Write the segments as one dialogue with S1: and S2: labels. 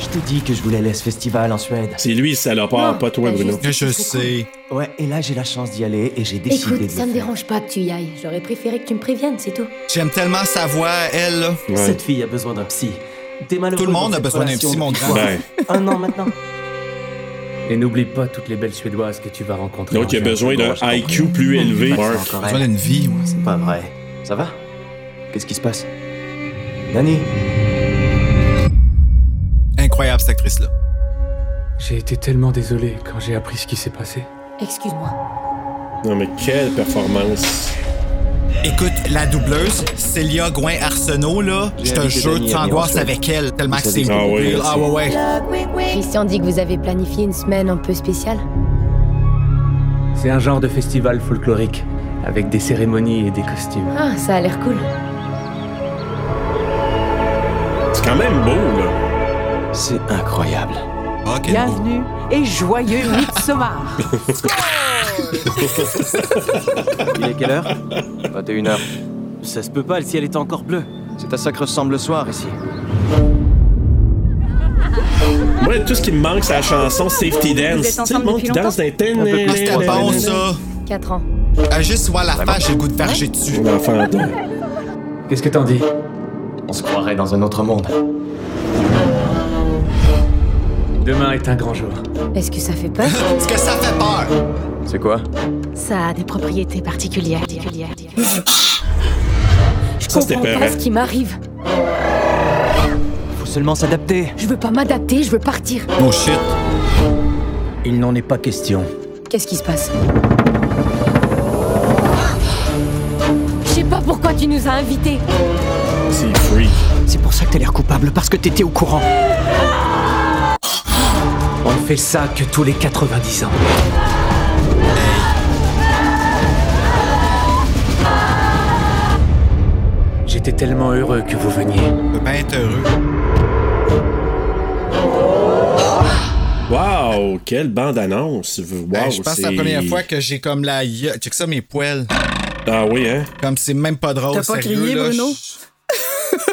S1: Je t'ai dit que je voulais aller à ce festival en Suède.
S2: C'est lui, le salopard,
S3: Non,
S2: pas toi,
S3: t'as
S2: Bruno.
S3: juste-
S4: Que je
S3: C'est trop
S4: sais.
S1: Ouais, et là j'ai la chance d'y aller et j'ai décidé de.
S3: Écoute,
S1: le
S3: ça me
S1: faire.
S3: dérange pas que tu y ailles. J'aurais préféré que tu me préviennes, c'est tout.
S4: J'aime tellement sa voix, elle, là.
S2: Ouais.
S1: Cette fille a besoin d'un psy. T'es malheureux.
S4: Tout le monde
S1: dans
S4: a
S1: cette
S4: besoin d'un
S1: relation
S4: petit, mon
S1: depuis
S4: grand.
S1: quoi?
S2: Ben,
S1: Un an maintenant.
S5: Et n'oublie pas toutes les belles Suédoises que tu vas rencontrer.
S2: donc, il a
S4: Ah,
S5: en Suède.
S2: besoin d'un
S1: je comprends.
S2: IQ plus élevé,
S1: Pas
S2: Mark.
S1: encore,
S4: Besoin
S1: hein.
S4: d'une vie, ouais.
S1: C'est pas vrai. Ça va Qu'est-ce qui se passe Danny
S4: Incroyable, cette actrice-là.
S5: J'ai été tellement désolé quand j'ai appris ce qui s'est passé.
S3: Excuse-moi.
S2: Non, mais quelle performance.
S4: Écoute, la doubleuse, Célia Gouin-Arsenault, là,
S1: J'ai
S4: je te
S1: invité
S4: jure,
S1: Dany à
S4: tu
S1: venir en
S4: t'angoisses
S1: Suède.
S4: avec elle, tellement
S1: Vous
S4: que
S1: savez
S4: c'est.
S1: que
S2: Ah ouais.
S4: real. Ah ouais, ouais.
S3: Christian dit que vous avez planifié une semaine un peu spéciale.
S5: C'est un genre de festival folklorique, avec des cérémonies et des costumes.
S3: Ah, ça a l'air cool.
S2: C'est quand même beau, là.
S1: C'est incroyable.
S4: Ok.
S6: Bienvenue et joyeux Midsommar.
S1: Il est quelle heure 21h. Ça se peut pas, le ciel est encore bleu. C'est à ça que ressemble le soir ici.
S2: Moi, tout ce qui me manque, c'est la chanson Safety Dance. Tu sais, le
S6: ensemble
S2: monde qui
S6: depuis
S2: danse dans
S1: Un peu plus
S4: Ah, C'était bon,
S1: Nanana.
S4: ça.
S3: 4 ans.
S4: À juste voir la face, j'ai le goût de farger dessus.
S2: Enfant,
S5: Qu'est-ce que t'en dis
S1: On se croirait dans un autre monde.
S5: Demain est un grand jour.
S3: Est-ce que ça fait peur
S4: Est-ce que ça fait peur?
S1: C'est quoi
S7: Ça a des propriétés particulières.
S3: Je
S2: Ça, c'était
S3: comprends
S2: peur,
S3: pas
S2: hein.
S3: ce qui m'arrive.
S1: Faut seulement s'adapter.
S3: Je veux pas m'adapter, je veux partir.
S4: Oh shit.
S1: Il n'en est pas question.
S3: Qu'est-ce qui se passe Je sais pas pourquoi tu nous as invités.
S2: c'est freak.
S1: C'est pour ça que t'as l'air coupable, parce que t'étais au courant.
S5: On ne fait ça que tous les 90 ans. J'étais tellement heureux que vous veniez.
S4: Ben être heureux.
S2: Wow, quelle bande-annonce. Wow,
S4: Ben, je pense que c'est la
S2: c'est-
S4: première fois que j'ai comme la gueule. Check ça, mes poils.
S2: Ah oui, hein?
S4: Comme c'est même pas drôle.
S6: T'as pas
S4: sérieux,
S6: crié,
S4: là,
S6: Bruno?
S4: je-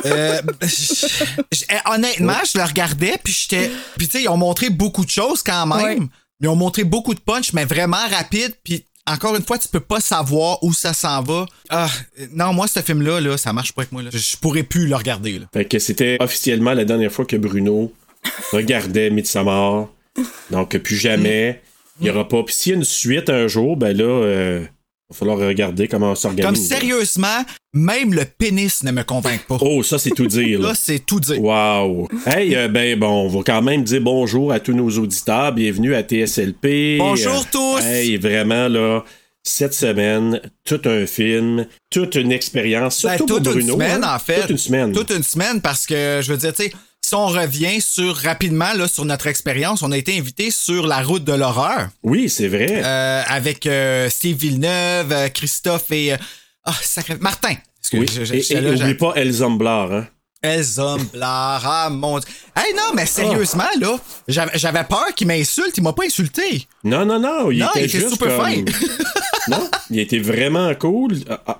S4: Euh, je- je- eh, honnêtement, je le regardais, puis j'étais. Puis tu sais, ils ont montré beaucoup de choses quand même.
S6: Ouais.
S4: Ils ont montré beaucoup de punch, mais vraiment rapide. Puis encore une fois, tu peux pas savoir où ça s'en va. Ah, euh, non, moi, ce film-là, là, ça marche pas avec moi. Là. Je- Je pourrais plus le regarder. Là.
S2: Fait que c'était officiellement la dernière fois que Bruno regardait Midsommar. Donc, plus jamais. Il n'y aura pas. Puis s'il y a une suite un jour, ben là, euh, va falloir regarder comment on
S4: Comme
S2: s'organise.
S4: sérieusement, même le pénis ne me convainc pas.
S2: Oh, ça, c'est tout dire, là.
S4: Là, c'est tout dire.
S2: Wow! Hey, euh, ben bon, on va quand même dire bonjour à tous nos auditeurs. Bienvenue à TSLP.
S4: Bonjour tous!
S2: Euh, Hey, vraiment, là, cette semaine, tout un film, toute une expérience,
S4: Ben,
S2: surtout
S4: toute
S2: pour Bruno.
S4: une semaine,
S2: hein?
S4: en fait.
S2: Toute une semaine.
S4: Toute une semaine, parce que, je veux dire, tu sais, si on revient sur rapidement là, sur notre expérience, on a été invité sur la route de l'horreur
S2: Oui, c'est vrai.
S4: euh, avec euh, Steve Villeneuve, euh, Christophe et. euh, ah, sacré-
S2: oui.
S4: Martin! Excuse, je- je-
S2: et
S4: j'étais
S2: et
S4: là,
S2: n'oublie
S4: j'ai-
S2: pas El Zomblar, hein?
S4: Quel homme, Lara, mon Dieu. Hey, non,
S2: Ah.
S4: mais sérieusement, là, j'avais j'avais peur qu'il m'insulte, il m'a pas insulté.
S2: Non, non, non, il
S4: Non,
S2: était
S4: il était
S2: juste
S4: super
S2: comme- non, il était vraiment cool.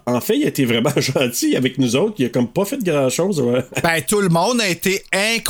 S2: En fait, il était vraiment gentil avec nous autres. Il a comme pas fait grand-chose. ouais.
S4: Ben, tout le monde a été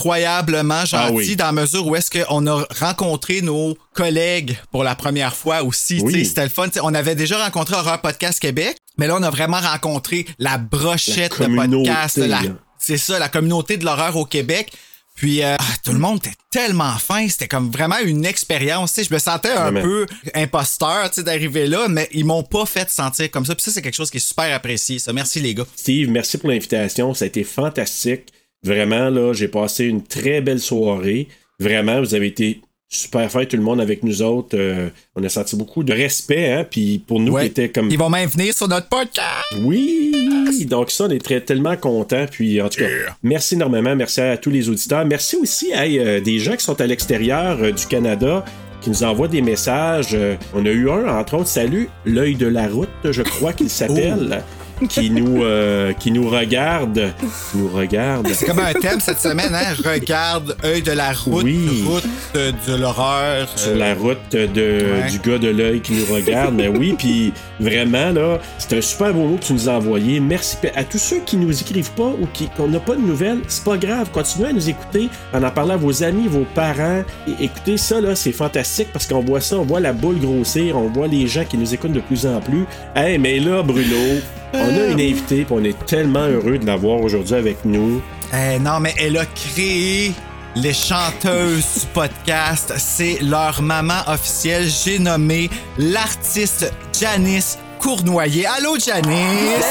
S4: incroyablement gentil
S2: Ah oui.
S4: dans la mesure où est-ce qu'on a rencontré nos collègues pour la première fois aussi.
S2: Oui.
S4: Tu sais, C'était le fun. Tu sais, on avait déjà rencontré Horror Podcast Québec, mais là, on a vraiment rencontré la brochette
S2: La
S4: de
S2: communauté,
S4: podcasts. la-
S2: là.
S4: C'est ça, la communauté de l'horreur au Québec. Puis euh, ah, tout le monde était tellement fin, c'était comme vraiment une expérience. Tu sais, Je me sentais un
S2: Vraiment.
S4: peu imposteur tu sais, d'arriver là, mais ils m'ont pas fait sentir comme ça. Puis ça, c'est quelque chose qui est super apprécié. Ça, merci les gars.
S2: Steve, merci pour l'invitation. Ça a été fantastique. Vraiment, là, j'ai passé une très belle soirée. Vraiment, vous avez été super fin, tout le monde avec nous autres. euh, on a senti beaucoup de respect, hein, puis pour nous,
S4: Ouais.
S2: qui était comme
S4: Ils vont même venir sur notre podcast.
S2: oui! Donc ça, on est très, tellement contents. Puis en tout cas, merci énormément. Merci à tous les auditeurs. Merci aussi à euh, des gens qui sont à l'extérieur euh, du Canada qui nous envoient des messages. Euh, on a eu un, entre autres, salut, l'œil de la route, je crois qu'il s'appelle. qui nous euh, qui nous regarde qui nous regarde
S4: C'est comme un thème cette semaine, hein? Regarde, œil de la route,
S2: Oui.
S4: route de, de l'horreur. euh,
S2: sur la route de,
S4: Ouais.
S2: du gars de l'œil qui nous regarde. Mais oui, puis vraiment, là, c'est un super beau mot que tu nous as envoyé. Merci Puis à tous ceux qui nous écrivent pas ou qui qu'on n'a pas de nouvelles. C'est pas grave. Continuez à nous écouter, en en parlant à vos amis, vos parents. Et écoutez ça, là, c'est fantastique parce qu'on voit ça, on voit la boule grossir, on voit les gens qui nous écoutent de plus en plus. Hey, mais là, Bruno, on a une invitée, puis on est tellement heureux de l'avoir aujourd'hui avec nous.
S4: Eh, non, mais elle a créé les chanteuses du podcast. C'est leur maman officielle. J'ai nommé l'artiste Janice Cournoyer. Allô, Janice!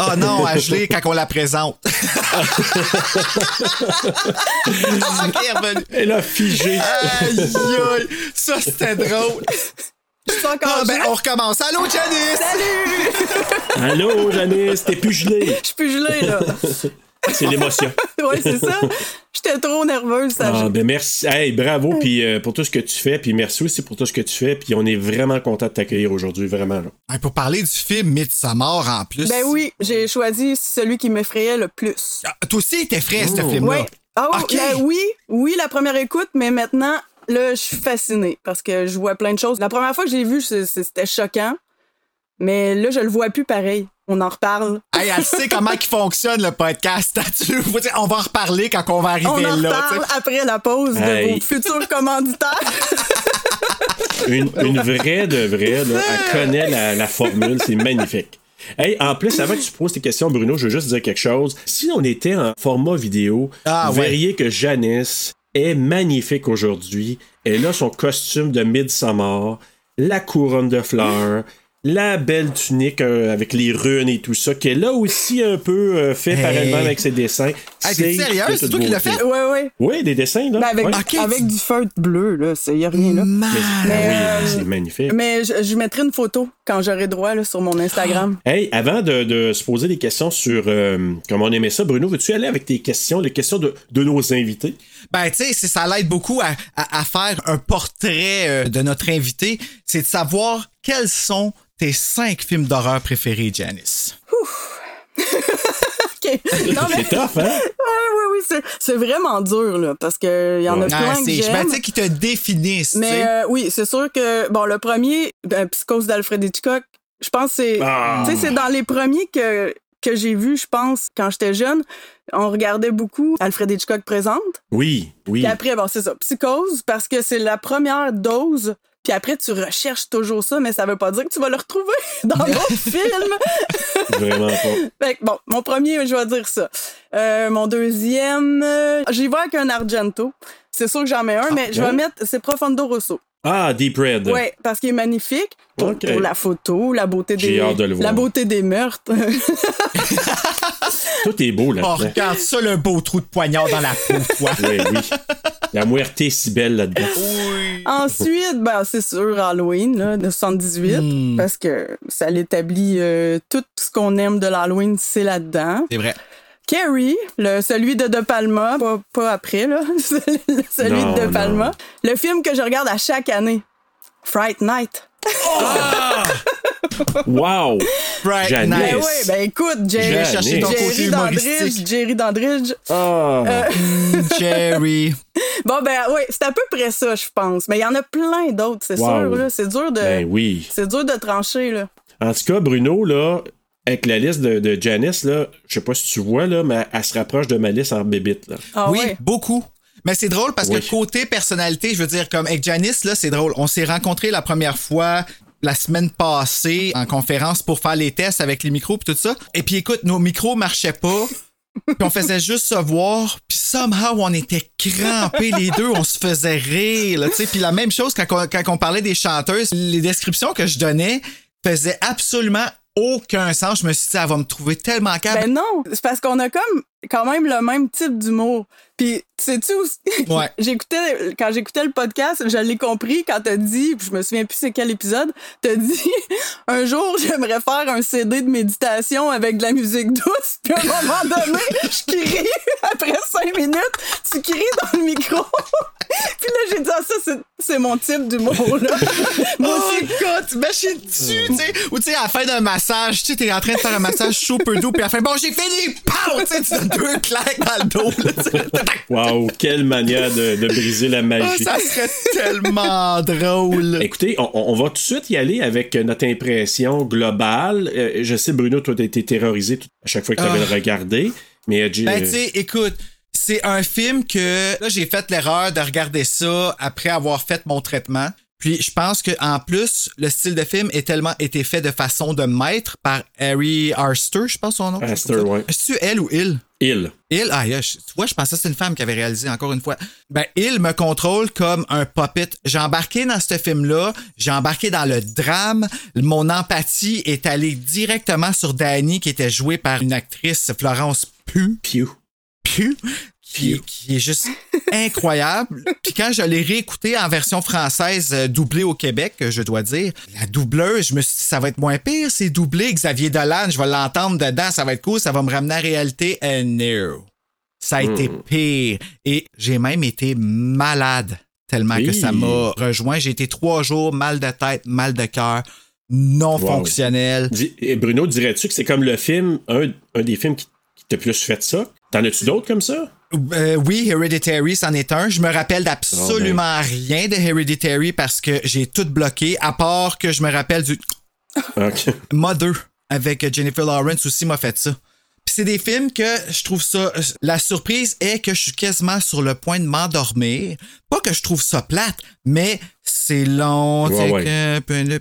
S4: Oh non, à geler quand on la présente. ok, elle est revenue.
S2: Elle a figé.
S4: Aïe, aïe, ça c'était drôle. Ah, ben, on recommence. Allô, Janice!
S2: Allô, Janice, t'es plus gelée.
S8: Je peux geler, là.
S2: C'est l'émotion.
S8: ouais, c'est ça. J'étais trop nerveuse, ça.
S2: Ah, ben merci. Hey, bravo puis euh, pour tout ce que tu fais. Puis merci aussi pour tout ce que tu fais. Puis on est vraiment content de t'accueillir aujourd'hui. Vraiment. Là.
S4: Hey, pour parler du film Midsommar en plus.
S8: Ben oui, j'ai choisi celui qui m'effrayait le plus.
S4: Ah, Toi aussi, t'es frais, ce
S2: Oh.
S4: film-là.
S8: Ouais. Ah oui,
S4: Ok.
S8: la- oui, oui, la première écoute, mais maintenant, là, je suis fascinée parce que je vois plein de choses. La première fois que j'ai vu, c'est- c'est- c'était choquant, mais là, je le vois plus pareil. On en reparle.
S4: Hey, elle sait comment il fonctionne le podcast. Tu veux dire, on va en reparler quand on va arriver
S8: On
S4: là.
S8: en
S4: tu
S8: reparle après la pause de
S2: Hey.
S8: vos futurs commanditaires.
S2: Une, une vraie de vraie. là. elle connaît la, la formule. C'est magnifique. Hey, en plus, avant que tu poses tes questions, Bruno, je veux juste dire quelque chose. Si on était en format vidéo,
S4: Ah,
S2: vous
S4: ouais.
S2: verriez que Janice est magnifique aujourd'hui. Elle a son costume de Midsommar, la couronne de fleurs, la belle tunique euh, avec les runes et tout ça, qu'elle a aussi un peu euh, fait par
S4: Hey.
S2: elle-même avec ses dessins.
S4: Hey, t'es
S2: de
S4: sérieuse? C'est
S2: toute
S4: toi qui l'as
S2: beauté.
S4: fait?
S8: ouais, ouais.
S2: Oui, des dessins, là.
S8: Ben, avec
S2: Ouais.
S4: Ok, Mm. tu-
S8: avec du feutre bleu, là, il y a rien là.
S4: sais. Man.
S2: Ben oui,
S8: Euh,
S2: c'est magnifique.
S8: Mais je, je mettrai une photo quand j'aurai droit là, sur mon Instagram.
S2: Hey, avant de, de se poser des questions sur euh, comment on aimait ça, Bruno, veux-tu aller avec tes questions, les questions de, de nos invités?
S4: Ben, tu sais, c'est- ça l'aide beaucoup à, à- à faire un portrait euh, de notre invité. C'est de savoir quels sont tes cinq films d'horreur préférés, Janice.
S8: OK. Non, mais,
S2: C'est tough, hein?
S8: oui, oui, oui, c'est- c'est vraiment dur, là, parce qu'il y en a
S2: Ouais.
S8: plein
S4: Ah,
S8: que
S4: c'est- je- ben,
S8: j'aime.
S4: tu sais, qu'ils te définissent. tu
S8: Mais
S4: sais.
S8: euh, oui, c'est sûr que, bon, le premier, ben, Psychose d'Alfred Hitchcock, je pense que c'est...
S2: Ah.
S8: Tu sais, c'est dans les premiers que, que j'ai vu, je pense, quand j'étais jeune. On regardait beaucoup Alfred Hitchcock présente.
S2: Oui, oui.
S8: Puis après, bon, c'est ça, Psychose, parce que c'est la première dose. Puis après, tu recherches toujours ça, mais ça veut pas dire que tu vas le retrouver dans d'autres films.
S2: Vraiment pas.
S8: Fait que Ben, bon, mon premier, je vais dire ça. Euh, mon deuxième, euh, j'y vais avec un Argento. C'est sûr que j'en mets un, mais je vais
S2: ouais.
S8: mettre, c'est Profondo Rosso.
S2: Ah, Deep Red.
S8: Ouais, parce qu'il est magnifique. Pour,
S2: Ok.
S8: pour la photo, la beauté des,
S2: J'ai hâte de le voir.
S8: la beauté des meurtres.
S2: Tout est beau, là.
S4: Oh, regarde ça, le beau trou de poignard dans la peau, toi.
S2: Oui, oui. La muerte est si belle là-dedans.
S8: Ensuite, ben, c'est sûr Halloween là, de 78,
S2: Hmm.
S8: parce que ça l'établit euh, tout ce qu'on aime de l'Halloween, c'est là-dedans.
S4: C'est vrai.
S8: Carrie, le, celui de De Palma, pas, pas après, là, celui
S2: Non,
S8: de
S2: non.
S8: De Palma. Le film que je regarde à chaque année, Fright Night.
S2: Wow!
S4: Bright
S2: Janice.
S4: Night.
S8: Ben
S2: Yes.
S8: oui, ben écoute, Jerry,
S2: Janice.
S4: chercher ton côté
S8: Jerry Dandridge,
S4: humoristique.
S8: Jerry Dandridge.
S2: Ah!
S8: Euh,
S4: Jerry.
S8: Bon, ben oui, c'est à peu près ça, je pense. Mais il y en a plein d'autres, c'est
S2: Wow.
S8: sûr, là. C'est dur de...
S2: Ben oui.
S8: C'est dur de trancher, là.
S2: En tout cas, Bruno, là, avec la liste de, de Janice, là, je sais pas si tu vois, là, mais elle se rapproche de ma liste en bébite, là.
S8: Ah
S4: oui,
S8: ouais.
S4: beaucoup. Mais c'est drôle parce
S2: Oui.
S4: que côté personnalité, je veux dire, comme avec Janice, là, c'est drôle. On s'est rencontrés la première fois la semaine passée en conférence pour faire les tests avec les micros puis tout ça. Et puis écoute, nos micros marchaient pas. Puis on faisait juste se voir, puis somehow on était crampés les deux, on se faisait rire, là, tu sais. Puis la même chose quand on, quand on parlait des chanteuses, les descriptions que je donnais faisaient absolument aucun sens. Je me suis dit, elle va me trouver tellement câble.
S8: Ben non, c'est parce qu'on a comme quand même le même type d'humour. Puis sais-tu aussi
S4: Ouais.
S8: j'écoutais quand j'écoutais le podcast, je l'ai compris quand t'as dit, puis je me souviens plus c'est quel épisode, t'as dit un jour j'aimerais faire un CD de méditation avec de la musique douce, puis à un moment donné je crie après cinq minutes, tu cries dans le micro, puis là j'ai dit ah, ça c'est- c'est mon type d'humour là, moi
S4: Oh
S8: aussi
S4: god, t'imagines dessus, tu sais, ou tu sais, à la fin d'un massage, tu sais, t'es en train de faire un massage chaud, peu doux, puis à la fin, bon, j'ai fini, pow, tu sais, tu donnes deux claques dans le dos, là, tu sais, tac.
S2: Wow, quelle manière de, de briser la
S4: Ah,
S2: magie.
S4: ça serait tellement drôle.
S2: Écoutez, on, on va tout de suite y aller avec euh, notre impression globale. Euh, je sais, Bruno, toi, t'as été terrorisé tout- à chaque fois que t'avais
S4: Ah.
S2: le regardé. Mais euh, Jay,
S4: Ben,
S2: euh,
S4: tu sais, écoute, c'est un film que là, j'ai fait l'erreur de regarder ça après avoir fait mon traitement. Puis je pense que en plus, le style de film est tellement été fait de façon de maître par Harry Arster, je pense son nom.
S2: Arster,
S4: Est-ce que-
S2: ouais.
S4: Est-ce que c'est elle ou il?
S2: il.
S4: Il, ah, yeah, je- tu vois, je pensais que c'était une femme qui avait réalisé encore une fois. Ben, il me contrôle comme un puppet. J'ai embarqué dans ce film-là, j'ai embarqué dans le drame. Mon empathie est allée directement sur Dani, qui était jouée par une actrice, Florence Pugh
S2: Pew.
S4: pu, qui, qui est juste incroyable. Puis quand je l'ai réécouté en version française euh, doublée au Québec, euh, je dois dire, la doubleuse, je me suis dit, ça va être moins pire, c'est doublé. Xavier Dolan, je vais l'entendre dedans, ça va être cool, ça va me ramener à la réalité. And no. Ça a été
S2: Hmm.
S4: pire. Et j'ai même été malade tellement que
S2: Oui.
S4: ça m'a rejoint. J'ai été trois jours mal de tête, mal de cœur, non
S2: Wow.
S4: fonctionnel.
S2: Dis- et Bruno, dirais-tu que c'est comme le film, un, un des films qui, qui t'a plus fait ça? T'en as-tu d'autres comme ça?
S4: Euh, oui, Hereditary, c'en est un. Je me rappelle
S2: Oh, ben.
S4: d'absolument rien de Hereditary parce que j'ai tout bloqué, à part que je me rappelle du
S2: Ok.
S4: Mother avec Jennifer Lawrence aussi m'a fait ça. Puis c'est des films que je trouve ça. euh, La surprise est que je suis quasiment sur le point de m'endormir. Pas que je trouve ça plate, mais c'est long. tu
S2: Ouais,
S4: sais,
S2: ouais.
S4: que- puis là-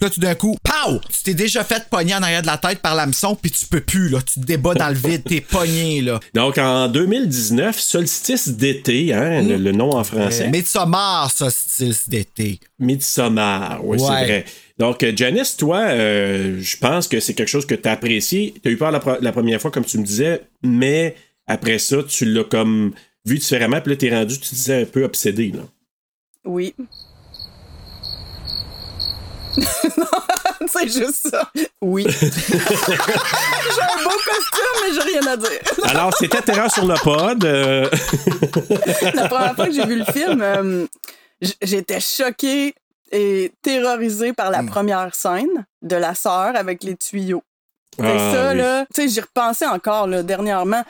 S4: puis là, tout d'un coup, pow! Tu t'es déjà fait pogner en arrière de la tête par l'hameçon, puis tu peux plus, là. Tu te débats dans le vide, t'es pogné, là.
S2: Donc, en 2019, Solstice d'été, hein, le, le nom en français.
S4: Mais ça mort, Euh, ça, style d'été.
S2: Midsommar, oui,
S4: Ouais.
S2: c'est vrai. Donc, euh, Janice, toi, euh, je pense que c'est quelque chose que tu as apprécié. Tu as eu peur la, pre- la première fois, comme tu me disais, mais après ça, tu l'as comme vu différemment, puis là, t'es rendu, tu disais, un peu obsédé. Là.
S8: Oui. Non, c'est juste ça. Oui. j'ai un beau costume, mais j'ai rien à dire.
S2: Alors, c'était Terreur sur le pod. euh,
S8: La première fois que j'ai vu le film, euh, j- j'étais choquée et terrorisée par la première scène de la sœur avec les tuyaux. Fait que
S2: Ah,
S8: ça,
S2: oui.
S8: là, tu sais, j'y repensais encore, là, dernièrement.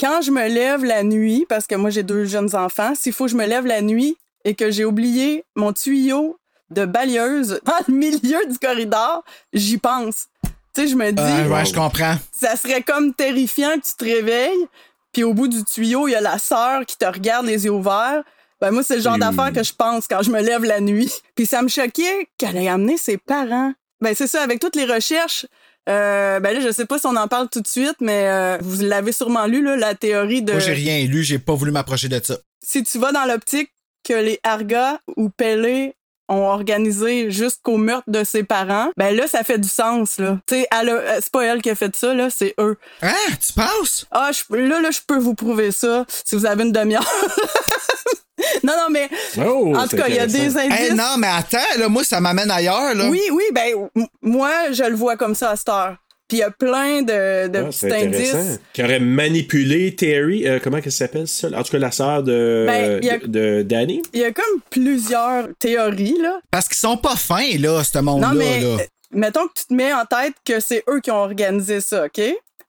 S8: Quand je me lève la nuit, parce que moi, j'ai deux jeunes enfants, s'il faut que je me lève la nuit et que j'ai oublié mon tuyau de balayeuse dans le milieu du corridor, j'y pense. Tu sais, je me dis,
S4: Ouais, ouais, je comprends.
S8: ça serait comme terrifiant que tu te réveilles, puis au bout du tuyau, il y a la sœur qui te regarde les yeux ouverts. Ben moi, c'est le
S4: Hmm.
S8: genre
S2: Mm.
S8: d'affaire que je pense quand je me lève la nuit. Puis ça me choquait qu'elle ait amené ses parents. Ben c'est ça, avec toutes les recherches, euh, ben là, je sais pas si on en parle tout de suite, mais euh, vous l'avez sûrement lu, là, la théorie de...
S4: Moi, j'ai rien lu, j'ai pas voulu m'approcher de ça.
S8: Si tu vas dans l'optique que les Argas ou Pellé ont organisé jusqu'au meurtre de ses parents, ben là, ça fait du sens, là. Tu sais, elle a- euh, c'est pas elle qui a fait ça, là, c'est eux.
S4: Hein? Tu penses?
S8: Ah, je- là, là, je peux vous prouver ça si vous avez une demi-heure. non, non, mais
S2: oh,
S8: en tout
S2: c'est
S8: cas, il y a
S2: intéressant.
S8: des indices.
S4: Hey, non, mais attends, là, moi, ça m'amène ailleurs, là.
S8: oui, oui, ben, m- moi, je le vois comme ça à cette heure. Puis il y a plein de, de
S2: Ah,
S8: petits
S2: c'est intéressant.
S8: indices.
S2: Qui aurait manipulé Terry, euh, comment qu'elle s'appelle ça? En tout cas, la sœur de,
S8: Ben, il y a-
S2: de, de Danny.
S8: Il y a comme plusieurs théories, là.
S4: Parce qu'ils sont pas fins, là, ce monde-là.
S8: Non, mais
S4: là.
S8: euh, mettons que tu te mets en tête que c'est eux qui ont organisé ça, OK?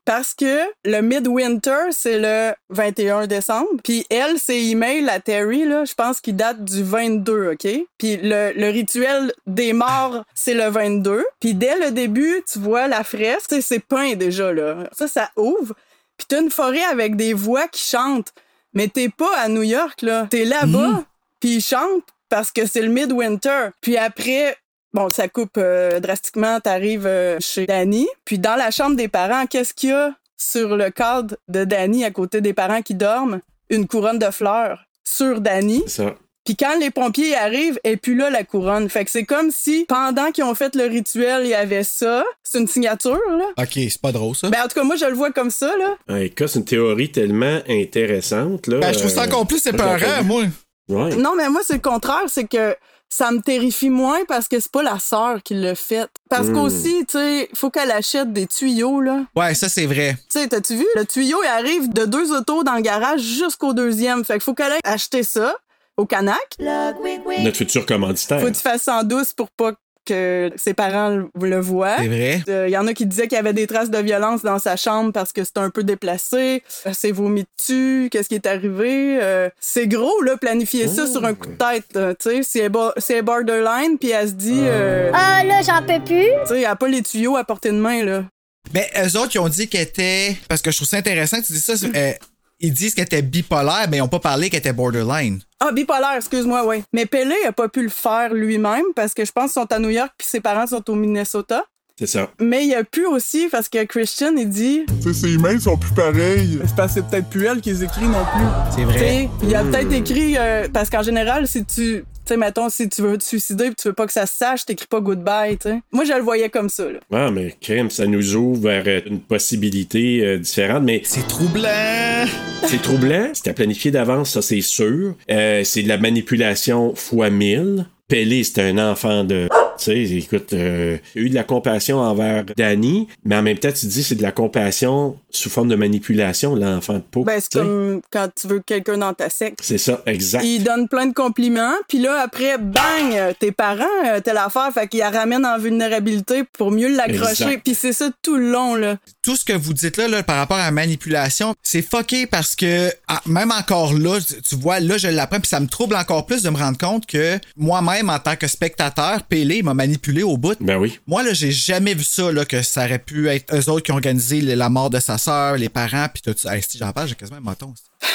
S8: Parce que le Midwinter, c'est le 21 décembre. Puis elle, ses emails à Terry, là, je pense qu'il date du 22, OK? Puis le, le rituel des morts, c'est le 22. Puis dès le début, tu vois la fraise, tu sais, c'est peint déjà, là. Ça, ça ouvre. Puis t'as une forêt avec des voix qui chantent. Mais t'es pas à New York, là. T'es là-bas,
S4: Mm-hmm.
S8: puis ils chantent parce que c'est le Midwinter. Puis après, Bon, ça coupe euh, drastiquement. T'arrives euh, chez Danny. Puis dans la chambre des parents, qu'est-ce qu'il y a sur le cadre de Danny à côté des parents qui dorment? Une couronne de fleurs sur Danny.
S2: C'est ça.
S8: Puis quand les pompiers arrivent, et puis là la couronne. Fait que c'est comme si pendant qu'ils ont fait le rituel, il y avait ça. C'est une signature, là.
S4: Ok, c'est pas drôle ça.
S8: Ben en tout cas, moi je le vois comme ça, là.
S2: En tout cas, Ah, c'est une théorie tellement intéressante. Là,
S4: Ben, je trouve ça
S2: Euh,
S4: encore plus épeurant, moi.
S2: Ouais.
S8: Non, mais moi, c'est le contraire. C'est que ça me terrifie moins parce que c'est pas la sœur qui l'a fait. Parce
S2: Mm.
S8: qu'aussi, tu sais, faut qu'elle achète des tuyaux, là.
S4: Ouais, ça, c'est vrai.
S8: Tu sais, t'as-tu vu? Le tuyau, il arrive de deux autos dans le garage jusqu'au deuxième. Fait qu'il faut qu'elle aille acheter ça au Canac.
S2: Notre futur commanditaire.
S8: Faut que tu fasses ça en douce pour pas que ses parents le- le voient.
S4: C'est vrai.
S8: Il y en a qui disaient qu'il y avait des traces de violence dans sa chambre parce que c'était un peu déplacé. Euh, C'est vomi dessus. Qu'est-ce qui est arrivé? Euh, c'est gros, là, planifier ça sur un coup de tête. euh, tu sais, c'est bo- c'est borderline, puis elle se dit... euh,
S9: Ah là, j'en peux plus.
S8: Tu sais, elle a pas les tuyaux à portée de main, là.
S4: Mais eux autres, ils ont dit qu'elle était. Parce que je trouve ça intéressant que tu dis ça. c'est- euh, ils disent qu'elle était bipolaire, mais ils ont pas parlé qu'elle était borderline.
S8: Ah, bipolaire, excuse-moi, oui. Mais Pelé a pas pu le faire lui-même parce que je pense qu'ils sont à New York puis ses parents sont au Minnesota.
S2: C'est ça.
S8: Mais il a pu aussi parce que Christian, il dit. Tu sais, ses mails sont plus pareils. C'est parce que c'est peut-être plus elle qui les écrit non plus.
S2: Eh.
S4: C'est
S8: Tu
S4: vrai.
S8: sais, il a peut-être écrit. euh, parce qu'en général, si tu. Tu sais, mettons, si tu veux te suicider et tu veux pas que ça se sache, t'écris pas goodbye, tu sais. Moi, je le voyais comme ça, là.
S2: Ouais, Ah, mais crème, ça nous ouvre vers euh, une possibilité euh, différente, mais
S4: C'est troublant.
S2: c'est troublant. C'était planifié d'avance, ça c'est sûr. Euh, c'est de la manipulation fois mille. Pelé, c'est un enfant de... Tu sais, écoute, euh, il y a eu de la compassion envers Danny, mais en même temps, tu te dis c'est de la compassion sous forme de manipulation, l'enfant de peau.
S8: Ben, c'est
S2: tu sais.
S8: comme quand tu veux quelqu'un dans ta secte.
S2: C'est ça, exact.
S8: Il donne plein de compliments, puis là, après, bang, euh, tes parents, euh, telle affaire, fait qu'il la ramène en vulnérabilité pour mieux l'accrocher.
S2: Exact.
S8: Puis c'est ça tout le long, là.
S4: Tout ce que vous dites là, là, par rapport à la manipulation, c'est fucké parce que ah, même encore là, tu- tu vois, là, je l'apprends, puis ça me trouble encore plus de me rendre compte que moi-même, en tant que spectateur, Pélé il m'a manipulé au bout.
S2: Ben oui.
S4: Moi, là, j'ai jamais vu ça, là, que ça aurait pu être eux autres qui ont organisé le- la mort de sa sœur, les parents, puis tout ça. Hey, si j'en parle, j'ai quasiment un menton. c'est-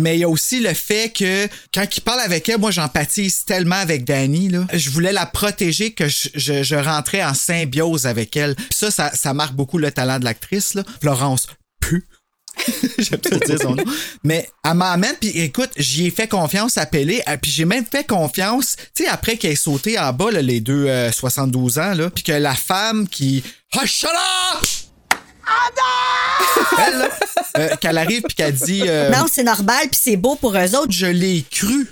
S4: Mais il y a aussi le fait que quand il parle avec elle, moi j'empathise tellement avec Dani. Là. Je voulais la protéger que je, je- je rentrais en symbiose avec elle. Puis ça, ça, ça marque beaucoup le talent de l'actrice. là. Florence Pu. J'aime ça dire son nom. Mais elle m'amène, puis écoute, j'y ai fait confiance à Pelé, euh, puis j'ai même fait confiance, tu sais, après qu'elle ait sauté en bas, là, les deux euh, 72 ans, là, puis que la femme qui... Ah, shut up! Elle, là, euh, qu'elle arrive, puis qu'elle dit... euh,
S10: Non, c'est normal, puis c'est beau pour eux autres.
S4: je l'ai cru.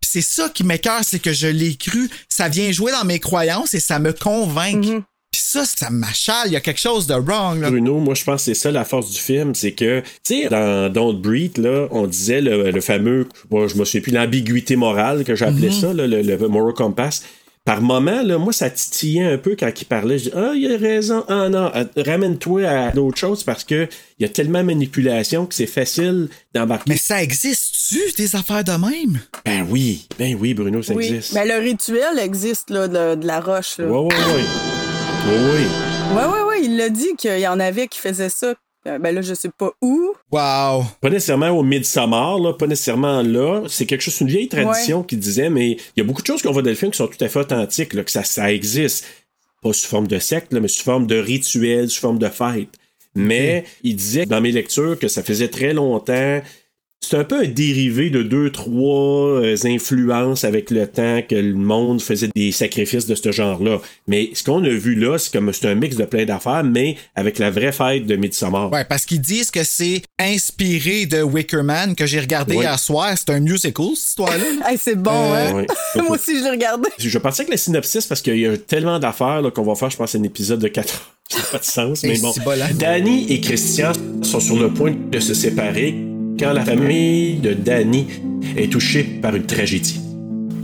S4: Puis c'est ça qui m'écœure, c'est que je l'ai cru. Ça vient jouer dans mes croyances et ça me convainc.
S10: Mhm.
S4: Puis ça, ça m'achale. Il y a quelque chose de wrong. là.
S2: Bruno, moi je pense que c'est ça la force du film, c'est que, tu sais, dans Don't Breathe, là, on disait le, le fameux, bon, je me souviens plus, l'ambiguïté morale que
S4: Mhm.
S2: j'appelais ça, là, le, le moral compass. Par moment, là, moi, ça titillait un peu quand il parlait. Je dis, ah, il a raison. Ah non, euh, ramène-toi à d'autres choses parce que il y a tellement de manipulation que c'est facile d'embarquer.
S4: Mais ça existe-tu, des affaires de même?
S2: Ben oui, ben oui, Bruno, ça
S8: oui.
S2: existe.
S4: ben,
S8: Mais le rituel existe, là, de, de la roche, là.
S2: Ouais, ouais, ouais. Ouais, ouais.
S8: Ouais, ouais, ouais, il l'a dit qu'il y en avait qui faisaient ça. Euh, Ben là, je sais pas où.
S4: Wow!
S2: Pas nécessairement au Midsommar, là, pas nécessairement là. C'est quelque chose, une vieille tradition qui disait, mais il y a beaucoup de choses qu'on voit dans le film qui sont tout à fait authentiques, là, que ça, ça existe. Pas sous forme de secte, là, mais sous forme de rituel, sous forme de fête. Mais il disait dans mes lectures que ça faisait très longtemps. C'est un peu un dérivé de deux, trois euh, influences avec le temps que le monde faisait des sacrifices de ce genre-là. Mais ce qu'on a vu là, c'est comme c'est un mix de plein d'affaires, mais avec la vraie fête de Midsommar.
S4: Ouais, parce qu'ils disent que c'est inspiré de Wicker Man que j'ai regardé
S2: Ouais.
S4: hier soir. C'est un musical, cette histoire-là.
S8: Hey, c'est bon,
S4: Euh,
S8: hein?
S2: Ouais.
S8: moi aussi, je l'ai regardé.
S2: Je partais avec le synopsis parce qu'il y a tellement d'affaires là, qu'on va faire, je pense, un épisode de 4 heures. Ça n'a pas de sens, mais
S4: Et
S2: bon.
S4: si bol, hein?
S2: Danny et Christian sont sur le point de se séparer quand la famille de Danny est touchée par une tragédie.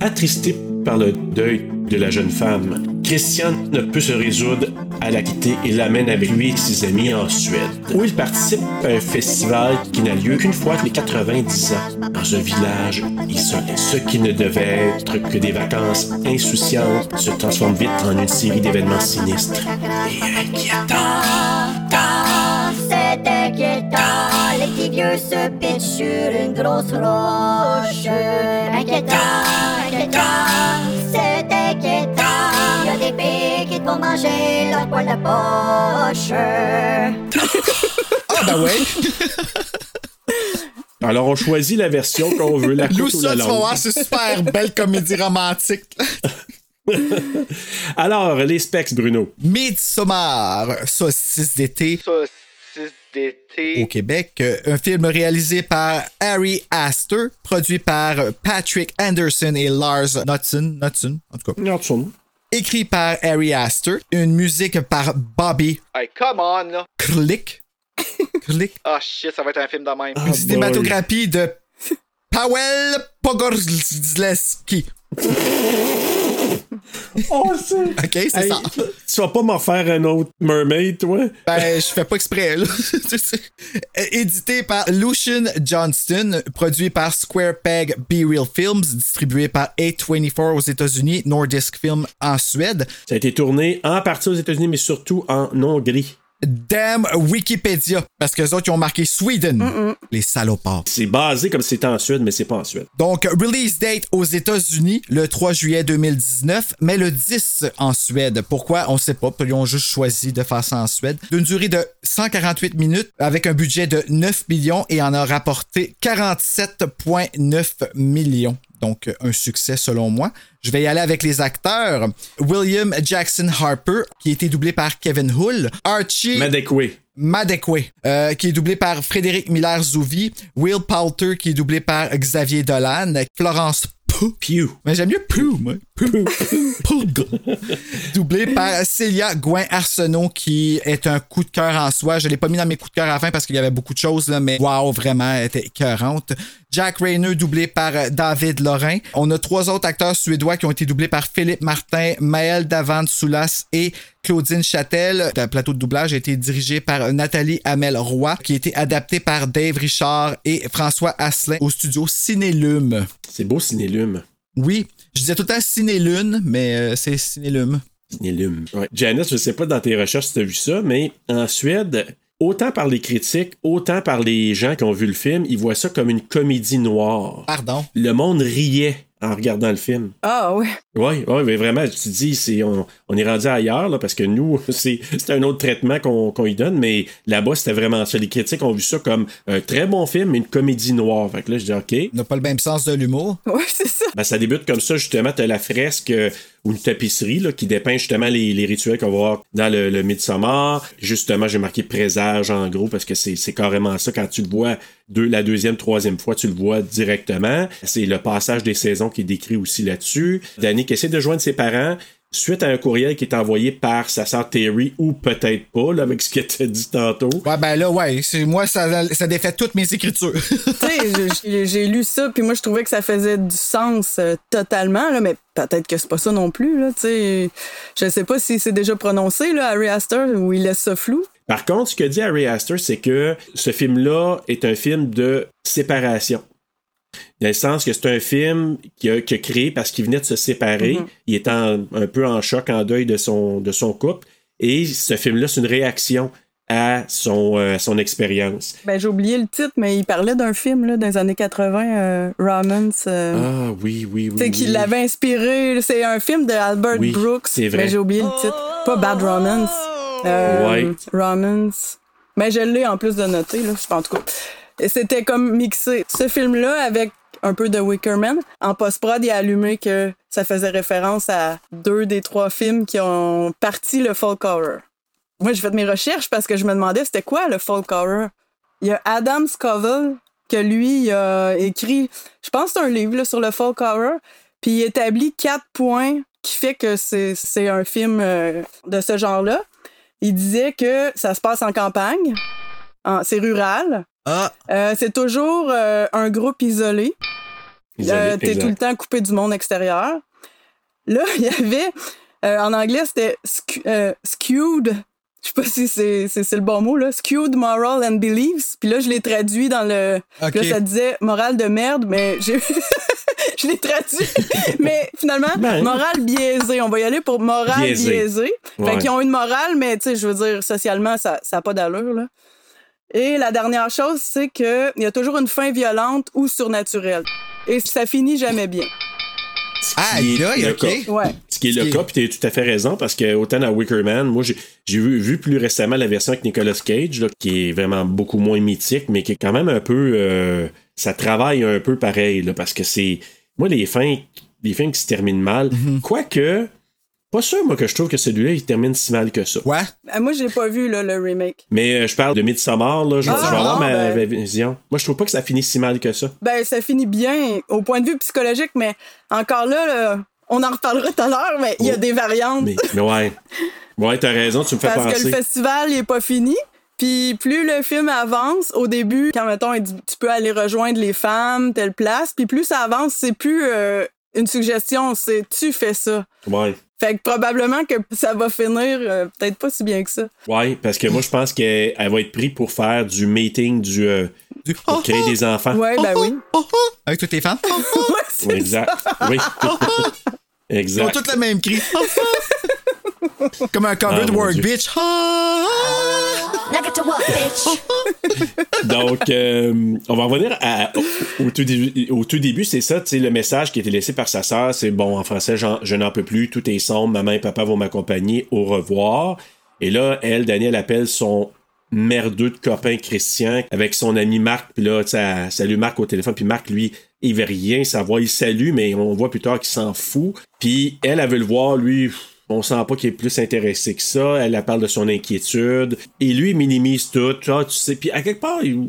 S2: Attristée par le deuil de la jeune femme, Christian ne peut se résoudre à la quitter et l'amène avec lui et ses amis en Suède, où il participe à un festival qui n'a lieu qu'une fois tous les 90 ans, dans un village isolé. Ce qui ne devait être que des vacances insouciantes se transforme vite en une série d'événements sinistres.
S9: C'est inquiétant, les petits vieux se pitchent sur une grosse roche. Inquiétant, inquiétant, c'est inquiétant. Y a des pics qui vont manger leur poil de poche.
S4: ben Ah, bah ouais!
S2: Alors, on choisit la version qu'on veut, la
S4: Lou,
S2: courte ou la
S4: ça, tu vas
S2: longue.
S4: voir, c'est super belle comédie romantique.
S2: Alors, les specs, Bruno.
S4: Midsommar, saucisse d'été. Au Québec, euh, un film réalisé par Harry Astor, produit par Patrick Anderson et Lars Knudsen, Knudsen, en tout cas. Écrit par Harry Astor, une musique par Bobby
S11: Hey, come on, là.
S4: Click. Click.
S11: Ah, shit, ça va être un film de même.
S4: Une cinématographie de Paweł Pogorzelski.
S2: Oh, c'est.
S4: OK, c'est
S2: Hey,
S4: ça.
S2: Tu vas pas m'en faire un autre Mermaid, toi?
S4: Ben, je fais pas exprès, là. Tu sais. Édité par Lucian Johnston, produit par Square Peg Be Real Films, distribué par A24 aux États-Unis, Nordisk Film en Suède.
S2: Ça a été tourné en partie aux États-Unis, mais surtout en Hongrie.
S4: Damn Wikipédia, parce que les autres, ils ont marqué Sweden. Les salopards.
S2: C'est basé comme si c'était en Suède, mais c'est pas en Suède.
S4: Donc, release date aux États-Unis le 3 juillet 2019, mais le 10 en Suède. Pourquoi? On sait pas. Ils ont juste choisi de faire ça en Suède. D'une durée de 148 minutes, avec un budget de 9 millions et en a rapporté 47,9 millions. Donc, euh, un succès selon moi. Je vais y aller avec les acteurs. William Jackson Harper, qui a été doublé par Kevin Hull. Archie...
S2: Madekwe.
S4: Madekwe, euh, qui est doublé par Frédéric Miller-Zouvi, Will Poulter, qui est doublé par Xavier Dolan, Florence Pugh, mais j'aime mieux Pugh, moi. Pugh. Pugh. doublé par Célia Gouin Arsenault, qui est un coup de cœur en soi. Je l'ai pas mis dans mes coups de cœur à la fin parce qu'il y avait beaucoup de choses, là, mais waouh, vraiment, elle était écœurante. Jack Rayner, doublé par euh, David Lorrain. On a trois autres acteurs suédois qui ont été doublés par Philippe Martin, Maël Davant Soulas et Claudine Châtel. Le plateau de doublage a été dirigé par Nathalie Amel Roy, qui a été adapté par Dave Richard et François Asselin au studio Cinélume.
S2: C'est beau, Cinélume.
S4: Oui, je disais tout à Cinélune, mais euh, c'est Cinélume.
S2: Cinélume. Ouais. Janice, je sais pas dans tes recherches si tu as vu ça, mais en Suède, autant par les critiques, autant par les gens qui ont vu le film, ils voient ça comme une comédie noire.
S4: Pardon?
S2: Le monde riait en regardant le film.
S8: Ah ouais.
S2: Oui, ouais, mais vraiment, tu te dis, c'est, on, on est rendu ailleurs, là, parce que nous, c'est, c'est un autre traitement qu'on, qu'on y donne, mais là-bas, c'était vraiment ça. Les critiques ont vu ça comme un très bon film, mais une comédie noire. Fait que là, je dis, OK.
S4: n'a pas le même sens de l'humour.
S8: Oui, c'est ça.
S2: Ben, ça débute comme ça, justement, t'as la fresque euh, ou une tapisserie là, qui dépeint justement les, les rituels qu'on va voir dans le, le Midsommar. Justement, j'ai marqué présage en gros parce que c'est c'est carrément ça. Quand tu le vois deux, la deuxième, troisième fois, tu le vois directement. C'est le passage des saisons qui est décrit aussi là-dessus. Danny qui essaie de joindre ses parents. Suite à un courriel qui est envoyé par sa sœur Terry, ou peut-être pas, là, avec ce que tu as dit tantôt.
S4: Ouais, ben là, ouais, c'est, moi, ça, ça défait toutes mes écritures.
S8: tu sais, j'ai- j'ai lu ça, puis moi, je trouvais que ça faisait du sens euh, totalement, là, mais peut-être que c'est pas ça non plus, là, tu sais. Je sais pas si c'est déjà prononcé, là, Harry Astor, où il laisse ça flou.
S2: Par contre, ce que dit Harry Astor, c'est que ce film-là est un film de séparation. Dans le sens que c'est un film qu'il a, qu'il a créé parce qu'il venait de se séparer.
S11: Mhm.
S2: Il était en- un peu en choc, en deuil de son, de son couple. Et ce film-là, c'est une réaction à son, euh, son expérience.
S8: Ben, j'ai oublié le titre, mais il parlait d'un film, là, dans les années 80, euh, Romance. euh,
S2: Ah oui, oui, oui.
S8: tu sais, qui
S2: oui.
S8: l'avait inspiré. C'est un film de Albert
S2: Oui,
S8: Brooks.
S2: c'est vrai.
S8: Mais j'ai oublié le titre. Pas Bad Romance. Euh,
S2: Ouais.
S8: Romance. Mais je l'ai en plus de noter, là. Je pense, en tout cas. Et C'était comme mixé. Ce film-là, avec un peu de Wickerman, en post-prod, il a allumé que ça faisait référence à deux des trois films qui ont parti le folk horror. Moi, j'ai fait mes recherches parce que je me demandais c'était quoi le folk horror. Il y a Adam Scovell que lui il a écrit, je pense que c'est un livre là, sur le folk horror, puis il établit quatre points qui fait que c'est c'est un film euh, de ce genre-là. Il disait que ça se passe en campagne, en- c'est rural,
S2: Ah.
S8: Euh, c'est toujours euh, un groupe isolé.
S11: Isolé,
S8: Euh, T'es
S11: exact.
S8: tout le temps coupé du monde extérieur. Là, il y avait, euh, en anglais, c'était scu- euh, skewed. Je sais pas si c'est c'est- c'est le bon mot, là. Skewed moral and beliefs. Puis là, je l'ai traduit dans le.
S11: Ok.
S8: Là, ça disait morale de merde, mais j'ai. je l'ai traduit. mais finalement,
S11: Ben.
S8: morale biaisée. On va y aller pour morale
S11: Biaisée.
S8: biaisée. Fait
S11: Ouais.
S8: qu'ils ont une morale, mais tu sais, je veux dire, socialement, ça n'a pas d'allure, là. Et la dernière chose, c'est qu'il y a toujours une fin violente ou surnaturelle. Et ça finit jamais bien.
S4: Ah,
S2: il est là,
S8: il
S2: il est ok.
S8: Ouais.
S2: Ce qui est le cas, puis t'as tout à fait raison, parce que autant dans Wicker Man, moi j'ai j'ai vu, vu plus récemment la version avec Nicolas Cage, là, qui est vraiment beaucoup moins mythique, mais qui est quand même un peu. euh, ça travaille un peu pareil, là, parce que c'est. Moi, les fins, les fins qui se terminent mal,
S8: Mm-hmm.
S2: quoique. Pas sûr, moi, que je trouve que celui-là, il termine si mal que ça.
S4: Ouais.
S8: Ah, Moi, j'ai pas vu là, le remake.
S2: Mais euh, je parle de Midsommar, là. Je vais je vais
S8: Ah,
S2: avoir
S8: non,
S2: ma,
S8: ben-
S2: ma vision. Moi, je trouve pas que ça finit si mal que ça.
S8: Ben, ça finit bien au point de vue psychologique, mais encore là, là, on en reparlera tout à l'heure, mais il y a des variantes.
S2: Mais, mais ouais. Ouais, t'as raison, tu me fais
S8: Parce que
S2: penser.
S8: le festival il est pas fini. Puis plus le film avance, au début, quand mettons, il dit, tu peux aller rejoindre les femmes, telle place, puis plus ça avance, c'est plus euh, une suggestion, c'est tu fais ça.
S2: Ouais.
S8: Fait que probablement que ça va finir euh, peut-être pas si bien que ça.
S2: Ouais, parce que moi, je pense qu'elle elle va être prise pour faire du meeting, du. euh,
S4: Oh,
S2: pour créer des enfants.
S8: Ouais, ben oui.
S4: Avec toutes les femmes.
S2: Ouais, exact. Oui.
S4: Ils ont
S2: exact.
S4: toutes le même cri. Comme un cover
S2: Ah,
S4: de
S2: mon
S4: Work
S2: Dieu.
S4: Bitch.
S2: Donc, euh, on va revenir à- au, au tout début. Au tout début, c'est ça, tu sais, le message qui a été laissé par sa sœur, c'est bon, en français, j'en- je n'en peux plus, tout est sombre, maman et papa vont m'accompagner, au revoir. Et là, elle, Danielle, appelle son merdeux de copain Christian avec son ami Marc, puis là, tu sais, elle salue Marc au téléphone, puis Marc, lui, il veut rien savoir, il salue, mais on voit plus tard qu'il s'en fout. Puis elle, elle veut le voir, lui, pff, on sent pas qu'il est plus intéressé que ça. Elle, elle parle de son inquiétude. Et lui, il minimise tout. Ah, tu sais, puis à quelque part, il-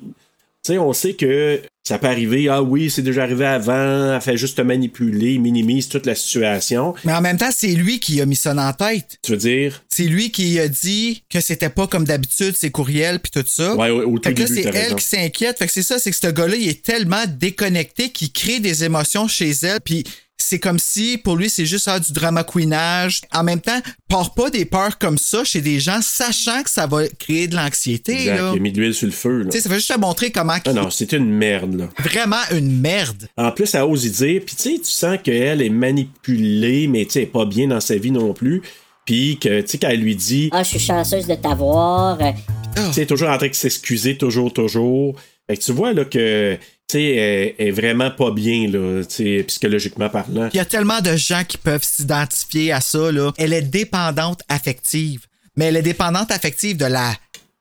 S2: tu sais, on sait que ça peut arriver. Ah oui, c'est déjà arrivé avant. Elle fait juste te manipuler. Il minimise toute la situation.
S4: Mais en même temps, c'est lui qui a mis ça en tête.
S2: Tu veux dire?
S4: C'est lui qui a dit que c'était pas comme d'habitude, ses courriels puis tout ça.
S2: Ouais, au- au tout
S4: fait que là,
S2: début,
S4: c'est
S2: t'as
S4: elle
S2: raison.
S4: qui s'inquiète. Fait que c'est ça, c'est que ce gars-là, il est tellement déconnecté qu'il crée des émotions chez elle. Puis c'est comme si, pour lui, c'est juste ah, du drama queenage. En même temps, part pas des peurs comme ça chez des gens, sachant que ça va créer de l'anxiété.
S2: Exact,
S4: là.
S2: il a mis de l'huile sur le feu. là.
S4: Tu sais, ça fait juste te montrer comment.
S2: Ah non, c'est une merde, là.
S4: Vraiment une merde.
S2: En plus, elle ose y dire. Puis tu sais, tu sens qu'elle est manipulée, mais tu sais, elle est pas bien dans sa vie non plus. Puis que, tu sais, qu'elle lui dit.
S9: Ah, je suis chanceuse de t'avoir.
S2: Tu sais, toujours en train de s'excuser, toujours, toujours. Fait que tu vois là, que tu sais, elle elle est vraiment pas bien, là, tu sais, psychologiquement parlant.
S4: Il y a tellement de gens qui peuvent s'identifier à ça. Là. Elle est dépendante affective. Mais elle est dépendante affective de la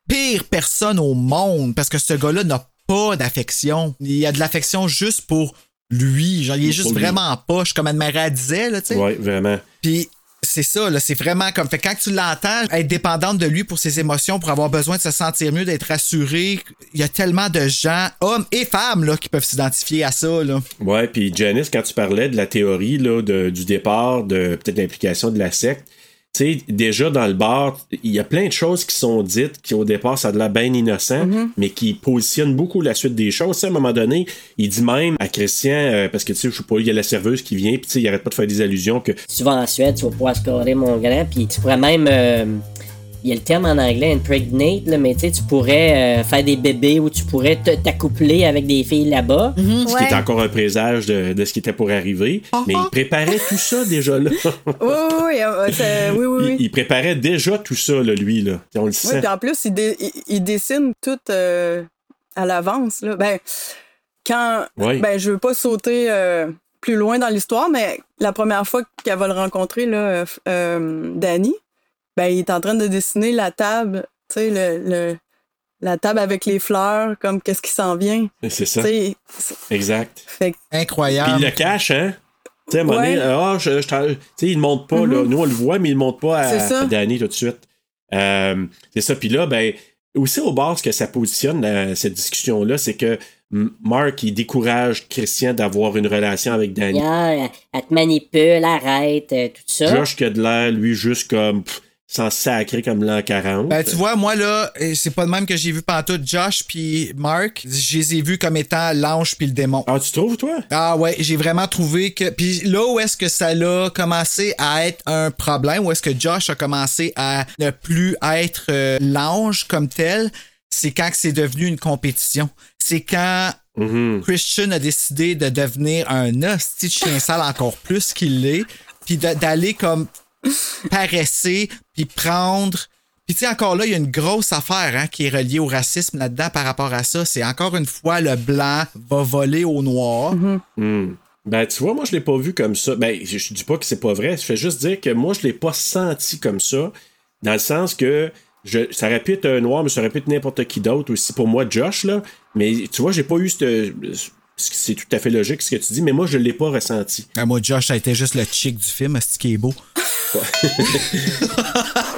S4: pire personne au monde parce que ce gars-là n'a pas d'affection. Il y a de l'affection juste pour lui. Genre, il est
S2: Pour
S4: juste
S2: lui.
S4: vraiment en poche, comme Anne-Marie disait. Là, tu sais.
S2: Ouais, vraiment.
S4: Puis c'est ça, là, c'est vraiment comme. Fait que quand tu l'entends être dépendante de lui pour ses émotions, pour avoir besoin de se sentir mieux, d'être rassuré, il y a tellement de gens, hommes et femmes, là, qui peuvent s'identifier à ça. Là.
S2: Ouais, puis Janice, quand tu parlais de la théorie là, de- du départ, de peut-être l'implication de la secte, tu sais, déjà dans le bar, il y a plein de choses qui sont dites qui au départ, ça a de la bien innocent,
S4: Mm-hmm.
S2: mais qui positionnent beaucoup la suite des choses. Tu sais, à un moment donné, il dit même à Christian, euh, parce que tu sais, je sais pas, il y a la serveuse qui vient, puis tu sais, il arrête pas de faire des allusions que
S12: Si tu vas en Suède, tu vas pouvoir scorer mon grand, puis tu pourrais même. euh, il y a le terme en anglais, impregnate, là, mais tu sais, tu pourrais euh, faire des bébés ou tu pourrais te- t'accoupler avec des filles là-bas.
S2: ce qui est encore un présage de, de ce qui était pour arriver, mais il préparait tout ça déjà là.
S8: Ah Oui, oui, oui. euh, c'est- oui, oui, oui.
S2: Il, il préparait déjà tout ça, là, lui, là. On le
S8: Oui,
S2: sent.
S8: puis en plus, il, dé- il- il dessine tout euh, à l'avance. là. Ben, quand.
S2: Oui.
S8: Ben, je veux pas sauter euh, plus loin dans l'histoire, mais la première fois qu'elle va le rencontrer, là, euh, f- euh, Danny, ben, il est en train de dessiner la table, tu sais, le, le- la table avec les fleurs, comme qu'est-ce qui s'en vient.
S2: C'est ça.
S8: ben, Tu sais, c'est-
S2: Exact.
S8: fait que-
S4: Incroyable.
S2: Puis il le cache, hein? Tu sais, à un moment donné,
S8: Ouais. Mm-hmm.
S2: ah, je- je t'en- tu sais, il ne monte pas, là. Nous, on le voit, mais il ne monte pas
S8: C'est
S2: à,
S8: ça.
S2: à Danny tout de suite. Euh, c'est ça. Puis là, ben, aussi au bord, ce que ça positionne, euh, cette discussion-là, c'est que M- Mark, il décourage Christian d'avoir une relation avec Danny.
S12: Yeah, elle, elle te manipule, arrête, euh, tout ça.
S2: Josh, que de l'air, lui, juste comme, pff, s'en sacrer comme l'an 40.
S4: Ben, tu vois, moi, là, euh, c'est pas de même que j'ai vu pantoute Josh puis Mark. Je les ai vus comme étant l'ange puis le démon.
S2: Ah, tu trouves, toi?
S4: Ah, ouais, j'ai vraiment trouvé que. Puis là où est-ce que ça l'a commencé à être un problème, où est-ce que Josh a commencé à ne plus être euh, l'ange comme tel, c'est quand que c'est devenu une compétition. C'est quand. Christian a décidé de devenir un hostie de chien sale encore plus qu'il l'est, puis de- d'aller comme paresser, puis prendre. Puis tu sais, encore là, il y a une grosse affaire hein, qui est reliée au racisme là-dedans par rapport à ça. C'est encore une fois, le blanc va voler au noir.
S2: Hmm. Ben, tu vois, moi, je l'ai pas vu comme ça. Ben, je, je dis pas que c'est pas vrai. Je fais juste dire que moi, je l'ai pas senti comme ça. Dans le sens que je, ça aurait pu être un noir, mais ça aurait pu être n'importe qui d'autre aussi. Pour moi, Josh, là. Mais tu vois, j'ai pas eu cette. Ce qui- C'est tout à fait logique ce que tu dis, mais moi, je ne l'ai pas ressenti.
S4: Ah, moi, Josh, ça a été juste le chic du film, c'est qui est beau.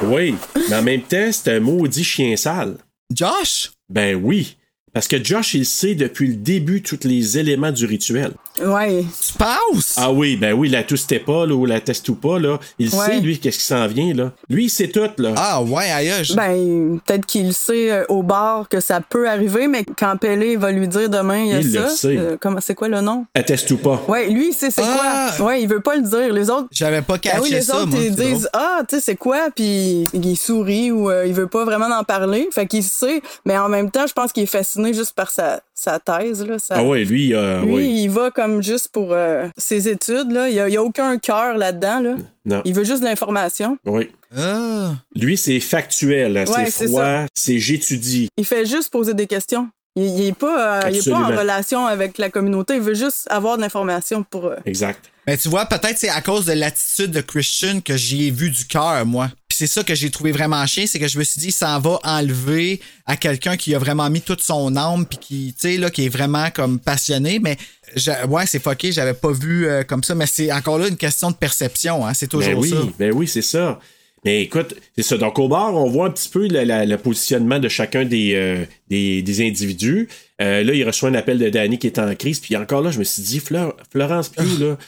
S2: Oui, mais en même temps, c'est un maudit chien sale.
S4: Josh?
S2: Ben oui. Parce que Josh, il sait depuis le début tous les éléments du rituel.
S8: Ouais.
S4: Tu penses?
S2: Ah oui, ben oui, la touche pas, là, ou la teste ou pas, là. Il
S8: Ouais.
S2: sait, lui, qu'est-ce qui s'en vient, là. Lui, il sait tout, là.
S4: Ah ouais, aïe.
S8: Ben, peut-être qu'il sait euh, au bar que ça peut arriver, mais quand Pelé va lui dire demain, il y a
S2: Il le
S8: ça. euh,
S2: sait.
S8: comment, c'est quoi le nom?
S2: La teste ou pas.
S8: Ouais, lui, il sait c'est
S2: Ah!
S8: quoi. Ouais, il veut pas le dire. Les autres.
S4: J'avais pas
S8: Ben
S4: catché
S8: oui, les
S4: ça,
S8: autres,
S4: moi.
S8: ils
S4: c'est drôle.
S8: disent Ah, tu sais, c'est quoi? Puis il sourit ou euh, il veut pas vraiment en parler. Fait qu'il sait, mais en même temps, je pense qu'il est fasciné juste par sa, sa thèse. Là, sa-
S2: Ah ouais, lui, euh,
S8: Lui,
S2: oui.
S8: il va comme juste pour euh, ses études. Là. Il n'y a, il y a aucun cœur là-dedans. Là.
S2: Non.
S8: Il veut juste de l'information.
S2: Oui.
S4: Ah.
S2: Lui, c'est factuel, là.
S8: Ouais,
S2: c'est
S8: c'est
S2: froid,
S8: ça.
S2: c'est j'étudie.
S8: Il fait juste poser des questions. Il n'est pas, euh, il est pas en
S2: Absolument.
S8: relation avec la communauté. Il veut juste avoir de l'information pour. euh,
S2: Exact.
S4: Mais Ben, tu vois, peut-être c'est à cause de l'attitude de Christian que j'y ai vu du cœur, moi. Puis c'est ça que j'ai trouvé vraiment chiant, c'est que je me suis dit, il s'en va enlever à quelqu'un qui a vraiment mis toute son âme, puis qui, tu sais, là, qui est vraiment comme passionné. Mais j'a- ouais, c'est fucké, j'avais pas vu euh, comme ça, mais c'est encore là une question de perception, hein, c'est toujours
S2: ben oui,
S4: ça.
S2: Ben oui, c'est ça. Mais écoute, c'est ça. Donc, au bar, on voit un petit peu la- la- le positionnement de chacun des, euh, des, des individus. Euh, là, il reçoit un appel de Danny qui est en crise. Puis encore là, je me suis dit, Fleur- Florence Pugh,
S4: Ah.
S2: là,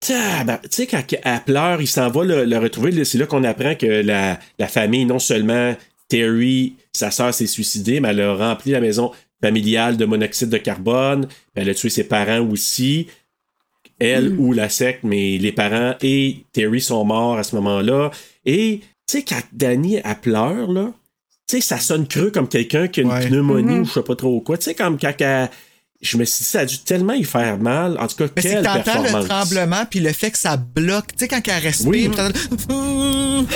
S2: tabar- tu sais, quand elle pleure, il s'en va le, le retrouver. Là, C'est là qu'on apprend que la, la famille, non seulement Terry, sa sœur, s'est suicidée, mais elle a rempli la maison familiale de monoxyde de carbone. puis Elle a tué ses parents aussi elle
S8: Mm.
S2: ou la secte, mais les parents et Terry sont morts à ce moment-là. Et tu sais, quand Danny elle pleure, là, tu sais, ça sonne creux comme quelqu'un qui a une pneumonie
S8: Mm-hmm.
S2: ou je sais pas trop quoi. Tu sais, comme quand elle- Je me suis dit, ça a dû tellement y faire mal. En tout cas,
S4: Mais c'est que
S2: quelle
S4: t'entends
S2: performance.
S4: le tremblement, puis le fait que ça bloque, tu sais, quand elle respire,
S2: Oui.
S4: puis t'entends-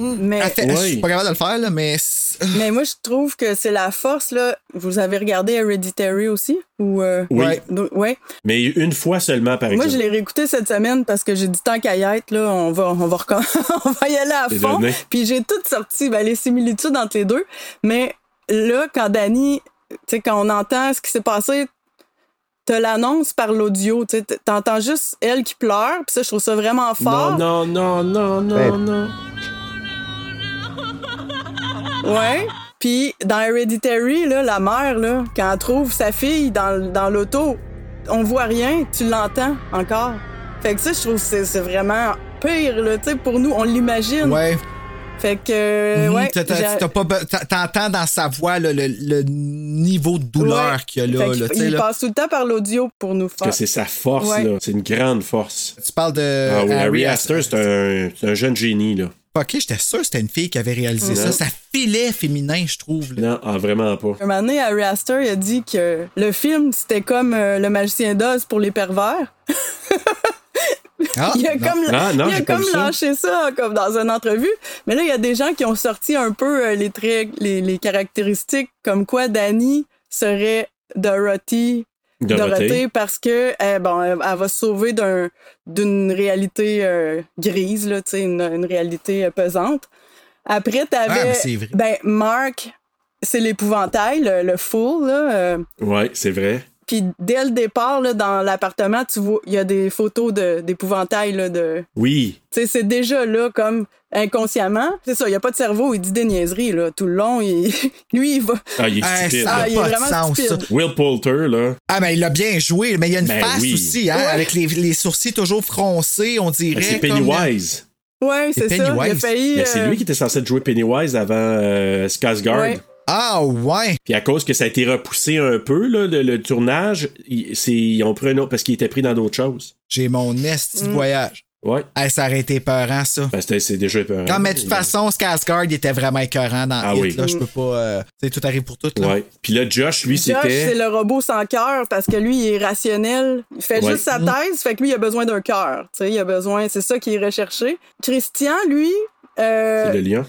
S8: Mais,
S4: Elle fait- Je suis pas capable de le faire, là, mais c'est-
S8: mais moi, je trouve que c'est la force. Là. Vous avez regardé Hereditary aussi? Ou, euh,
S2: Oui.
S8: do- ouais.
S2: Mais une fois seulement, par
S8: Moi,
S2: exemple.
S8: je l'ai réécouté cette semaine parce que j'ai dit tant qu'à y être, là, on va, on va, recom- on va y aller à
S2: C'est
S8: fond.
S2: donné.
S8: Puis j'ai toutes sorti ben, les similitudes entre les deux. Mais là, quand Dani, tu sais, quand on entend ce qui s'est passé, te l'annonce par l'audio. Tu sais, t- t'entends juste elle qui pleure. Puis ça, je trouve ça vraiment fort.
S2: Non, non, non, non, non,
S8: Ben.
S2: non.
S8: Ouais. Puis dans Hereditary, là, la mère, là, quand elle trouve sa fille dans, l- dans l'auto, on voit rien, tu l'entends encore. Fait que ça, je trouve que c'est, c'est vraiment pire, là, tu sais, pour nous, on l'imagine.
S4: Ouais.
S8: Fait que, euh,
S4: Mhm,
S8: ouais.
S4: t'as- t'as-
S8: j'ai-
S4: t'as pas be- t'as- T'entends dans sa voix là, le, le niveau de douleur
S8: Ouais.
S4: qu'il y a
S8: Fait
S4: là.
S8: qu'il-
S4: là, tu sais,
S8: il
S4: là.
S8: passe tout le temps par l'audio pour nous
S2: Parce
S8: faire.
S2: que c'est sa force,
S8: Ouais.
S2: là. C'est une grande force.
S4: Tu parles de
S2: Ah oui, Harry
S4: Euh, Harry
S2: Astor, c'est un, c'est un jeune génie, là.
S4: Ok, j'étais sûr que c'était une fille qui avait réalisé
S2: Mhm.
S4: ça. Ça filait féminin, je trouve. là.
S2: Non, ah, vraiment pas.
S8: Un moment donné, Harry Astor, il a dit que le film, c'était comme euh, Le Magicien d'Oz pour les pervers. il a comme,
S2: Ah, non,
S8: il a
S2: j'ai pas
S8: comme
S2: vu ça.
S8: lâché ça comme dans une entrevue. Mais là, il y a des gens qui ont sorti un peu euh, les traits, les, les caractéristiques comme quoi Dani serait Dorothy.
S2: Dorothée.
S8: parce que eh, bon, elle, elle va se sauver d'un- d'une réalité euh, grise, là, tu sais, une, une réalité euh, pesante. Après,
S2: Ah, mais
S8: t'avais
S2: c'est vrai.
S8: ben, Mark, c'est l'épouvantail, le, le fool. Là, euh,
S2: Ouais, c'est vrai.
S8: puis dès le départ, là, dans l'appartement, tu vois, il y a des photos de- d'épouvantail là, de.
S2: Oui.
S8: Tu sais, c'est déjà là, comme inconsciemment. C'est ça, il n'y a pas de cerveau, il dit des niaiseries, là, tout le long. il- Lui, il va.
S2: Ah, il est stupide.
S8: Ah, il est
S4: pas de
S8: vraiment
S4: sens,
S8: stupide.
S4: ça.
S2: Will Poulter, là.
S4: Ah, mais il l'a bien joué, mais il y a une
S2: Ben
S4: face
S2: oui.
S4: aussi, hein,
S2: Ouais.
S4: avec les, les sourcils toujours froncés, on dirait.
S2: Ben, c'est
S4: comme-
S2: Pennywise.
S8: Ouais,
S4: C'est
S8: c'est ça. Il a
S4: Pennywise.
S8: failli.
S2: Mais c'est
S8: euh,
S2: lui qui était censé jouer Pennywise avant euh, Skarsgård.
S8: Ouais.
S4: Ah ouais!
S2: Puis à cause que ça a été repoussé un peu, là, le, le tournage, il- c'est- ils ont pris un autre parce qu'il était pris dans d'autres choses.
S4: J'ai mon esti de
S2: Mm.
S4: voyage.
S2: Ouais.
S4: Hey, ça aurait été peurant, ça.
S2: Ben, c'était- c'est déjà épeurant.
S4: Non, mais de toute façon, Skarsgård il était vraiment écœurant dans
S2: Ah
S4: Hit,
S2: oui.
S4: là. Je peux pas. euh, tu sais, tout arrive pour tout, là.
S2: Ouais. Puis là, Josh, lui,
S8: Josh, c'est
S2: c'était.
S8: le robot sans cœur parce que lui, il est rationnel. Il fait
S2: Ouais. Mm.
S8: juste sa thèse, fait que lui, il a besoin d'un cœur. Tu sais, il a besoin, c'est ça qui est recherché. Christian, lui, euh,
S2: C'est le lion.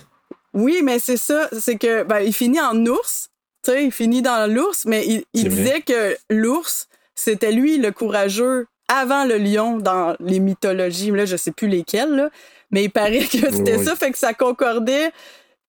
S8: oui, mais c'est ça, c'est que ben, il finit en ours. Tu sais, il finit dans l'ours, mais il, il
S2: C'est vrai.
S8: disait que l'ours, c'était lui le courageux avant le lion dans les mythologies. Là, je sais plus lesquelles, là, mais il paraît que c'était
S2: Oui.
S8: ça, fait que ça concordait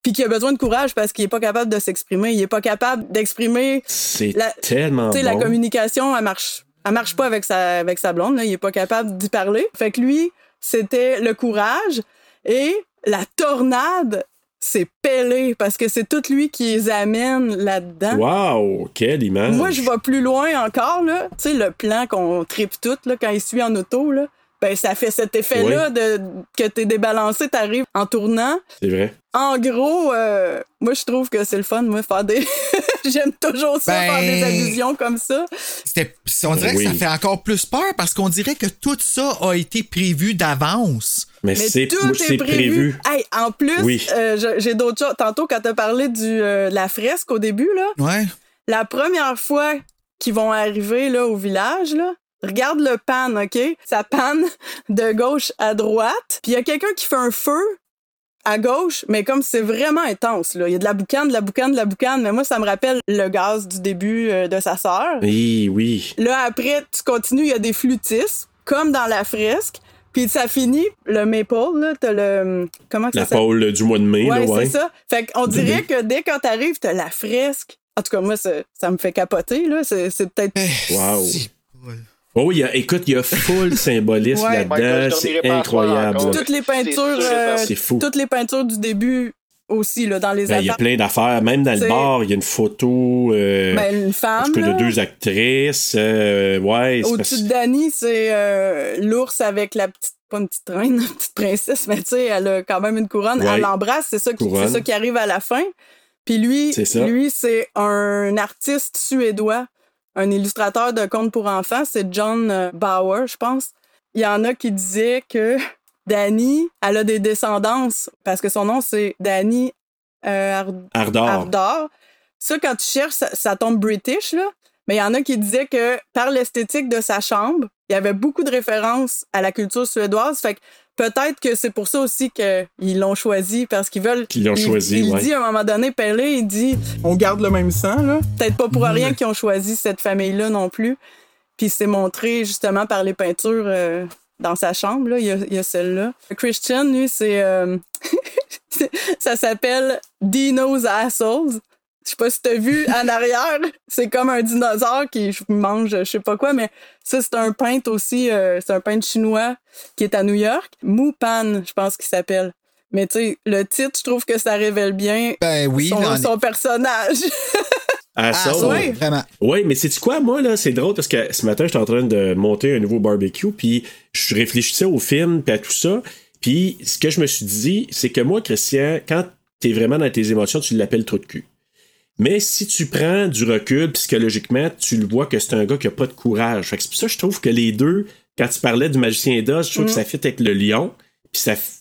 S8: puis qui a besoin de courage parce qu'il est pas capable de s'exprimer, il est pas capable d'exprimer.
S2: C'est
S8: la-
S2: tellement
S8: Tu sais, la
S2: Ah bon.
S8: communication, elle marche, elle marche pas avec sa, avec sa blonde, là. Il est pas capable d'y parler. Fait que lui, c'était le courage et la tornade, c'est Pelé parce que c'est tout lui qui les amène là-dedans.
S2: Wow, quelle image.
S8: hein? Moi, je vais plus loin encore, là. Tu sais, le plan qu'on tripe tout, là, quand il suit en auto, là. Ben, ça fait cet effet-là de, que t'es débalancé, t'arrives en tournant.
S2: C'est vrai.
S8: En gros, euh, moi, je trouve que c'est le fun, moi, faire des. J'aime toujours ça, faire des
S4: Ben,
S8: allusions comme ça.
S4: C'était- on dirait
S2: Oui.
S4: que ça fait encore plus peur parce qu'on dirait que tout ça a été prévu d'avance.
S2: Mais, c'est moi, c'est prévu.
S8: Hey, en plus,
S4: Oui.
S8: euh, je- j'ai d'autres choses. Tantôt, quand t'as parlé du, euh, de la fresque au début, là,
S4: Ouais.
S8: la première fois qu'ils vont arriver là, au village, là, regarde le pan, OK? Ça panne de gauche à droite. Puis il y a quelqu'un qui fait un feu à gauche, mais comme c'est vraiment intense, là. Il y a de la boucane, de la boucane, de la boucane. Mais moi, ça me rappelle le gaz du début euh, de sa sœur.
S2: Oui, oui.
S8: Là, après, tu continues, il y a des flûtistes, comme dans la fresque. Puis ça finit, le maple, là, t'as le... Comment que
S2: La
S8: ça s'appelle?
S2: pôle du mois de mai, là,
S8: Ouais,
S2: ouais.
S8: c'est ça. Fait qu'on dirait que dès quand t'arrives, t'as la fresque. En tout cas, moi, ça, ça me fait capoter, là. C'est, c'est peut-être...
S2: Wow. Oh, oui, il y a- écoute, il y a full symbolisme
S8: Ouais.
S11: Ben,
S2: là-dedans.
S11: je dormirai
S2: C'est
S11: pas à soir
S2: incroyable.
S11: encore.
S2: là.
S8: Toutes les peintures...
S11: C'est sûr,
S8: euh,
S2: c'est fou.
S8: Toutes les peintures du début aussi, là, dans les
S2: Ben, Il y a
S8: attaques.
S2: plein d'affaires. Même dans
S8: C'est-
S2: le bar, il y a une photo euh,
S8: Ben, une
S2: en
S8: femme,
S2: tout cas,
S8: là.
S2: de deux actrices. euh, ouais, c'est parce-
S8: Au-dessus de Dany, c'est euh, l'ours avec la petite, pas une petite reine, une petite princesse, mais tu sais, elle a quand même une couronne.
S2: Ouais.
S8: Elle l'embrasse, c'est ça, qui-
S2: Couronne.
S8: c'est ça qui arrive à la fin. Puis lui,
S2: C'est ça.
S8: lui, c'est un artiste suédois, un illustrateur de contes pour enfants, c'est John euh, Bauer, je pense. Il y en a qui disaient que Dany, elle a des descendances parce que son nom c'est Dany euh, Ard-
S2: Ardor.
S8: Ardor. Ça, quand tu cherches, ça, ça tombe british, là. Mais il y en a qui disaient que par l'esthétique de sa chambre, il y avait beaucoup de références à la culture suédoise. Fait que peut-être que c'est pour ça aussi qu'ils l'ont choisi, parce qu'ils veulent.
S2: Qu'ils l'ont
S8: il-
S2: choisi,
S8: Il
S2: ouais.
S8: dit à un moment donné, Pelé, il dit On garde le même sang, là. Peut-être pas pour rien qu'ils ont choisi cette famille-là non plus. Puis c'est montré justement par les peintures euh, dans sa chambre, là. Il y a, il y a celle-là. Christian, lui, c'est. euh, ça s'appelle Dino's Assholes. Je sais pas si t'as vu en arrière, c'est comme un dinosaure qui mange je sais pas quoi, mais ça c'est un peintre aussi, euh, c'est un peintre chinois qui est à New York. Mu Pan, je pense qu'il s'appelle. Mais tu sais, le titre, je trouve que ça révèle bien
S4: Ben oui,
S8: son,
S4: là, on est-
S8: son personnage.
S2: À
S8: Ah,
S2: Saul.
S8: oui.
S4: Vraiment.
S2: Oui, mais c'est quoi, moi, là, c'est drôle parce que ce matin, j'étais en train de monter un nouveau barbecue, puis je réfléchissais au film, puis à tout ça. Puis ce que je me suis dit, c'est que moi, Christian, quand t'es vraiment dans tes émotions, tu l'appelles trou de cul. Mais si tu prends du recul, psychologiquement, tu le vois que c'est un gars qui a pas de courage. Fait que c'est pour ça que je trouve que les deux, quand tu parlais du magicien d'Oz, je trouve
S8: Mm.
S2: que ça fit avec le lion, puis ça fit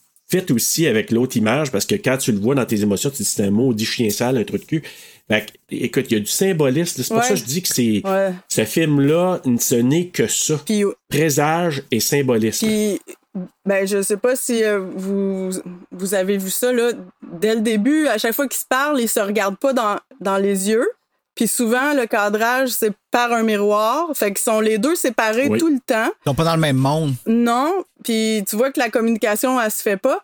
S2: aussi avec l'autre image, parce que quand tu le vois dans tes émotions, tu dis c'est un maudit chien sale, un truc de cul. Fait que, écoute, il y a du symbolisme. là. C'est pour
S8: Ouais.
S2: ça que je dis que c'est
S8: Ouais.
S2: ce film-là, ce n'est que ça. Présage et symbolisme.
S8: Puis, ben, je sais pas si euh, vous, vous avez vu ça, là. Dès le début, à chaque fois qu'ils se parlent, ils se regardent pas dans, dans les yeux. Puis souvent, le cadrage, c'est par un miroir. Fait qu'ils sont les deux séparés
S4: Oui.
S8: tout le temps.
S4: Ils sont pas dans le même monde.
S8: Non. Puis tu vois que la communication, elle se fait pas.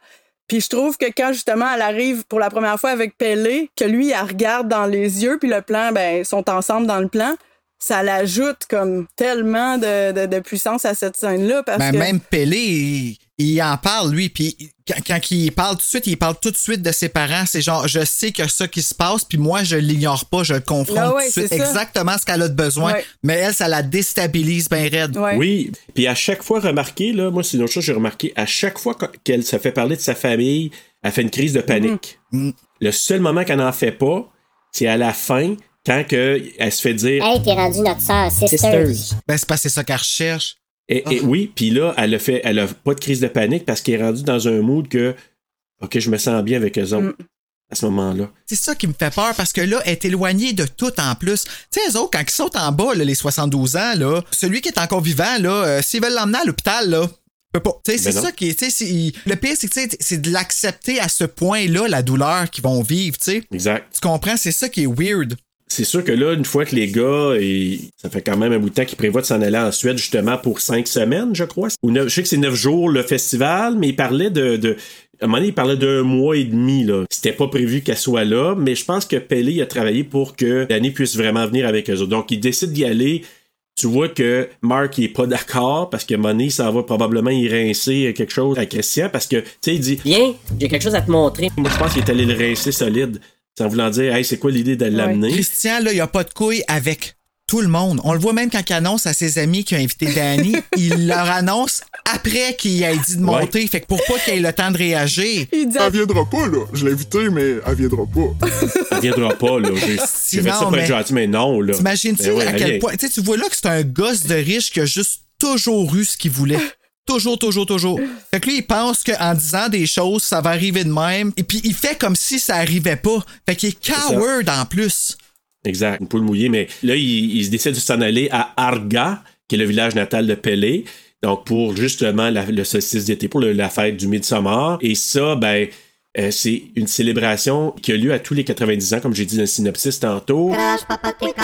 S8: Puis je trouve que quand justement elle arrive pour la première fois avec Pelé, que lui, elle regarde dans les yeux, puis le plan, ben, ils sont ensemble dans le plan, ça l'ajoute comme tellement de, de- de puissance à cette scène-là. Parce
S4: Ben,
S8: que...
S4: Même Pelé, il, il en parle, lui. Puis il- quand, quand il parle tout de suite, il parle tout de suite de ses parents. C'est genre, je sais que ça qui se passe, puis moi, je l'ignore pas, je le confronte
S8: Ah ouais,
S4: tout de suite.
S8: c'est ça.
S4: Exactement ce qu'elle a de besoin.
S8: Ouais.
S4: Mais elle, ça la déstabilise bien raide.
S2: Oui, puis à chaque fois remarqué, là, moi c'est une autre chose que j'ai remarqué, à chaque fois qu- qu'elle se fait parler de sa famille, elle fait une crise de panique.
S8: Mm-hmm. Mm.
S2: Le seul moment qu'elle n'en fait pas, c'est à la fin, quand que elle se fait dire
S9: Hey, t'es rendu notre sœur, sisters.
S4: Ben, c'est parce que c'est ça qu'elle recherche.
S2: Et,
S8: Ah.
S2: et oui, puis là, elle a fait, elle a pas de crise de panique parce qu'elle est rendue dans un mood que, ok, je me sens bien avec eux
S8: Mm.
S2: autres à ce moment-là.
S4: C'est ça qui me fait peur parce que là, elle est éloignée de tout en plus. Tu sais, eux autres, quand ils sont en bas, là, les 72 ans, là, celui qui est encore vivant, là, euh, s'ils veulent l'emmener à l'hôpital, là, peut pas. Tu sais, c'est
S2: Ben non.
S4: ça qui est. tu sais, c'est- Le pire, c'est que tu sais, c'est de l'accepter à ce point-là, la douleur qu'ils vont vivre, tu sais.
S2: Exact.
S4: Tu comprends? C'est ça qui est weird.
S2: C'est sûr que là, une fois que les gars, et ça fait quand même un bout de temps qu'ils prévoient de s'en aller en Suède justement pour cinq semaines, je crois. Ou neuf- je sais que c'est neuf jours le festival, mais ils parlaient de, de- à un moment donné, il parlait d'un mois et demi, là. C'était pas prévu qu'elle soit là, mais je pense que Pelé a travaillé pour que l'année puisse vraiment venir avec eux autres. Donc, ils décident d'y aller. Tu vois que Mark il est pas d'accord parce que Money, ça va probablement y rincer quelque chose à Christian parce que, tu sais, il dit
S12: Viens, j'ai quelque chose à te montrer.
S2: Moi, je pense qu'il est allé le rincer solide, sans voulant dire, hey, c'est quoi l'idée de l'amener?
S4: Christian, là, il a pas de couilles avec tout le monde. On le voit même quand il annonce à ses amis qu'il a invité Danny, il leur annonce après qu'il ait dit de monter. Fait que pourquoi qu'il ait le temps de réagir?
S13: Elle viendra pas, là. Je l'ai invitée, mais elle viendra pas.
S2: Elle viendra pas, là. J'ai j'ai fait
S4: Non,
S2: ça pour
S4: mais-
S2: être gentil, mais non, là.
S4: T'imagines-tu
S2: Ben ouais,
S4: à
S2: elle
S4: quel
S2: vient.
S4: point. Tu sais, tu vois là que c'est un gosse de riche qui a juste toujours eu ce qu'il voulait. Toujours, toujours, toujours. Fait que lui, il pense qu'en disant des choses, ça va arriver de même. Et puis, il fait comme si ça arrivait pas. Fait qu'il est coward en plus.
S2: Exact, une poule mouillée, mais là, il, il décide de s'en aller à Arga, qui est le village natal de Pelé, donc pour justement la- le solstice d'été, pour le- la fête du Midsommar. Et ça, ben, euh, c'est une célébration qui a lieu à tous les 90 ans, comme j'ai dit dans le synopsis tantôt.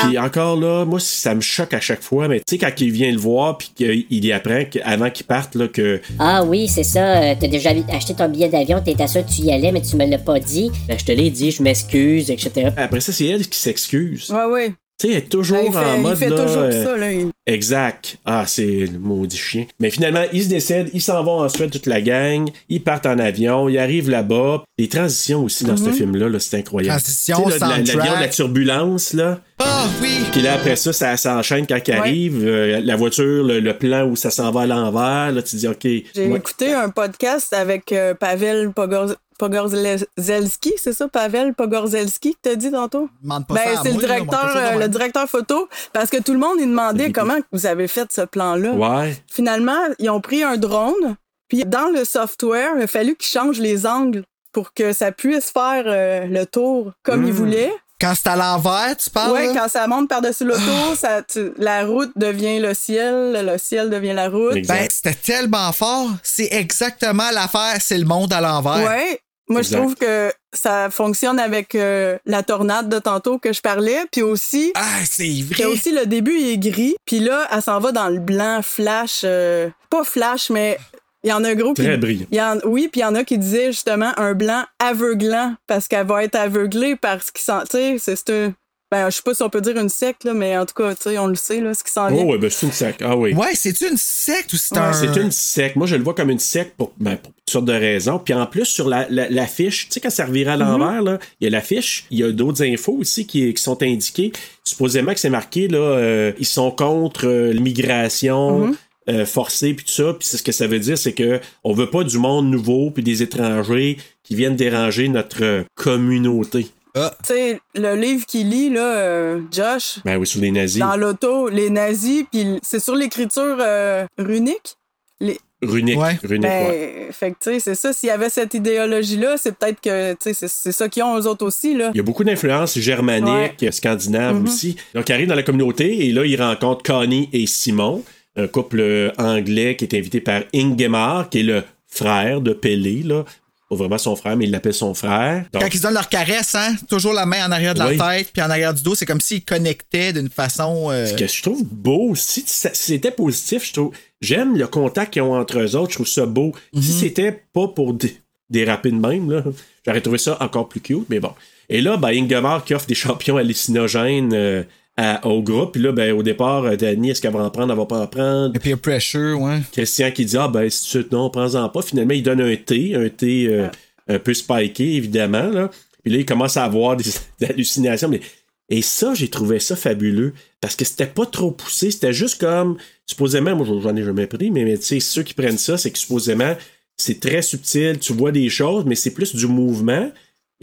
S2: Puis encore là, moi, ça me choque à chaque fois, mais tu sais, quand il vient le voir, puis qu'il y apprend que- avant qu'il parte, là, que
S12: Ah oui, c'est ça. euh, T'as déjà acheté ton billet d'avion, t'étais sûr que tu y allais, mais tu me l'as pas dit. Ben, je te l'ai dit, je m'excuse, etc.
S2: Après ça, c'est elle qui s'excuse.
S8: Ouais, ouais.
S2: Tu sais, elle est toujours
S8: Il fait,
S2: en
S8: il
S2: mode.
S8: fait
S2: là,
S8: toujours
S2: euh,
S8: ça, là. il-
S2: Exact. Ah, c'est le maudit chien. Mais finalement, ils se décèdent, ils s'en vont en Suède, toute la gang, ils partent en avion, ils arrivent là-bas. Les transitions aussi dans ce
S4: Mhm.
S2: film-là, là, c'est incroyable.
S4: Transitions,
S2: Tu sais, là, de la-
S4: soundtrack.
S2: L'avion, de la turbulence, là.
S4: Ah oui!
S2: Puis là, après ça, ça s'enchaîne quand ils arrivent. euh, la voiture, le, le plan où ça s'en va à l'envers, là, tu dis, OK.
S8: J'ai
S2: ouais.
S8: écouté un podcast avec euh, Pavel Pogorz- Pogorzelski, c'est ça, Pavel Pogorzelski, que t'as dit tantôt?
S4: Demande pas
S8: Ben,
S4: ça à
S8: c'est le
S4: moi, là, demande
S8: directeur,
S4: pas ça de
S8: euh, le
S4: même.
S8: directeur photo, parce que tout le monde, il demandait comment vous avez fait ce plan-là.
S2: Ouais.
S8: Finalement, ils ont pris un drone, puis dans le software, il a fallu qu'ils changent les angles pour que ça puisse faire euh, le tour comme ils voulaient.
S4: Quand c'est à l'envers, tu parles?
S8: Ouais,
S4: Hmm. là?
S8: quand ça monte par-dessus l'auto, ça, tu- la route devient le ciel, le ciel devient la route.
S4: Ben, c'était tellement fort. C'est exactement l'affaire. C'est le monde à l'envers.
S8: Ouais. Moi,
S4: Exact.
S8: je trouve que ça fonctionne avec euh, la tornade de tantôt que je parlais. Puis aussi.
S4: Ah, c'est
S8: Puis aussi, le début, il est gris. Puis là, elle s'en va dans le blanc, flash. euh, pas flash, mais. Il y en a un gros qui.
S2: Très brillant.
S8: il y en- oui, puis il y en a qui disaient justement un blanc aveuglant parce qu'elle va être aveuglée par ce qui s'en. Tu sais, c'est- c'est un. Ben, je sais pas si on peut dire une secte, là, mais en tout cas, tu sais, on le sait, là, ce qui s'en vient.
S2: Oh, ouais, ben, c'est une sec. Ah oui.
S4: Ouais, c'est une secte ou c'est
S8: un-
S2: C'est une secte. Moi, je le vois comme une secte pour, ben, pour toutes sortes de raisons. Puis en plus, sur l'affiche, la, l'affiche, tu sais, quand ça
S8: Mhm.
S2: revirait à l'envers, là, il y a l'affiche, il y a d'autres infos aussi qui, qui sont indiquées. Supposément que c'est marqué, là, euh, ils sont contre euh, l'immigration.
S8: Mhm.
S2: euh, forcée puis tout ça puis c'est ce que ça veut dire c'est que on veut pas du monde nouveau puis des étrangers qui viennent déranger notre euh, communauté
S8: Tu sais, le livre qu'il lit, là, euh, Josh,
S2: ben oui sur les nazis
S8: dans l'auto, les nazis, puis l- c'est sur l'écriture euh, runique. Les...
S2: runique runique
S8: Ben,
S2: ouais.
S8: Fait que, tu sais, c'est ça. S'il y avait cette idéologie-là, c'est peut-être que, tu sais, c'est- c'est ça qu'ils ont eux autres aussi, là.
S2: Il y a beaucoup d'influences germaniques, scandinaves
S8: Mhm.
S2: aussi. Donc, il arrive dans la communauté et là, il rencontre Connie et Simon, un couple euh, anglais qui est invité par Ingemar, qui est le frère de Pelé, là. Pas vraiment son frère, mais il l'appelle son frère. Donc,
S4: Quand ils se donnent leur caresse, hein, toujours la main en arrière de la
S2: Oui.
S4: tête, puis en arrière du dos, c'est comme s'ils connectaient d'une façon. euh,
S2: Ce que je trouve beau aussi, si ça- c'était positif, je trouve. J'aime le contact qu'ils ont entre eux autres, je trouve ça beau. Si c'était pas pour dé- déraper de même, là, j'aurais trouvé ça encore plus cute, mais bon. Et là, ben, Ingemar qui offre des champions hallucinogènes euh, à- au groupe, puis là, ben, au départ, euh, Dani, est-ce qu'elle va en prendre, elle va pas en prendre?
S4: Le peer pressure, ouais.
S2: Christian qui dit Ah, ben, si tu non, prends-en pas. Finalement, il donne un thé, un thé euh, un peu spiké, évidemment. Là. Puis là, il commence à avoir des, des hallucinations. Mais... Et ça, j'ai trouvé ça fabuleux parce que c'était pas trop poussé. C'était juste comme, supposément, moi, j'en ai jamais pris, mais, mais tu sais, ceux qui prennent ça, c'est que supposément, c'est très subtil. Tu vois des choses, mais c'est plus du mouvement.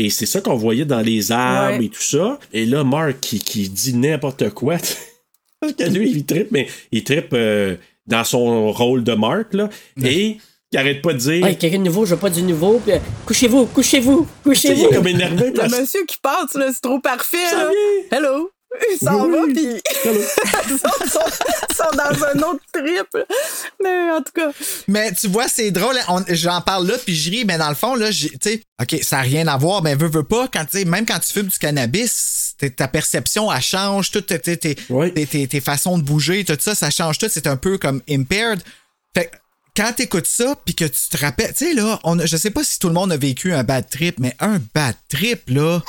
S2: Et c'est ça qu'on voyait dans les arbres
S13: Ouais.
S2: et tout ça. Et là, Mark qui, qui dit n'importe quoi. Parce que lui, il trippe, mais il trippe euh, dans son rôle de Mark, là. Et il arrête pas de dire.
S12: Ouais, quelqu'un de nouveau, je veux pas du nouveau. puis, euh, couchez-vous, couchez-vous,
S2: Il
S12: couchez-vous.
S2: est comme énervé
S8: Le
S2: parce-
S8: monsieur qui passe, là, c'est trop parfait, là. Hello! Il s'en va, puis ils sont, sont- sont dans un autre trip. Mais en tout cas,
S4: Mais tu vois, c'est drôle. hein, on- J'en parle là, puis je ris, mais dans le fond, là, j'ai- tu sais, OK, ça n'a rien à voir, mais veux, veux pas, quand, tu sais, même quand tu fumes du cannabis, t'es- ta perception, elle change, tout, tes, tes- tes- tes- tes- tes façons de bouger, tout ça, ça change tout. C'est un peu comme impaired. Fait que quand t'écoutes ça, puis que tu te rappelles, tu sais, là, on, a- je sais pas si tout le monde a vécu un bad trip, mais un bad trip, là.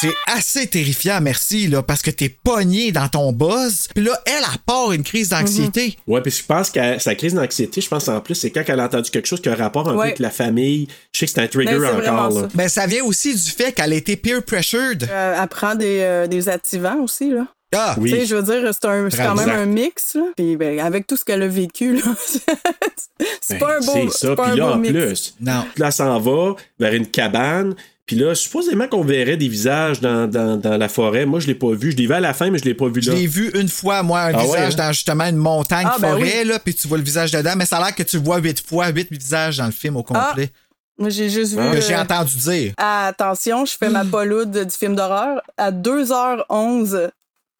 S4: C'est assez terrifiant, merci, là, parce que t'es pogné dans ton buzz. Puis là, elle, elle part une crise d'anxiété.
S2: Ouais, puis je pense que sa crise d'anxiété, je pense en plus, c'est quand elle a entendu quelque chose qui a un rapport un peu
S4: Ouais.
S2: avec la famille. Je sais que c'est un trigger encore. là.
S4: Ben, ça vient aussi du fait qu'elle a été peer pressured.
S8: euh, elle prend des, euh, des activants aussi, là.
S4: Ah,
S8: Tu sais, je veux dire, c'est un- c'est quand
S2: Exact.
S8: même un mix, là. Puis ben, avec tout ce qu'elle a vécu, là,
S2: Ben,
S8: c'est pas un beau,
S2: C'est
S8: c'est
S2: ça,
S8: pas un
S2: puis là,
S8: beau
S2: en
S8: mix.
S2: plus, là, elle s'en va vers une cabane. Puis là, supposément qu'on verrait des visages dans, dans, dans la forêt. Moi, je l'ai pas vu. Je l'ai vu à la fin, mais je l'ai pas vu
S4: Je
S2: là.
S4: l'ai vu une fois, moi, un
S2: Ah
S4: visage
S2: ouais, hein?
S4: dans justement une montagne
S8: Ah, ben
S4: forêt,
S8: oui.
S4: là, puis tu vois le visage dedans, mais ça a l'air que tu vois huit fois, huit visages dans le film au
S8: Ah,
S4: complet.
S8: Moi, j'ai juste
S2: Ah.
S8: vu.
S4: que j'ai
S8: euh,
S4: entendu dire.
S8: Ah, attention, je fais ma
S2: Hmm.
S8: poloud du film d'horreur à 2h11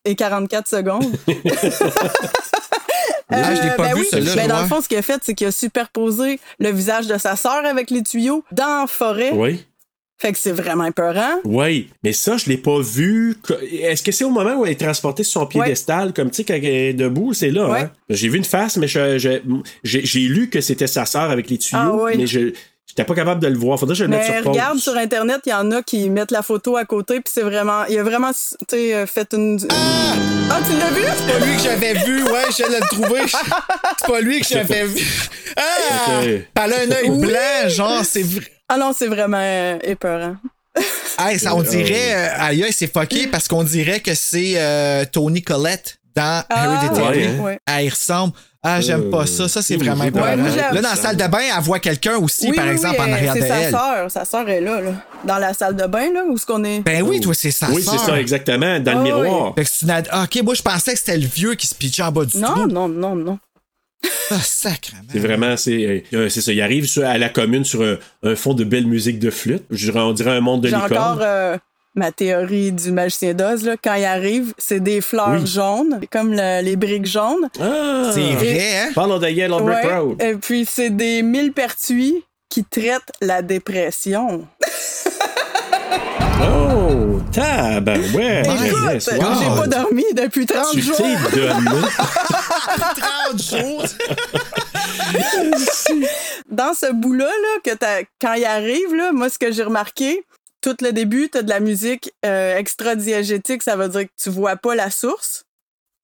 S8: et 44 secondes.
S4: Ah, je l'ai pas
S8: ben
S4: vu,
S8: oui,
S4: celui-là,
S8: ben
S4: je
S8: dans
S4: vois.
S8: le fond, ce qu'il a fait, c'est qu'il a superposé le visage de sa sœur avec les tuyaux dans la forêt.
S2: Oui.
S8: Fait que c'est vraiment épeurant.
S2: Oui, mais ça, je l'ai pas vu. Que- Est-ce que c'est au moment où elle est transportée sur son piédestal, comme tu sais, quand elle est debout, c'est là,
S8: Ouais.
S2: hein? J'ai vu une face, mais je- je- j'ai j'ai lu que c'était sa sœur avec les tuyaux,
S8: Ah oui.
S2: mais je j'étais pas capable de le voir. Faudrait que je le mette
S8: Mais
S2: sur pause.
S8: regarde sur Internet, il y en a qui mettent la photo à côté, puis c'est vraiment. Il a vraiment tu sais, euh, fait une. Ah, tu l'as vu?
S4: C'est pas lui que j'avais vu, ouais, je viens de le trouver. C'est pas lui que j'avais vu. Ah!
S8: Ok.
S4: Elle a un œil
S8: Oui.
S4: blanc, genre, c'est vrai.
S8: Ah non, c'est vraiment euh, épeurant.
S4: Hey, ça, on
S8: Euh,
S4: dirait, euh, aïe, aïe, c'est fucké parce qu'on dirait que c'est euh, Tony Collette dans Hereditary.
S8: ouais, hein? Ouais.
S4: Elle y ressemble. Ah, j'aime pas ça. Ça, c'est
S2: Euh,
S4: vraiment
S2: ouais,
S4: important.
S8: moi, je la-
S4: là, dans la salle de bain, elle voit quelqu'un aussi,
S8: Oui,
S4: par
S8: oui,
S4: exemple,
S8: oui,
S4: en
S8: elle-
S4: arrière de
S8: C'est sa
S4: elle.
S8: sœur, sa sœur est là, là, dans la salle de bain, là, où ce qu'on est.
S4: Ben oui, toi, c'est sa
S2: Oui,
S4: sœur.
S2: c'est ça, exactement, dans le
S8: Ah,
S2: miroir.
S4: Fait que c'est une ad- ah, OK, moi, je pensais que c'était le vieux qui se pitchait en bas du
S8: Non,
S4: trou.
S8: non, non, non.
S4: Ah, sacrément.
S2: C'est vraiment, c'est euh, c'est ça. Il arrive sur- à la commune sur un, un fond de belle musique de flûte. Je dirais- On dirait un monde de
S8: J'ai
S2: licorne.
S8: encore euh, ma théorie du magicien d'Oz, là. Quand il arrive, c'est des fleurs
S2: Oui.
S8: jaunes, comme le- les briques jaunes.
S2: Ah!
S4: C'est vrai,
S8: Et-
S4: hein?
S2: Parle de Yellow Brick
S8: euh, Ouais.
S2: Road.
S8: Et puis, c'est des mille pertuis qui traitent la dépression.
S2: Oh, tab, ouais.
S8: Écoute, j'ai pas dormi depuis 30
S2: Tu
S8: jours.
S2: t'es donné.
S4: 30 jours!
S8: dans ce bout-là, là, que t'as- quand il arrive, là, moi, ce que j'ai remarqué, tout le début, t'as de la musique euh, extra-diégétique, ça veut dire que tu vois pas la source,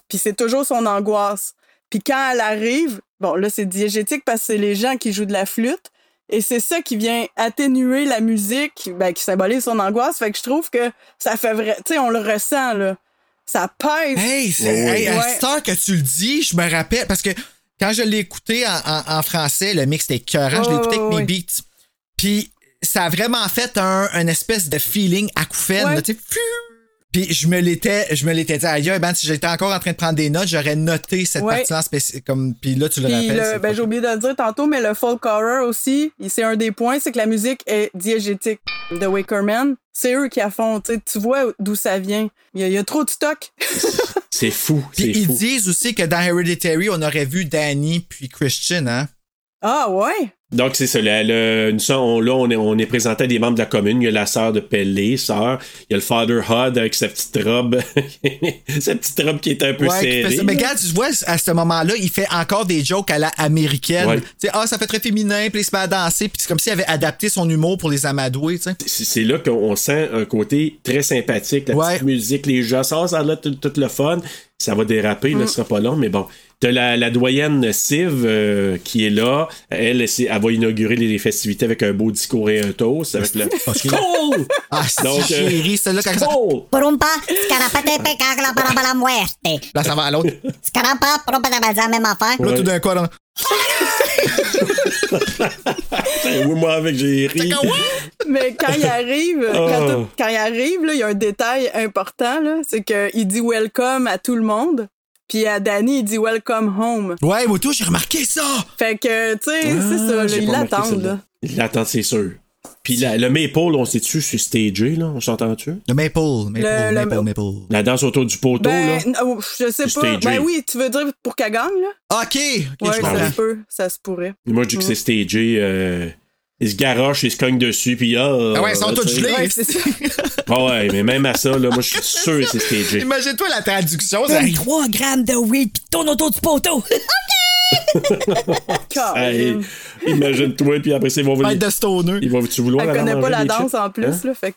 S8: puis c'est toujours son angoisse. Puis quand elle arrive, bon, là, c'est diégétique parce que c'est les gens qui jouent de la flûte, et c'est ça qui vient atténuer la musique, ben, qui symbolise son angoisse. Fait que je trouve que ça fait vrai. Tu sais, on le ressent, là. Ça pèse.
S4: Hey, c'est, hey, à cette heure que tu le dis, je me rappelle, parce que quand je l'ai écouté en, en- en français, le mix était écœurant, je l'ai
S8: Oh,
S4: écouté avec
S8: oui.
S4: mes beats. Puis ça a vraiment fait un, un espèce de feeling acouphène,
S8: Ouais.
S4: là, tu sais, fiu. Puis je me l'étais, je me l'étais dit, aïe, ben, si j'étais encore en train de prendre des notes, j'aurais noté cette
S8: Ouais.
S4: partie-là en spéci- comme, puis là, tu le
S8: Puis
S4: rappelles.
S8: le-
S4: c'est
S8: ben, j'ai oublié de le dire tantôt, mais le folk horror aussi, il- c'est un des points, c'est que la musique est diégétique. The Wicker Man, c'est eux qui la font. tu sais, Tu vois d'où ça vient. Il y, a- il y a trop de stock.
S2: C'est fou,
S4: Puis
S2: c'est
S4: ils
S2: fou.
S4: disent aussi que dans Hereditary, on aurait vu Danny puis Christian, hein?
S8: Ah ouais?
S2: Donc, c'est ça. la- le- nous sommes, on- là, on est, on est présenté à des membres de la commune. Il y a la sœur de Pellé, sœur. Il y a le Father Hud avec sa petite robe. sa petite robe qui est un peu
S4: Ouais, qui fait
S2: serrée.
S4: ça. Mais regarde, tu vois, à ce moment-là, il fait encore des jokes à la américaine.
S2: Ouais.
S4: Tu sais, ah, ça fait très féminin, puis il se met à danser, puis c'est comme s'il avait adapté son humour pour les amadouer, tu sais.
S2: C'est c'est là qu'on on sent un côté très sympathique, la petite musique, les gens, ça, ça a tout, tout le fun. Ça va déraper,
S4: Mm.
S2: là, ce sera pas long, mais bon. T'as la, la doyenne Siv euh, qui est là. Elle, c'est- elle va inaugurer les, les festivités avec un beau discours et un toast. Avec le... Skål!
S4: Ah,
S2: Donc,
S4: c'est
S2: euh,
S4: chérie, celle-là, quand ça...
S9: Porumpa, scarapate, pecagla, para para muerte.
S4: Là, ça va à l'autre.
S9: Scarapa, porumpa, la balsa, même affaire.
S4: Là, tout d'un coup, là,
S2: oui, moi, avec, j'ai ri.
S8: Mais quand il arrive,
S2: Oh.
S8: quand, tout- quand il arrive, là, il y a un détail important, là, c'est qu'il dit welcome à tout le monde. Puis à Danny, il dit welcome home.
S4: Ouais, Moto, j'ai remarqué ça!
S8: Fait que, tu sais,
S2: Ah,
S8: c'est ça, là,
S2: j'ai
S8: ils
S2: pas remarqué
S8: l'attendent,
S2: celle-là.
S8: là.
S2: Ils l'attendent, c'est sûr. Puis la- le Maple, on s'est-tu sur stagé, là? On s'entend-tu?
S4: Le Maple, Maple,
S8: Le- le-
S4: Maple, Maple.
S2: La danse autour du poteau, là?
S8: Ben, non, je sais
S2: C'est
S8: pas.
S2: stagé.
S8: Ben oui, tu veux dire pour qu'elle gagne, là?
S4: OK!
S8: ouais,
S2: comprends.
S8: ça se peut, ça se pourrait.
S2: Moi, je dis que c'est stagé. euh, ils se garochent, ils se cognent dessus, puis ah.
S4: Ah ouais, ils sont
S2: tu
S4: tous
S2: sais.
S4: gelés.
S8: Ouais, c'est ça.
S2: Ah ouais, mais même à ça, là, moi, je suis sûr que c'est stagé.
S4: Imagine-toi la traduction. ça-
S10: 23 grammes de weed pis tourne autour du poteau.
S2: Hey, Imagine-toi, puis après, ça, ils vont
S4: Fête de
S2: vouloir.
S4: stoner.
S2: Ils vont-tu vouloir
S8: Elle
S2: aller
S8: connaît pas
S2: manger
S8: la
S2: des
S8: danse
S2: chips?
S8: en plus,
S2: Hein?
S8: là. Fait que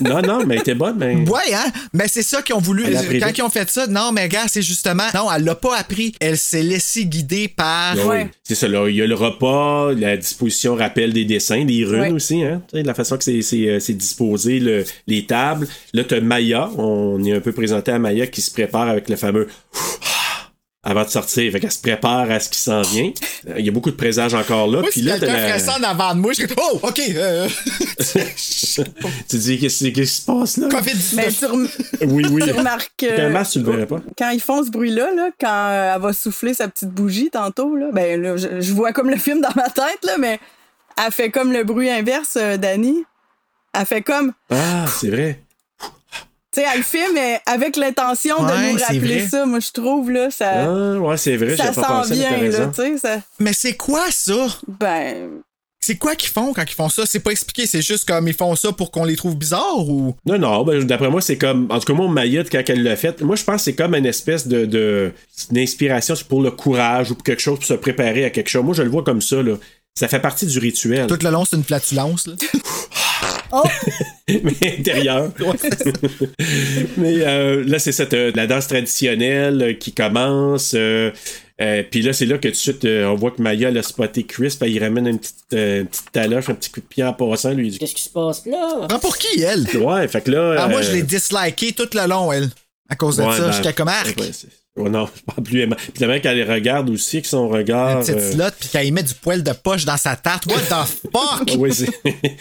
S2: Non, non, mais elle était bonne, mais.
S4: Ouais, hein? Mais c'est ça qu'ils ont voulu.
S2: Elle l'a appris
S4: Quand
S2: vite.
S4: ils ont fait ça, non, mais gars, c'est justement. Non, elle l'a pas appris. Elle s'est laissée guider
S8: Ah
S4: par.
S2: Oui, C'est ça, là. Il y a le repas, la disposition rappel des dessins, des runes
S4: Ouais.
S2: aussi, hein. Tu sais, la façon que c'est- c'est euh, c'est disposé, le- les tables. Là, t'as Maya. On est un peu présenté à Maya qui se prépare avec le fameux avant de sortir. Fait qu'elle se prépare à ce qui s'en vient. Euh, Il y a beaucoup de présages encore là.
S4: Moi,
S2: Puis
S4: si
S2: là,
S4: quelqu'un
S2: t'as la-
S4: ferait ça en avant de moi, je serais. Oh, OK! euh,
S2: tu dis, qu'est-ce qu'est-ce qui se passe là?
S4: COVID-19.
S8: Mais tu, rem-
S2: Oui, oui.
S8: tu remarques
S2: T'as un
S8: euh,
S2: masque, tu le verrais pas.
S8: quand ils font ce bruit-là, là, quand euh, elle va souffler sa petite bougie tantôt, là, ben là, je, je vois comme le film dans ma tête, là, mais elle fait comme le bruit inverse, euh, Dani. Elle fait comme.
S2: Ah, c'est vrai.
S8: Tu sais, elle le fait, mais avec l'intention
S2: Ouais,
S8: de nous
S2: c'est
S8: rappeler
S2: vrai.
S8: ça, moi, je trouve, là, ça.
S2: Ah, ouais, c'est vrai,
S8: Euh, ça
S2: j'avais pas
S8: s'en
S2: pensé, mais
S8: vient,
S2: t'as
S8: là,
S2: raison.
S8: tu sais. Ça...
S4: Mais c'est quoi ça?
S8: Ben.
S4: C'est quoi qu'ils font quand ils font ça? C'est pas expliqué, c'est juste comme ils font ça pour qu'on les trouve bizarres ou.
S2: Non, non, ben, d'après moi, c'est comme. En tout cas, moi, Mayotte, quand elle l'a fait, moi, je pense que c'est comme une espèce de. de c'est une inspiration pour le courage ou pour quelque chose, pour se préparer à quelque chose. Moi, je le vois comme ça, là. Ça fait partie du rituel.
S4: Tout le long, c'est une flatulence, là.
S2: mais intérieur. mais euh, là, c'est cette euh, la danse traditionnelle euh, qui commence. euh, euh, Puis là, c'est là que tout de suite, euh, on voit que Maya l'a spoté Chris, puis il ramène une petite, euh, une petite taloche, un petit coup de pied en passant. Lui, il dit,
S12: Qu'est-ce qui se passe là?
S4: Prends pour qui, elle?
S2: Ouais, fait que là.
S4: Ah, moi,
S2: euh,
S4: je l'ai disliké tout le long, elle. À cause de
S2: Ouais,
S4: ça,
S2: ben,
S4: j'étais comme arc.
S2: ouais, c'est- ouais, non, je parle plus aimant. Puis le mec, elle les regarde aussi avec son regard.
S4: La petite
S2: euh,
S4: slotte, puis qu'elle y met du poil de poche dans sa tarte. What the fuck?
S2: ouais, c'est-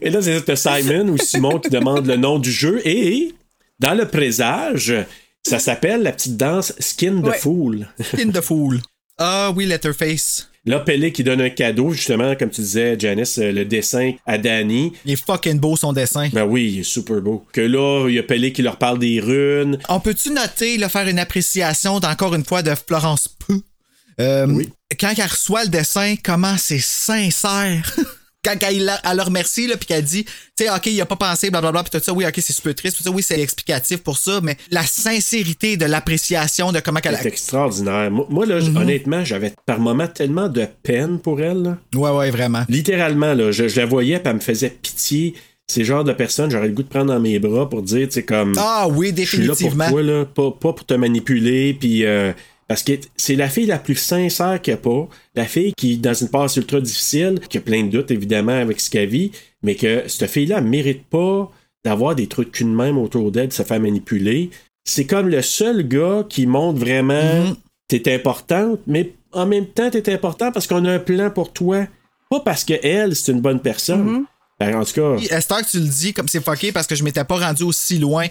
S2: et là, c'est t'as Simon ou Simon qui demande le nom du jeu. Et dans le présage, ça s'appelle la petite danse Skin de
S4: Ouais.
S2: Fool.
S4: In the fool. Ah oui, Letterface.
S2: Là, Pelé qui donne un cadeau, justement, comme tu disais, Janice, euh, le dessin à Danny.
S4: Il est fucking beau son dessin.
S2: Ben oui, il est super beau. Que là, il y a Pelé qui leur parle des runes.
S4: On peut-tu noter, là, faire une appréciation encore une fois de Florence Peu? Euh, Quand elle reçoit le dessin, comment c'est sincère? Quand elle, la- elle le remercie, là, puis qu'elle dit, tu sais, OK, il a pas pensé, blablabla, puis tout ça, oui, OK, c'est super triste, tout ça, oui, c'est explicatif pour ça, mais la sincérité de l'appréciation de comment qu'elle...
S2: C'est extraordinaire. Moi, moi, là, j-
S4: Mhm.
S2: honnêtement, j'avais par moments tellement de peine pour elle. là.
S4: Ouais, ouais, vraiment.
S2: Littéralement, là, je, je la voyais, puis elle me faisait pitié. C'est genre de personne, j'aurais le goût de prendre dans mes bras pour dire, tu sais, comme.
S4: Ah oui,
S2: Je suis là pour
S4: définitivement.
S2: toi, là, pas, pas pour te manipuler, puis euh, parce que t- c'est la fille la plus sincère qu'il n'y a pas, la fille qui est dans une passe ultra difficile, qui a plein de doutes évidemment avec ce qu'elle vit, mais que cette fille-là ne mérite pas d'avoir des trucs de cul de même autour d'elle, de se faire manipuler. C'est comme le seul gars qui montre vraiment t'es importante, mais en même temps t'es important parce qu'on a un plan pour toi, pas parce que elle c'est une bonne personne. Ben, en tout cas,
S4: Puis, Esther, que tu le dis comme c'est fucké parce que je m'étais pas rendu aussi loin.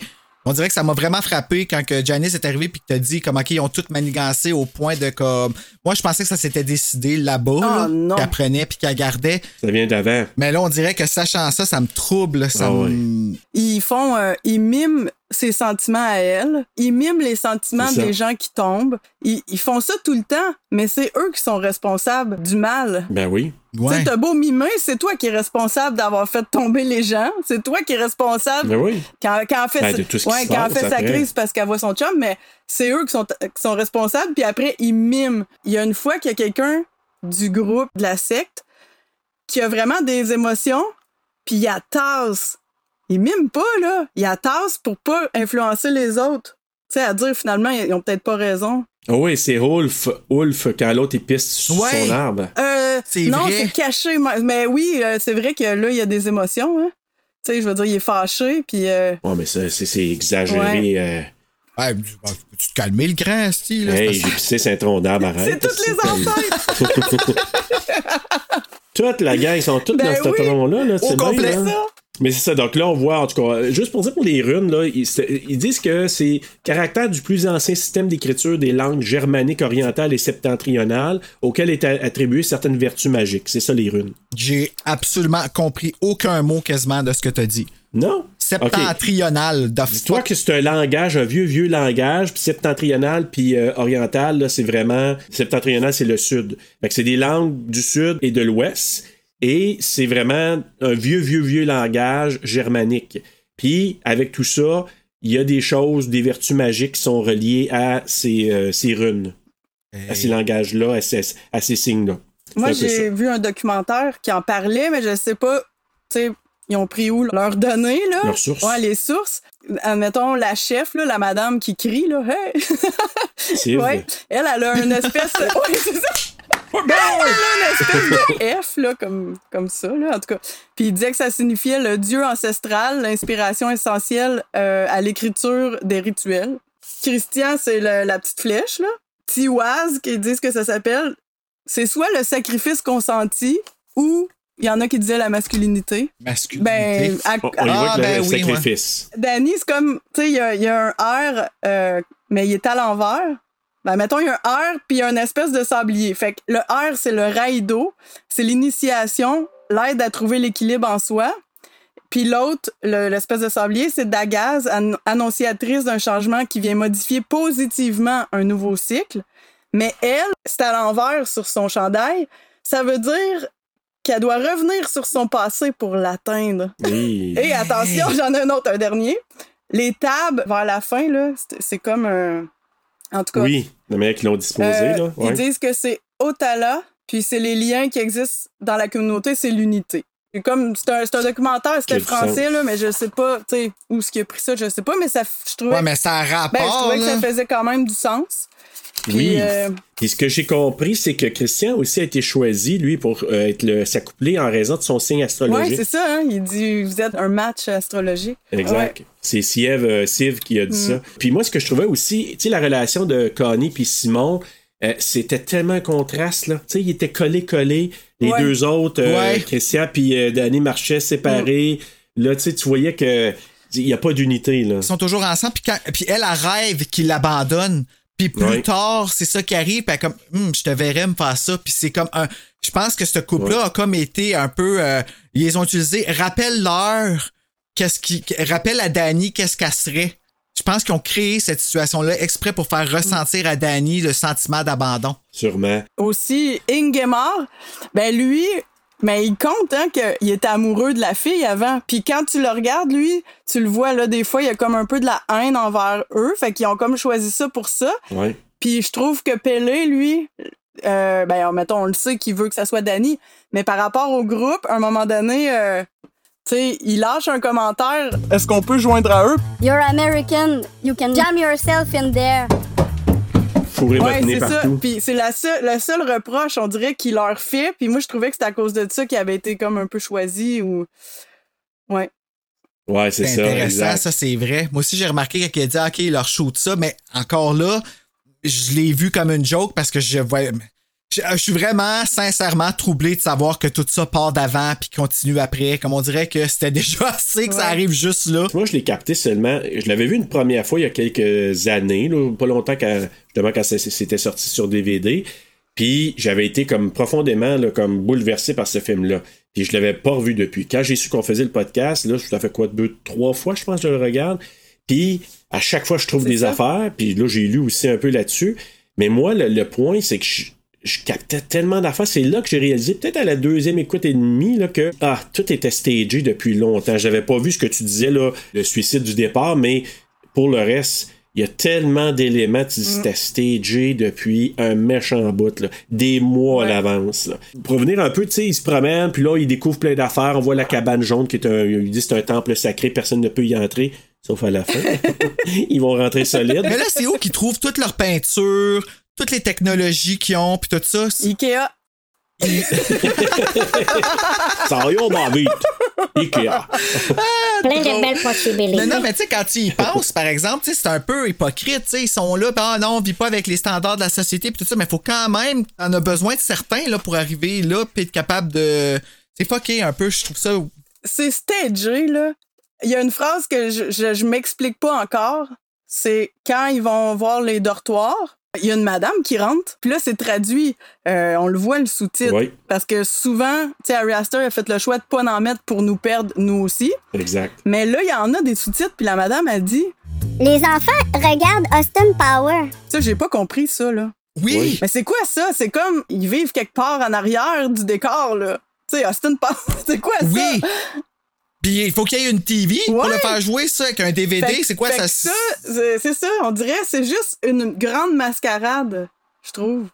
S4: On dirait que ça m'a vraiment frappé quand que Janice est arrivée puis que t'as dit comme OK, ils ont tout manigancé au point de comme moi je pensais que ça s'était décidé là-bas
S8: Ah,
S4: là, qu'elle prenait puis qu'elle gardait.
S2: ça vient d'avant.
S4: Mais là on dirait que sachant ça, ça me trouble, ça
S2: Ah
S4: me-
S8: Ils font. euh, ils miment ses sentiments à elle. Ils miment les sentiments
S4: C'est ça.
S8: des gens qui tombent. Ils, ils font ça tout le temps, mais c'est eux qui sont responsables du mal.
S2: Ben oui.
S8: Tu sais, T'as beau mimer, c'est toi qui es responsable d'avoir fait tomber les gens. C'est toi qui es responsable
S2: Ben oui.
S8: quand, quand elle fait,
S2: Ben,
S8: sa-
S2: de tout ce qui
S8: ouais,
S2: se
S8: quand elle
S2: passe
S8: fait sa
S2: après.
S8: crise parce qu'elle voit son chum, mais c'est eux qui sont, qui sont responsables. Puis après, ils miment. Il y a une fois qu'il y a quelqu'un du groupe, de la secte, qui a vraiment des émotions, puis il la tasse. Il mime pas, là. Il la tasse pour pas influencer les autres. Tu sais, à dire finalement, ils ont peut-être pas raison.
S2: Ah oui, c'est Ulf, Ulf quand l'autre il pisse sur
S8: Ouais.
S2: son arbre.
S8: Euh,
S4: C'est
S8: non,
S4: vrai.
S8: c'est caché. Mais mais oui, euh, c'est vrai que là, il y a des émotions. Hein. Tu sais, je veux dire, il est fâché, puis euh,
S2: Ouais, mais ça, c'est, c'est exagéré.
S4: Ouais, tu bah, peux-tu te calmer le grand style
S2: euh,
S4: là, c'est
S2: hey,
S4: parce-
S2: j'ai pissé sur un tronc d'arbre,
S8: c'est
S2: arrête.
S8: toutes les enceintes.
S2: Toute la gang, ils sont tous
S8: Ben
S2: dans ce
S8: oui.
S2: tronc-là. Là,
S8: Ben Au
S2: tu sais bien,
S8: complet,
S2: là.
S8: ça.
S2: Mais c'est ça, donc là, on voit, en tout cas, euh, juste pour dire pour les runes, là, ils, c'est- ils disent que c'est caractère du plus ancien système d'écriture des langues germaniques orientales et septentrionales, auquel est a- attribuée certaines vertus magiques. C'est ça, les runes.
S4: J'ai absolument compris aucun mot quasiment de ce que t'as dit.
S2: Non?
S4: Septentrional, de
S2: Dis-toi que c'est un langage, un vieux, vieux langage, puis septentrional, puis euh, oriental, là, c'est vraiment. Septentrional, c'est le sud. Fait que c'est des langues du sud et de l'ouest, et c'est vraiment un vieux, vieux, vieux langage germanique. Puis, avec tout ça, il y a des choses, des vertus magiques qui sont reliées à ces, euh, ces runes, à ces langages-là, à ces, à ces signes-là. C'est
S8: Moi,
S2: un peu ça.
S8: j'ai vu un documentaire qui en parlait, mais je sais pas, tu sais, ils ont pris où leurs données, là?
S2: Leurs sources.
S8: Ouais, les sources. Admettons, la chef, là, la madame qui crie, là, hey!
S2: C'est
S8: ouais.
S2: vrai.
S8: Elle, elle a une espèce. ouais, c'est ça! Elle a une espèce de F, là, comme, comme ça, là, en tout cas. Puis il disait que ça signifiait le dieu ancestral, l'inspiration essentielle euh, à l'écriture des rituels. Christian, c'est le- la petite flèche, là. Tiwaz, qui disent que ça s'appelle, c'est soit le sacrifice consenti ou il y en a qui disaient la masculinité. Ben, à-
S2: on, on Oh, y voit
S4: Ah,
S2: que le
S4: ben oui, ouais.
S2: sacrifice.
S8: Danny, c'est comme, tu sais, il y a, il y a un R, euh, mais il est à l'envers. Ben, mettons, il y a un R, puis il y a une espèce de sablier. Fait que le R, c'est le raido, c'est l'initiation, l'aide à trouver l'équilibre en soi. Puis l'autre, le- l'espèce de sablier, c'est Dagaz, an- annonciatrice d'un changement qui vient modifier positivement un nouveau cycle. Mais elle, c'est à l'envers sur son chandail. Ça veut dire qu'elle doit revenir sur son passé pour l'atteindre.
S2: Oui.
S8: Et attention, j'en ai un autre, un dernier. Les tables, vers la fin, là, c'est- c'est comme un. En tout cas.
S2: Oui, la manière qu'ils l'ont disposé.
S8: euh,
S2: là, ouais.
S8: Ils disent que c'est Otala, puis c'est les liens qui existent dans la communauté, c'est l'unité. C'est comme c'est un, c'est un documentaire, c'était
S4: Quel
S8: français,
S4: sens.
S8: là, mais je sais pas tu sais, où ce qui a pris ça, je sais pas, mais ça, f- je trouvais,
S4: Ouais, mais ça a
S8: ben, je
S4: rapport.
S8: trouvais que ça
S4: là.
S8: faisait quand même du sens. Puis,
S2: Oui.
S8: euh,
S2: Puis ce que j'ai compris, c'est que Christian aussi a été choisi, lui, pour euh, être le, s'accoupler en raison de son signe astrologique.
S8: ouais, c'est ça, hein, il dit vous êtes un match astrologique.
S2: Exact.
S8: Ouais.
S2: C'est Siev, euh, Siv qui a dit
S8: Mm.
S2: ça. Puis moi, ce que je trouvais aussi, tu sais, la relation de Connie puis Simon, euh, c'était tellement un contraste, là. Tu sais, ils étaient collés-collés. Les
S4: Ouais.
S2: deux autres, euh,
S4: Ouais.
S2: Christian puis euh, Danny marchaient séparés.
S8: Mm.
S2: Là, tu sais, tu voyais que il n'y a pas d'unité, là.
S4: Ils sont toujours ensemble. Puis, quand- puis elle, elle rêve qu'il l'abandonne. Puis plus
S2: Ouais.
S4: tard, c'est ça qui arrive. Puis elle comme, Hum, je te verrais me faire ça. Puis c'est comme un. Je pense que ce couple-là a comme été un peu. euh, ils les ont utilisés. Rappelle-leur. Qu'est-ce qui. Rappelle à Dani qu'est-ce qu'elle serait. Je pense qu'ils ont créé cette situation-là exprès pour faire ressentir à Dani le sentiment d'abandon.
S2: Sûrement.
S8: aussi Ingemar, ben lui, mais il compte hein, qu'il était amoureux de la fille avant. Puis quand tu le regardes, lui, tu le vois là des fois, il y a comme un peu de la haine envers eux, fait qu'ils ont comme choisi ça pour ça.
S2: Ouais.
S8: Puis je trouve que Pelé, lui, euh, ben mettons, on le sait qu'il veut que ça soit Danny, mais par rapport au groupe, à un moment donné, euh, tu sais, il lâche un commentaire. Est-ce qu'on peut joindre à eux?
S9: You're American. You can jam yourself in there.
S2: Fourré
S8: Ouais,
S2: maintenu
S8: c'est ça.
S2: partout.
S8: Puis c'est la seule, le seul reproche, on dirait, qu'il leur fait. Puis moi, je trouvais que c'était à cause de ça qu'il avait été comme un peu choisi ou. Ouais.
S2: Ouais, c'est ça.
S4: intéressant,
S2: exact.
S4: ça, c'est vrai. Moi aussi, j'ai remarqué quand il a dit, Ah, OK, il leur shoot ça, mais encore là, je l'ai vu comme une joke parce que je vois. Je, euh, je suis vraiment sincèrement troublé de savoir que tout ça part d'avant puis continue après. Comme on dirait que c'était déjà assez que ça arrive juste là.
S2: Moi, je l'ai capté seulement. Je l'avais vu une première fois il y a quelques années, là, pas longtemps quand, justement, quand ça- c'était sorti sur DVD. Puis j'avais été comme profondément là, comme bouleversé par ce film-là. Puis je l'avais pas revu depuis. Quand j'ai su qu'on faisait le podcast, là, ça fait quoi, deux, trois fois, je pense, que je le regarde. Puis à chaque fois, je trouve des affaires. Puis là, j'ai lu aussi un peu là-dessus. Mais moi, le, le point, c'est que je, je captais tellement d'affaires. C'est là que j'ai réalisé, peut-être à la deuxième écoute et demie, là, que ah, tout était stagé depuis longtemps. J'avais pas vu ce que tu disais, là, le suicide du départ, mais pour le reste, il y a tellement d'éléments, tu dis,
S4: Mm.
S2: c'était stagé depuis un méchant bout, là, des mois à l'avance. là. Pour revenir un peu, tu sais, il se promène, puis là, il découvre plein d'affaires. On voit la cabane jaune qui est un, il dit, c'est un temple sacré, personne ne peut y entrer, sauf à la fin. Ils vont rentrer solides.
S4: Mais là, c'est où qu'ils trouvent toute leur peinture, toutes les technologies qu'ils ont, puis tout ça?
S8: Ikea.
S2: Ça y est, on va vite. Ikea.
S9: Plein de belles possibilités.
S4: Mais non, mais tu sais, quand tu y penses, par exemple, tu sais, c'est un peu hypocrite. tu sais, Ils sont là, pis, ah non, on vit pas avec les standards de la société, puis tout ça, mais faut quand même, on a besoin de certains là, pour arriver là, puis être capable de. C'est fucké un peu, je trouve ça
S8: c'est stagé, là. Il y a une phrase que je, je, je m'explique pas encore. C'est quand ils vont voir les dortoirs, il y a une madame qui rentre, puis là, c'est traduit. Euh, on le voit, le sous-titre.
S2: Oui.
S8: Parce que souvent, tu sais, Harry Astor a fait le choix de pas en mettre pour nous perdre, nous aussi.
S2: Exact.
S8: Mais là, il y en a des sous-titres, puis la madame, elle dit...
S9: Les enfants regardent Austin Power.
S8: Ça, j'ai pas compris ça, là.
S4: Oui!
S8: Mais c'est quoi ça? C'est comme, ils vivent quelque part en arrière du décor, là. Tu sais, Austin Power, c'est quoi ça?
S4: Oui. Puis il faut qu'il y ait une TV pour
S8: Ouais.
S4: le faire jouer, ça, avec un DVD.
S8: Fait que-
S4: C'est quoi
S8: fait
S4: ça?
S8: que c'est c'est ça, on dirait c'est juste une grande mascarade, je trouve.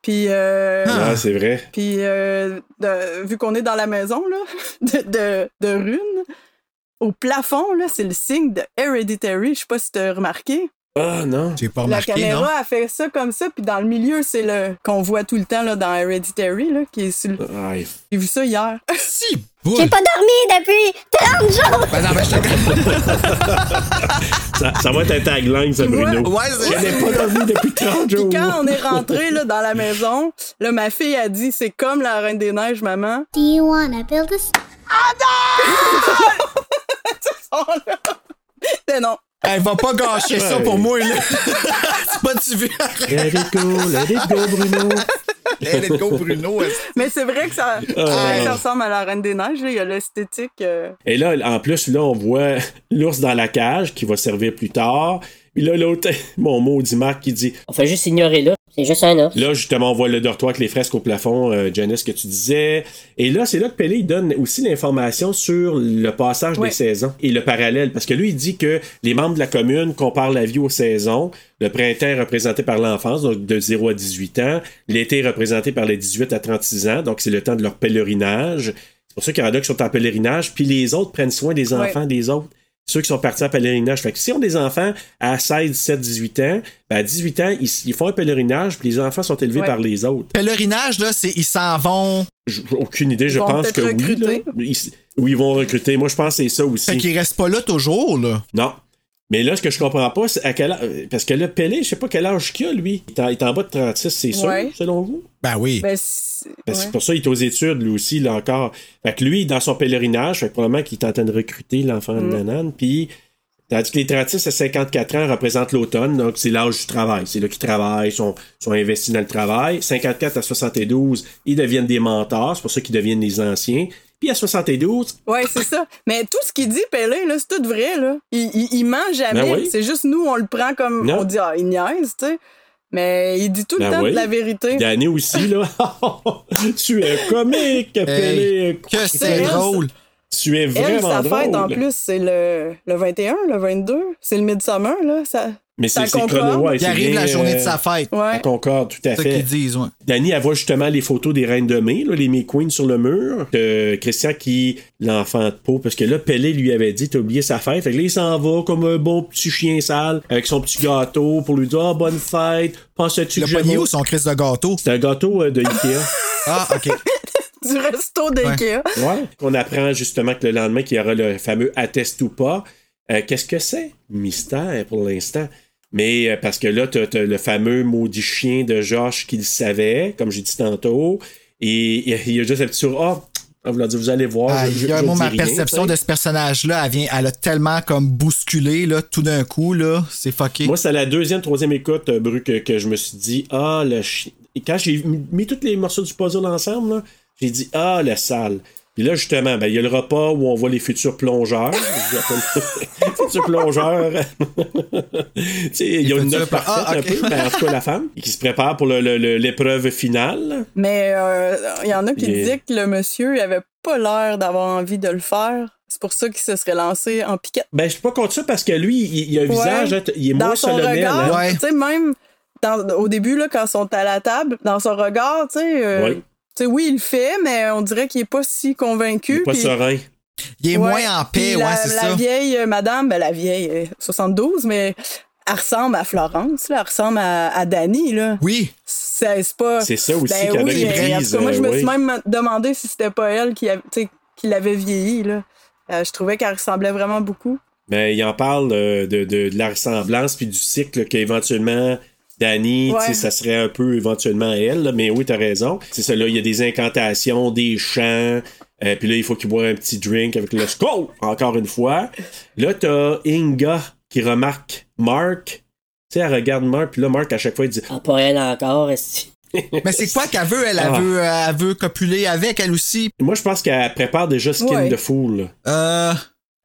S8: Puis euh,
S4: Ah.
S2: Ouais, Ah, c'est vrai.
S8: puis euh, de- vu qu'on est dans la maison là, de, de, de runes, au plafond là, c'est le signe de Hereditary. Je sais pas si tu as remarqué.
S2: Ah, non.
S4: J'ai pas
S8: la caméra a fait ça comme ça, puis dans le milieu c'est le qu'on voit tout le temps là dans Hereditary là, qui est sur
S4: Euh.
S8: le-
S2: Aïe.
S8: J'ai vu ça hier.
S4: Si.
S9: J'ai pas dormi depuis 30 jours.
S4: Ben non, ben, je
S2: Ça, ça va être un tagline, ça, Bruno.
S4: Ouais, c'est-
S2: Je n'ai pas dormi depuis 30
S8: Puis
S2: jours.
S8: quand on est rentré là, dans la maison, là, ma fille a dit c'est comme la Reine des Neiges, maman.
S9: Do you wanna build a...
S8: Mais non.
S4: Elle va pas gâcher ça pour
S2: Ouais.
S4: moi, là. c'est pas tu veux.
S2: Let it go, let it go, Bruno.
S4: Hey, let's go, Bruno.
S8: Mais c'est vrai que ça,
S2: Ah.
S8: ça ressemble à la Reine des Neiges. là. Il y a l'esthétique. euh,
S2: Et là, en plus, là, on voit l'ours dans la cage qui va servir plus tard. Puis là, l'autre, mon maudit Marc qui dit
S12: On fait juste ignorer là. C'est juste un ours.
S2: Là, justement, on voit le dortoir avec les fresques au plafond, euh, Janice, que tu disais. Et là, c'est là que Pelé il donne aussi l'information sur le passage
S8: Ouais.
S2: des saisons et le parallèle. Parce que lui, il dit que les membres de la commune comparent la vie aux saisons. Le printemps est représenté par l'enfance, donc de 0 à 18 ans. L'été est représenté par les 18 à 36 ans, donc c'est le temps de leur pèlerinage. C'est pour ça qu'il y en a qui sont en pèlerinage, puis les autres prennent soin des
S8: Ouais.
S2: enfants des autres. Ceux qui sont partis en pèlerinage. Fait que si on a des enfants à 16, 17, 18 ans, ben à 18 ans, ils, ils font un pèlerinage, puis les enfants sont élevés
S8: Ouais.
S2: par les autres.
S4: Pèlerinage, là, c'est ils s'en vont.
S2: J- J'ai aucune idée, je
S8: vont
S2: pense
S8: peut-être
S2: que oui. là.
S8: recruter.
S2: Ils, oui, ils vont recruter. Moi, je pense que c'est ça aussi.
S4: Fait qu'ils restent pas là toujours, là.
S2: Non. Mais là, ce que je comprends pas, c'est à quel âge. Parce que là, Pelé, je sais pas quel âge qu'il a, lui. Il est en, il est en bas de 36, c'est sûr,
S8: Ouais.
S2: selon vous?
S4: Ben oui.
S8: ben, c'est-
S2: Parce que
S8: ouais.
S2: pour ça, il est aux études, lui aussi, là encore. Fait que lui, dans son pèlerinage, fait que probablement qu'il est en train de recruter l'enfant
S8: Mm.
S2: de banane. Puis, tandis que les 36 à 54 ans représentent l'automne, donc c'est l'âge du travail. C'est là qu'ils travaillent, sont, sont investis dans le travail. 54 à 72, ils deviennent des mentors, c'est pour ça qu'ils deviennent des anciens. Puis à 72,
S8: Ouais, c'est ça. Mais tout ce qu'il dit, Pellé, là, c'est tout vrai. Là. Il, il, il ment jamais.
S2: Ben oui.
S8: C'est juste nous, on le prend comme.
S2: Non.
S8: On dit, ah, il niaise, tu sais. Mais il dit tout le
S2: Ben
S8: temps
S2: oui.
S8: de la vérité.
S2: d'année aussi, là, tu es comique, Pelé.
S4: Que c'est
S8: elle,
S4: drôle.
S2: Tu es
S8: Elle,
S2: vraiment
S8: sa fête, en
S2: drôle.
S8: plus, c'est le, le 21, le 22. C'est le midsummer, là. Ça,
S2: Mais
S8: ça
S2: c'est c'est
S8: concorde.
S2: chrono, ouais,
S4: Il
S2: c'est
S4: arrive
S2: bien,
S4: la journée de
S2: euh,
S4: sa fête.
S8: Ouais.
S2: à Concorde, tout à
S4: C'est
S2: fait.
S4: ça qu'ils disent, ouais.
S2: Dani, elle voit justement les photos des reines de mai, là, les May Queens sur le mur. Euh, Christian qui l'enfant de peau, parce que là, Pelé lui avait dit t'as oublié sa fête. Fait que là, il s'en va comme un bon petit chien sale avec son petit gâteau pour lui dire Ah, bonne fête, penses-tu que
S4: Le
S2: je
S4: poignet
S2: vais-
S4: où son crise de gâteau?
S2: C'est un gâteau euh, de Ikea.
S4: Ah, OK.
S8: Du resto d'Ikea.
S2: ouais. On apprend justement que le lendemain, qu'il y aura le fameux atteste ou pas. Euh, Qu'est-ce que c'est Mystère pour l'instant. Mais euh, parce que là, t'as t'as le fameux maudit chien de Josh qui le savait, comme j'ai dit tantôt. Et et il y a juste un petit sourire. Ah, on vous l'a dit, vous allez voir.
S4: Ah,
S2: je- je-
S4: il y a un
S2: je
S4: mot,
S2: dis
S4: ma
S2: rien,
S4: perception
S2: tu
S4: de
S2: sais.
S4: ce personnage-là, elle, vient- elle a tellement comme bousculé, là, tout d'un coup, là. C'est fucké.
S2: Moi, c'est à la deuxième, troisième écoute, euh, Bru, que, que je me suis dit, ah, le chien. Et quand j'ai m- mis tous les morceaux du puzzle ensemble, là, j'ai dit, ah, le sale. Puis là, justement, ben, il y a le repas où on voit les futurs plongeurs. Je les appelle- les futurs plongeurs. Tu sais, il y a
S4: Les
S2: une
S4: futurs
S2: note
S4: pla-
S2: parfaite
S4: Ah,
S2: un
S4: ok.
S2: peu, ben, en tout cas, la femme, qui se prépare pour le- le- le- l'épreuve finale.
S8: Mais euh, il y en a qui
S2: Il est-
S8: disaient que le monsieur il avait pas l'air d'avoir envie de le faire. C'est pour ça qu'il se serait lancé en piquette.
S2: Ben, je suis pas contre ça parce que lui, il, il a un
S8: Ouais.
S2: visage, hein, t- il est moins
S8: Dans son
S2: solennel. hein.
S8: regard,
S4: hein? Ouais.
S8: tu sais, même dans- au début, là, quand ils sont à la table, dans son regard, tu sais, euh,
S2: Ouais.
S8: tu sais, oui, il le fait, mais on dirait qu'il est pas si
S2: Il
S8: convaincu.
S2: est pas
S8: puis-
S2: serein.
S4: Il est
S8: Ouais.
S4: moins en
S8: Puis
S4: paix,
S8: la,
S4: ouais, c'est
S8: la
S4: ça.
S8: vieille euh, madame, ben, la vieille, euh, 72, mais elle ressemble à Florence, là, elle ressemble à, à Dany, là.
S4: Oui.
S8: C'est c'est pas...
S2: C'est ça aussi
S8: Ben
S2: qu'avec
S8: oui,
S2: les
S8: mais en
S2: prises,
S8: tout cas, moi, je me
S2: euh,
S8: suis
S2: oui.
S8: même demandé si c'était pas elle qui, avait- tu sais, qui l'avait vieilli. Là. Euh, je trouvais qu'elle ressemblait vraiment beaucoup.
S2: Mais Ben, il en parle euh, de, de, de la ressemblance puis du cycle qu'éventuellement Dani, tu sais,
S8: Ouais.
S2: ça serait un peu éventuellement elle, là, mais oui, t'as raison. C'est ça, là, il y a des incantations, des chants, Euh, puis là, il faut qu'il boive un petit drink avec le skull, encore une fois. Là, t'as Inga qui remarque Mark. Tu sais, elle regarde Mark, puis là, Mark, à chaque fois, il dit
S12: Ah, pas elle encore, est
S4: Mais c'est quoi qu'elle veut? Elle, elle
S2: Ah.
S4: veut, euh, elle veut copuler avec, elle aussi.
S2: Moi, je pense qu'elle prépare déjà Skin
S4: Ouais.
S2: de Fool.
S4: Euh.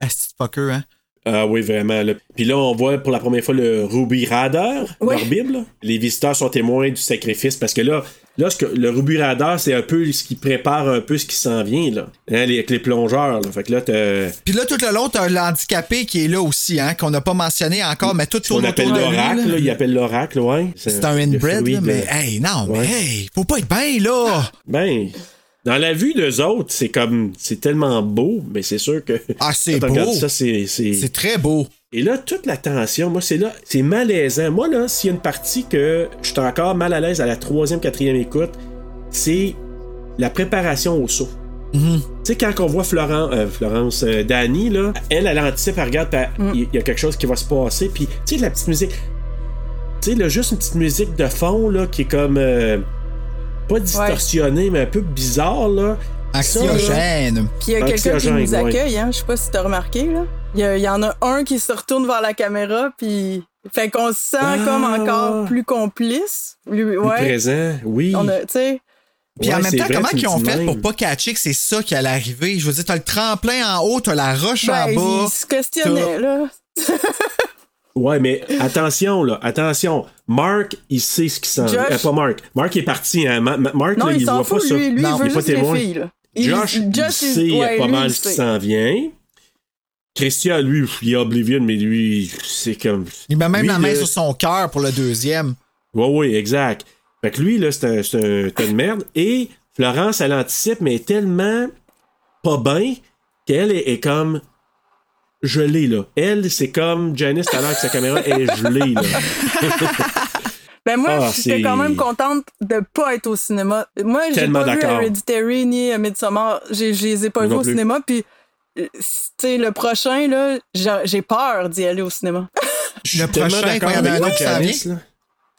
S4: Est-ce que hein?
S2: Ah oui, vraiment. là. Puis là, on voit pour la première fois le Ruby Radar,
S4: Ouais.
S2: leur Bible. Les visiteurs sont témoins du sacrifice parce que là, là ce que- le Ruby Radar, c'est un peu ce qui prépare un peu ce qui s'en vient. Là. Hein, les- avec les plongeurs. Là. Fait que là, t'as.
S4: Puis là, tout le long, t'as l'handicapé qui est là aussi, hein, qu'on n'a pas mentionné encore, mais tout
S2: On
S4: tourne autour
S2: appelle
S4: de lui,
S2: l'oracle,
S4: là.
S2: là, il appelle l'oracle, ouais.
S4: C'est un inbred, là, mais
S2: euh,
S4: hey, non, mais hey, faut pas être ben, là.
S2: Ben, dans la vue d'eux autres, c'est comme, c'est tellement beau, mais c'est sûr que.
S4: Ah, c'est
S2: quand on regarde
S4: beau.
S2: Ça, c'est, c'est...
S4: C'est très beau.
S2: Et là, toute la tension, moi, c'est là, c'est malaisant. Moi, là, s'il y a une partie que je suis encore mal à l'aise à la troisième, quatrième écoute, c'est la préparation au saut.
S4: Mhm.
S2: Tu sais, quand on voit Florent- euh, Florence, euh, Dani, là, elle, elle anticipe, elle regarde, puis elle- il y a quelque chose qui va se passer. Puis, tu sais, la petite musique. Tu sais, là, juste une petite musique de fond, là, qui est comme. euh, pas distorsionnée, mais un peu bizarre, là. Ça, là-
S4: Anxiogène.
S8: Puis il y a quelqu'un qui
S2: Anxiogène,
S8: nous
S2: ouais.
S8: accueille, hein. Je sais pas si t'as remarqué, là. Il y, a- il y en a un qui se retourne vers la caméra, puis. Fait qu'on se sent
S2: Ah,
S8: comme encore
S2: ouais.
S8: plus complice. Lui,
S2: Plus
S8: ouais.
S2: présent, oui.
S8: On a, tu sais.
S4: Puis en
S2: Ouais,
S4: même
S2: c'est
S4: temps,
S2: vrai,
S4: comment
S2: tu me
S4: ils ont
S2: dis
S4: fait
S2: même.
S4: pour pas catcher que c'est ça qui allait arriver? Je veux dire, t'as le tremplin en haut, t'as la roche
S8: Ben,
S4: en bas.
S8: il se questionnait,
S4: t'as-
S8: là.
S2: Ouais, mais attention, là, attention. Mark, il sait ce qui s'en
S8: Josh-
S2: vient. Euh, pas Mark. Mark est parti. Hein. Ma- Ma- Mark,
S8: Non,
S2: là,
S8: il
S2: il,
S8: s'en
S2: voit
S8: fout,
S2: pas ça.
S8: lui. Lui, il veut
S2: est pas
S8: juste les
S2: témoin.
S8: filles, là. Il-
S2: Josh, il
S8: Josh, il-
S2: sait
S8: ouais,
S2: pas
S8: lui,
S2: mal
S8: il
S2: ce qui
S8: sait.
S2: s'en vient. Christian, lui, il est oblivion, mais lui, c'est comme.
S4: Il met même
S2: Lui,
S4: la main
S2: là-
S4: sur son cœur pour le deuxième.
S2: Ouais, oui, exact. Fait que lui, là, c'est un, c'est un tas de merde. Et Florence, elle anticipe, mais elle est tellement pas bien qu'elle est, est comme gelée, là. Elle, c'est comme Janice tout à l'heure avec sa caméra, elle est gelée, là.
S8: Ben moi,
S2: Ah,
S8: j'étais
S2: c'est-
S8: quand même contente de pas être au cinéma. Moi, j'ai
S2: Tellement
S8: pas vu
S2: d'accord.
S8: Hereditary ni euh, Midsommar. J'ai- Je les ai pas
S2: Moi
S8: vus
S2: non
S8: au
S2: plus.
S8: cinéma. Puis, euh, c- tu sais, le prochain, là, j'a- j'ai peur d'y aller au cinéma.
S4: Le prochain,
S2: Tellement
S4: quand il y en a
S2: d'accord
S4: un autre
S2: avec
S4: qui s'en
S2: Janice,
S4: vient.
S2: là.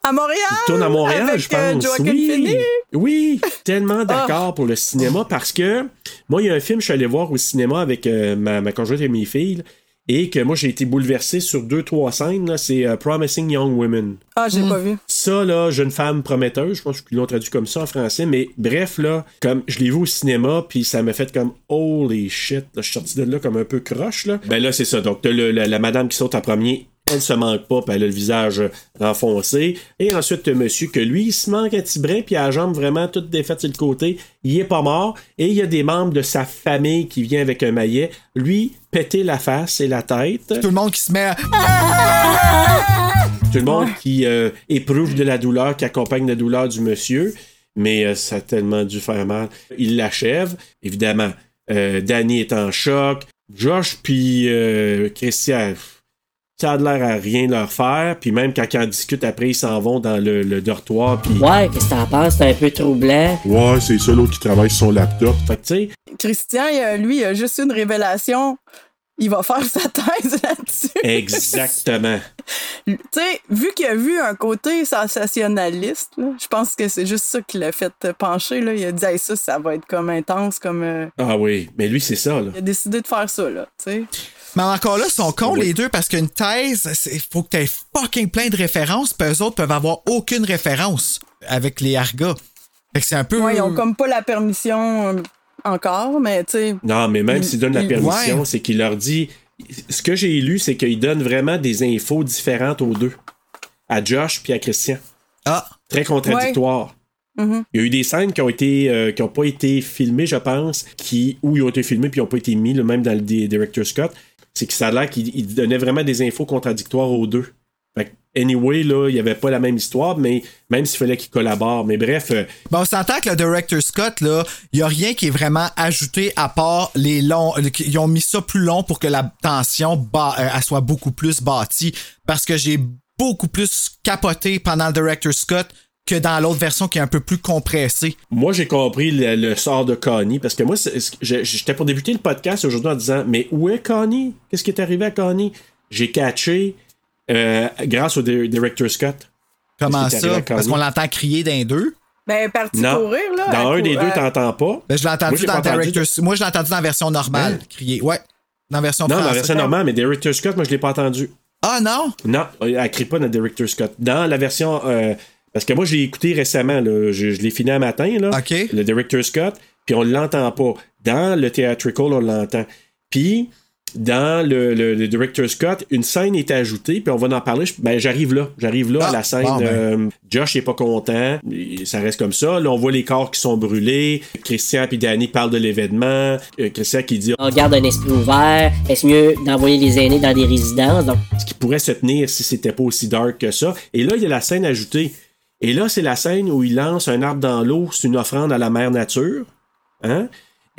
S8: À Montréal!
S2: Il tourne à Montréal,
S8: avec,
S2: je
S8: euh,
S2: pense.
S8: Joaquin
S2: oui.
S8: Phoenix. Ah.
S2: oui, tellement d'accord pour le cinéma parce que moi, il y a un film que je suis allé voir au cinéma avec euh, ma, ma conjointe et mes filles et que moi, j'ai été bouleversé sur deux, trois scènes. là. C'est euh, Promising Young Women.
S8: Ah, j'ai pas vu.
S2: Ça, là, jeune femme prometteuse, je pense qu'ils l'ont traduit comme ça en français, mais bref, là, comme je l'ai vu au cinéma, puis ça m'a fait comme holy shit, là, je suis sorti de là comme un peu croche, là. Ben là, c'est ça. Donc, t'as le- la, la madame qui saute en premier, elle se manque pas, puis elle a le visage euh, enfoncé. Et ensuite, t'as monsieur que lui, il se manque un petit brin, puis il a la jambe vraiment toute défaite sur le côté. Il est pas mort, et il y a des membres de sa famille qui vient avec un maillet. Lui, péter la face et la tête.
S4: Tout le monde qui se met. à-
S2: Tout le monde qui euh, éprouve de la douleur, qui accompagne la douleur du monsieur, mais euh, ça a tellement dû faire mal. Il l'achève, évidemment. Euh, Danny est en choc. Josh puis euh, Christian, ça a de l'air à rien leur faire. Puis même quand ils en discutent après, ils s'en vont dans le, le dortoir. Puis...
S12: Ouais, qu'est-ce que t'en penses? C'est un peu troublant.
S13: Ouais, c'est ça, l'autre qui travaille sur son laptop.
S2: Fait que, tu sais,
S8: Christian, il a- lui, il a juste eu une révélation. Il va faire sa thèse là-dessus.
S2: Eh. exactement.
S8: Tu sais, vu qu'il a vu un côté sensationnaliste, là, je pense que c'est juste ça qui l'a fait euh, pencher. Là. Il a dit Hey, ça, ça va être comme intense, comme. euh,
S2: Ah oui, mais lui, c'est ça, là.
S8: Il a décidé de faire ça, là, tu sais.
S4: Mais encore là, ils sont cons
S2: Oui.
S4: les deux parce qu'une thèse, il faut que t'aies fucking plein de références, puis eux autres peuvent avoir aucune référence avec les argas. Fait que c'est un peu.
S8: Ouais, ils
S2: Hmm.
S8: ont comme pas la permission euh, encore, mais tu sais.
S2: Non, mais même
S8: Il-
S2: s'il donne la
S8: il-
S2: permission,
S8: ouais.
S2: c'est qu'il leur dit. Ce que j'ai lu, c'est qu'il donne vraiment des infos différentes aux deux. À Josh puis à Christian.
S4: Ah.
S2: Très contradictoire.
S8: Mhm.
S2: Il y a eu des scènes qui ont été euh, qui ont pas été filmées, je pense, qui où ils ont été filmés puis ils ont pas été mis, le même dans le di- director Scott. C'est que ça a l'air qu'il il donnait vraiment des infos contradictoires aux deux. Fait que, anyway, là, il y avait pas la même histoire, mais même s'il fallait qu'ils collaborent. Mais bref, euh,
S4: Ben, on s'entend que le director Scott, là, il n'y a rien qui est vraiment ajouté à part les longs. le- Ils ont mis ça plus long pour que la tension ba- euh, elle soit beaucoup plus bâtie. Parce que j'ai beaucoup plus capoté pendant le director Scott que dans l'autre version qui est un peu plus compressée.
S2: Moi, j'ai compris le, le sort de Connie parce que moi, c'est- c'est- je- j'étais pour débuter le podcast aujourd'hui en disant Mais où est Connie Qu'est-ce qui est arrivé à Connie J'ai catché euh, grâce au di- director Scott.
S4: Comment
S2: Qu'est-ce qui est arrivé
S4: ça?
S2: à Connie?
S4: Parce qu'on l'entend crier d'un deux.
S8: Ben, parti
S2: Non.
S8: courir, là. Ah,
S2: Dans
S8: à
S2: un
S8: cou- euh,
S2: des deux,
S8: à-
S2: t'entends pas.
S4: Ben, je l'ai entendu
S2: Moi, j'ai
S4: dans
S2: pas entendu. Hein?
S4: Director's Moi, je l'ai entendu dans la version normale crier. Ouais. Dans la version
S2: Non, dans
S4: française.
S2: la version normale, mais Director Scott, moi, je l'ai pas entendu.
S4: Ah non?
S2: Non, elle crie pas dans Director Scott. Dans la version. euh, parce que moi, je l'ai écouté récemment, là. Je, je l'ai fini un matin, là, le Director Scott, puis on l'entend pas. Dans le Theatrical, on l'entend. Puis. Dans le, le- le Director Scott, une scène est ajoutée, puis on va en parler. Je- Ben, j'arrive là. J'arrive là à la scène.
S4: bon, ben.
S2: euh, Josh est pas content. Il- Ça reste comme ça. Là, on voit les corps qui sont brûlés. Christian puis Danny parlent de l'événement. Euh, Christian qui dit
S12: On garde un esprit
S14: Euh,
S12: ouvert. Est-ce mieux d'envoyer les aînés dans des résidences? Donc,
S2: ce qui pourrait se tenir si c'était pas aussi dark que ça. Et là, il y a la scène ajoutée. Et là, c'est la scène où il lance un arbre dans l'eau, c'est une offrande à la mère nature. Hein?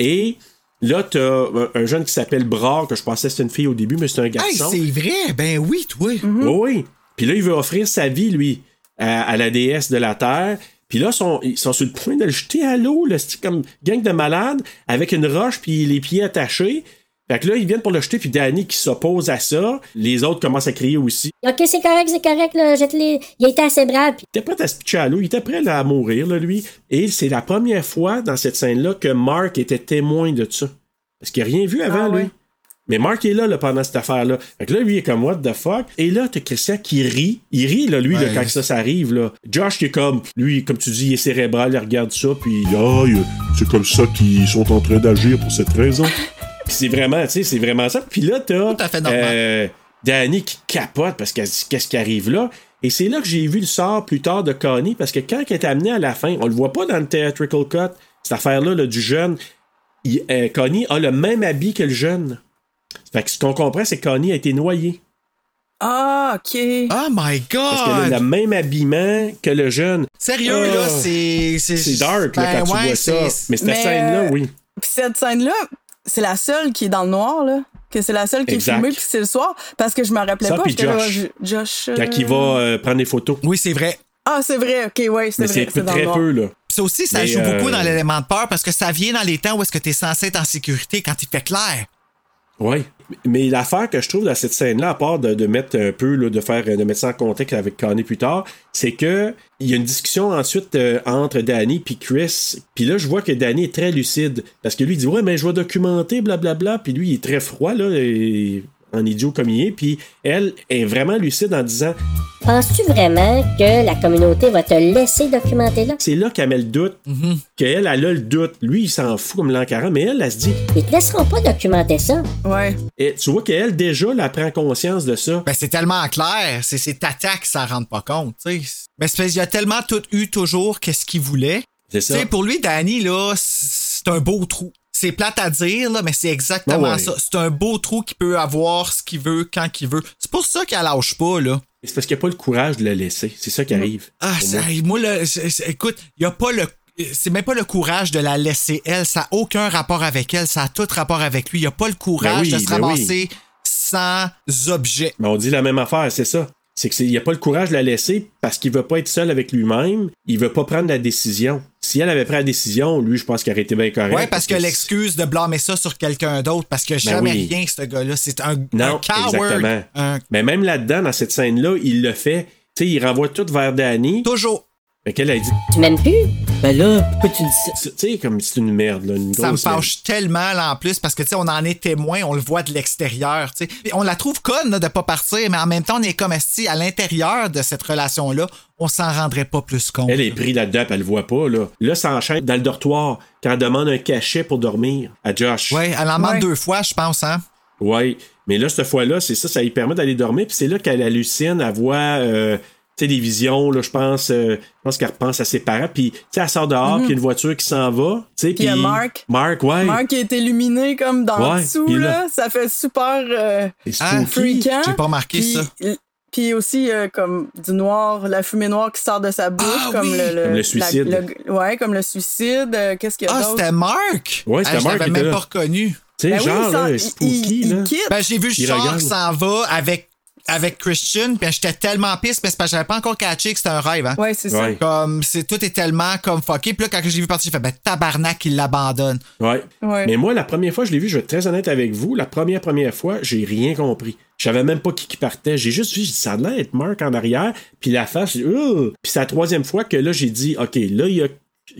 S2: Et là, t'as un- un jeune qui s'appelle Brard, que je pensais que c'était une fille au début, mais c'est un
S4: Hey,
S2: garçon.
S4: c'est vrai. Ben oui, toi.
S2: Oui, oui. Puis là, il veut offrir sa vie, lui, à, à la déesse de la Terre. Puis là, sont- ils sont sur le point de le jeter à l'eau, le style comme gang de malades, avec une roche, puis les pieds attachés. Fait que là, ils viennent pour le jeter, puis Danny qui s'oppose à ça. Les autres commencent à crier aussi.
S14: Ok, c'est correct, c'est correct, là, jette-les. Il a été assez brave.
S2: Il était prêt à se pitcher à l'eau, il était prêt là, à mourir, là, lui. Et c'est la première fois dans cette scène-là que Mark était témoin de ça. Parce qu'il n'a rien vu avant, lui. Mais Mark est là, là, pendant cette affaire-là. Fait que là, lui, il est comme, what the fuck? Et là, t'as Christian qui rit. Il rit, là, lui, là,
S13: Ouais.
S2: quand ça, ça arrive, là. Josh, qui est comme, lui, comme tu dis, il est cérébral, il regarde ça, puis aïe,
S13: c'est comme ça qu'ils sont en train d'agir pour cette raison.
S2: Puis c'est vraiment, tu sais, c'est vraiment ça. Puis là, t'as euh, Danny qui capote parce qu'elle se dit qu'est-ce qui arrive là. Et c'est là que j'ai vu le sort plus tard de Connie parce que quand elle est amenée à la fin, on le voit pas dans le theatrical cut, cette affaire-là là, du jeune. il- euh, Connie a le même habit que le jeune. Fait que ce qu'on comprend, c'est que Connie a été noyée.
S8: Ah, OK.
S4: Oh my God!
S2: Parce
S8: Ah,
S2: qu'elle a le même habillement que le jeune.
S4: Sérieux, là, c'est- c'est-
S2: Ah, C'est dark, là,
S4: Ben
S2: quand
S4: ouais,
S2: tu vois ça.
S4: c'est-
S2: Mais cette
S8: Mais,
S2: scène-là,
S8: euh,
S2: oui.
S8: Puis cette scène-là, c'est la seule qui est dans le noir, là. Que c'est la seule qui
S2: Exact.
S8: est filmée, puis c'est le soir. Parce que je me rappelais
S2: Ça,
S8: pas.
S2: puis
S8: j'étais là,
S2: Josh.
S8: je- Josh. euh,
S2: Quand il va euh, prendre des photos.
S4: Oui, c'est vrai.
S8: Ah, c'est vrai, OK, ouais, c'est
S2: Mais
S8: vrai.
S2: c'est
S8: que C'est dans le
S2: très
S8: noir.
S2: peu, là.
S4: Ça aussi, ça
S2: Mais,
S4: joue beaucoup
S2: euh,
S4: dans l'élément de peur parce que ça vient dans les temps où est-ce que t'es censé être en sécurité quand il fait clair.
S2: Oui. Mais l'affaire que je trouve dans cette scène-là, à part de, de mettre un peu, là, de faire de mettre ça en contexte avec Connie plus tard, c'est que il y a une discussion ensuite euh, entre Danny puis Chris. Puis là, je vois que Danny est très lucide. Parce que lui, il dit Ouais, mais je vais documenter, blablabla. Puis lui, il est très froid, là, et- en idiot comme il est. Puis elle est vraiment lucide en disant
S14: Penses-tu vraiment que la communauté va te laisser documenter là?
S2: C'est là qu'elle met le doute. Qu'elle, elle a le doute. Lui, il s'en fout comme l'an 40, mais elle, elle se dit
S14: Ils te laisseront pas documenter ça.
S8: Ouais.
S2: Et tu vois qu'elle, déjà, la prend conscience de ça.
S4: Ben, c'est tellement clair. C'est cette attaque, ça rend pas compte, tu sais. Mais c'est parce qu'il a tellement tout eu toujours qu'est-ce qu'il voulait.
S2: C'est ça.
S4: Tu sais, pour lui, Danny, là, c'est un beau trou. C'est plate à dire, là, mais c'est exactement
S2: Ah ouais.
S4: ça. C'est un beau trou qui peut avoir ce qu'il veut quand qu'il veut. C'est pour ça qu'elle lâche pas, là.
S2: C'est parce qu'il n'y a pas le courage de la laisser. C'est ça qui arrive.
S4: Ah,
S2: Pour
S4: ça,
S2: moi.
S4: moi, là, c'est- c'est- écoute, il y a pas le. C'est même pas le courage de la laisser elle. Ça n'a aucun rapport avec elle. Ça a tout rapport avec lui. Il n'y a pas le courage
S2: Ben oui,
S4: de se
S2: ben oui.
S4: ramasser sans objet.
S2: Mais on dit la même affaire, c'est ça. C'est qu'il n'y a pas le courage de la laisser parce qu'il veut pas être seul avec lui-même. Il veut pas prendre la décision. Si elle avait pris la décision, lui, je pense qu'il aurait été bien correct.
S4: Ouais, parce que l'excuse de blâmer ça sur quelqu'un d'autre, parce que jamais
S2: Ben oui.
S4: rien, ce gars-là. C'est un, un
S2: Non,
S4: coward.
S2: exactement.
S4: Un-
S2: Mais même là-dedans, dans cette scène-là, il le fait. Tu sais, il renvoie tout vers Danny.
S4: Toujours.
S2: Fait qu'elle a dit.
S12: Tu m'aimes plus? Ben là, pourquoi tu dis ça?
S2: Tu sais, comme c'est une merde, là, une
S4: Ça me
S2: grosse merde.
S4: fâche tellement, là, en plus, parce que, tu sais, on en est témoin, on le voit de l'extérieur, tu sais. Puis On la trouve conne, là, de pas partir, mais en même temps, on est comme si, à l'intérieur de cette relation-là, on s'en rendrait pas plus compte.
S2: Elle est prise là-dedans, puis elle le voit pas, là. Là, ça enchaîne dans le dortoir quand elle demande un cachet pour dormir à Josh.
S4: Ouais, elle en manque deux fois, je pense, hein.
S2: Oui, mais là, cette fois-là, c'est ça, ça lui permet d'aller dormir, puis c'est là qu'elle hallucine, elle voit euh, télévision, là, je pense, euh, je pense qu'elle repense à ses parents, puis tu sais, elle sort dehors,
S8: Mhm.
S2: puis il y a une voiture qui s'en va, tu sais,
S8: Puis il
S2: puis...
S8: y a Mark.
S2: Mark, ouais.
S8: Marc est illuminé comme dans
S2: Ouais,
S8: le dessous,
S2: il est
S8: là.
S2: là.
S8: Ça fait super euh,
S2: C'est spooky.
S8: freakant.
S4: J'ai pas remarqué
S8: hein? Puis-
S4: ça.
S8: Puis aussi, euh, comme du noir, la fumée noire qui sort de sa bouche,
S4: Ah
S8: comme, le,
S2: Comme le suicide.
S8: le- ouais, comme le suicide. Euh, Qu'est-ce qu'il y a
S4: Ah,
S8: d'autre?
S4: c'était Marc!
S2: Ouais, c'était
S4: Ah,
S2: Marc
S4: je l'avais
S2: qui était
S4: même
S2: là.
S4: pas reconnu.
S2: Tu sais,
S8: Ben oui,
S2: genre,
S8: ça-
S2: là,
S8: il-
S2: spooky,
S8: il-
S2: là.
S8: il quitte.
S4: Ben, j'ai vu le
S2: Il
S4: char
S2: regarde.
S4: qui s'en va avec avec Christian, puis j'étais tellement pisse parce que j'avais pas encore catché que c'était un rêve. Hein?
S8: Ouais, c'est
S2: ça. Ouais.
S4: Comme, c'est, tout est tellement comme fucké. Puis là, quand j'ai vu partir, j'ai fait, ben tabarnak, il l'abandonne.
S2: Ouais.
S8: Ouais.
S2: Mais moi, la première fois, je l'ai vu, je vais être très honnête avec vous, la première première fois, j'ai rien compris. Je savais même pas qui, qui partait. J'ai juste vu, j'ai dit, ça a l'air d'être Mark en arrière. Puis la face, j'ai dit, Ugh! Puis c'est la troisième fois que là, j'ai dit, OK, là, il y a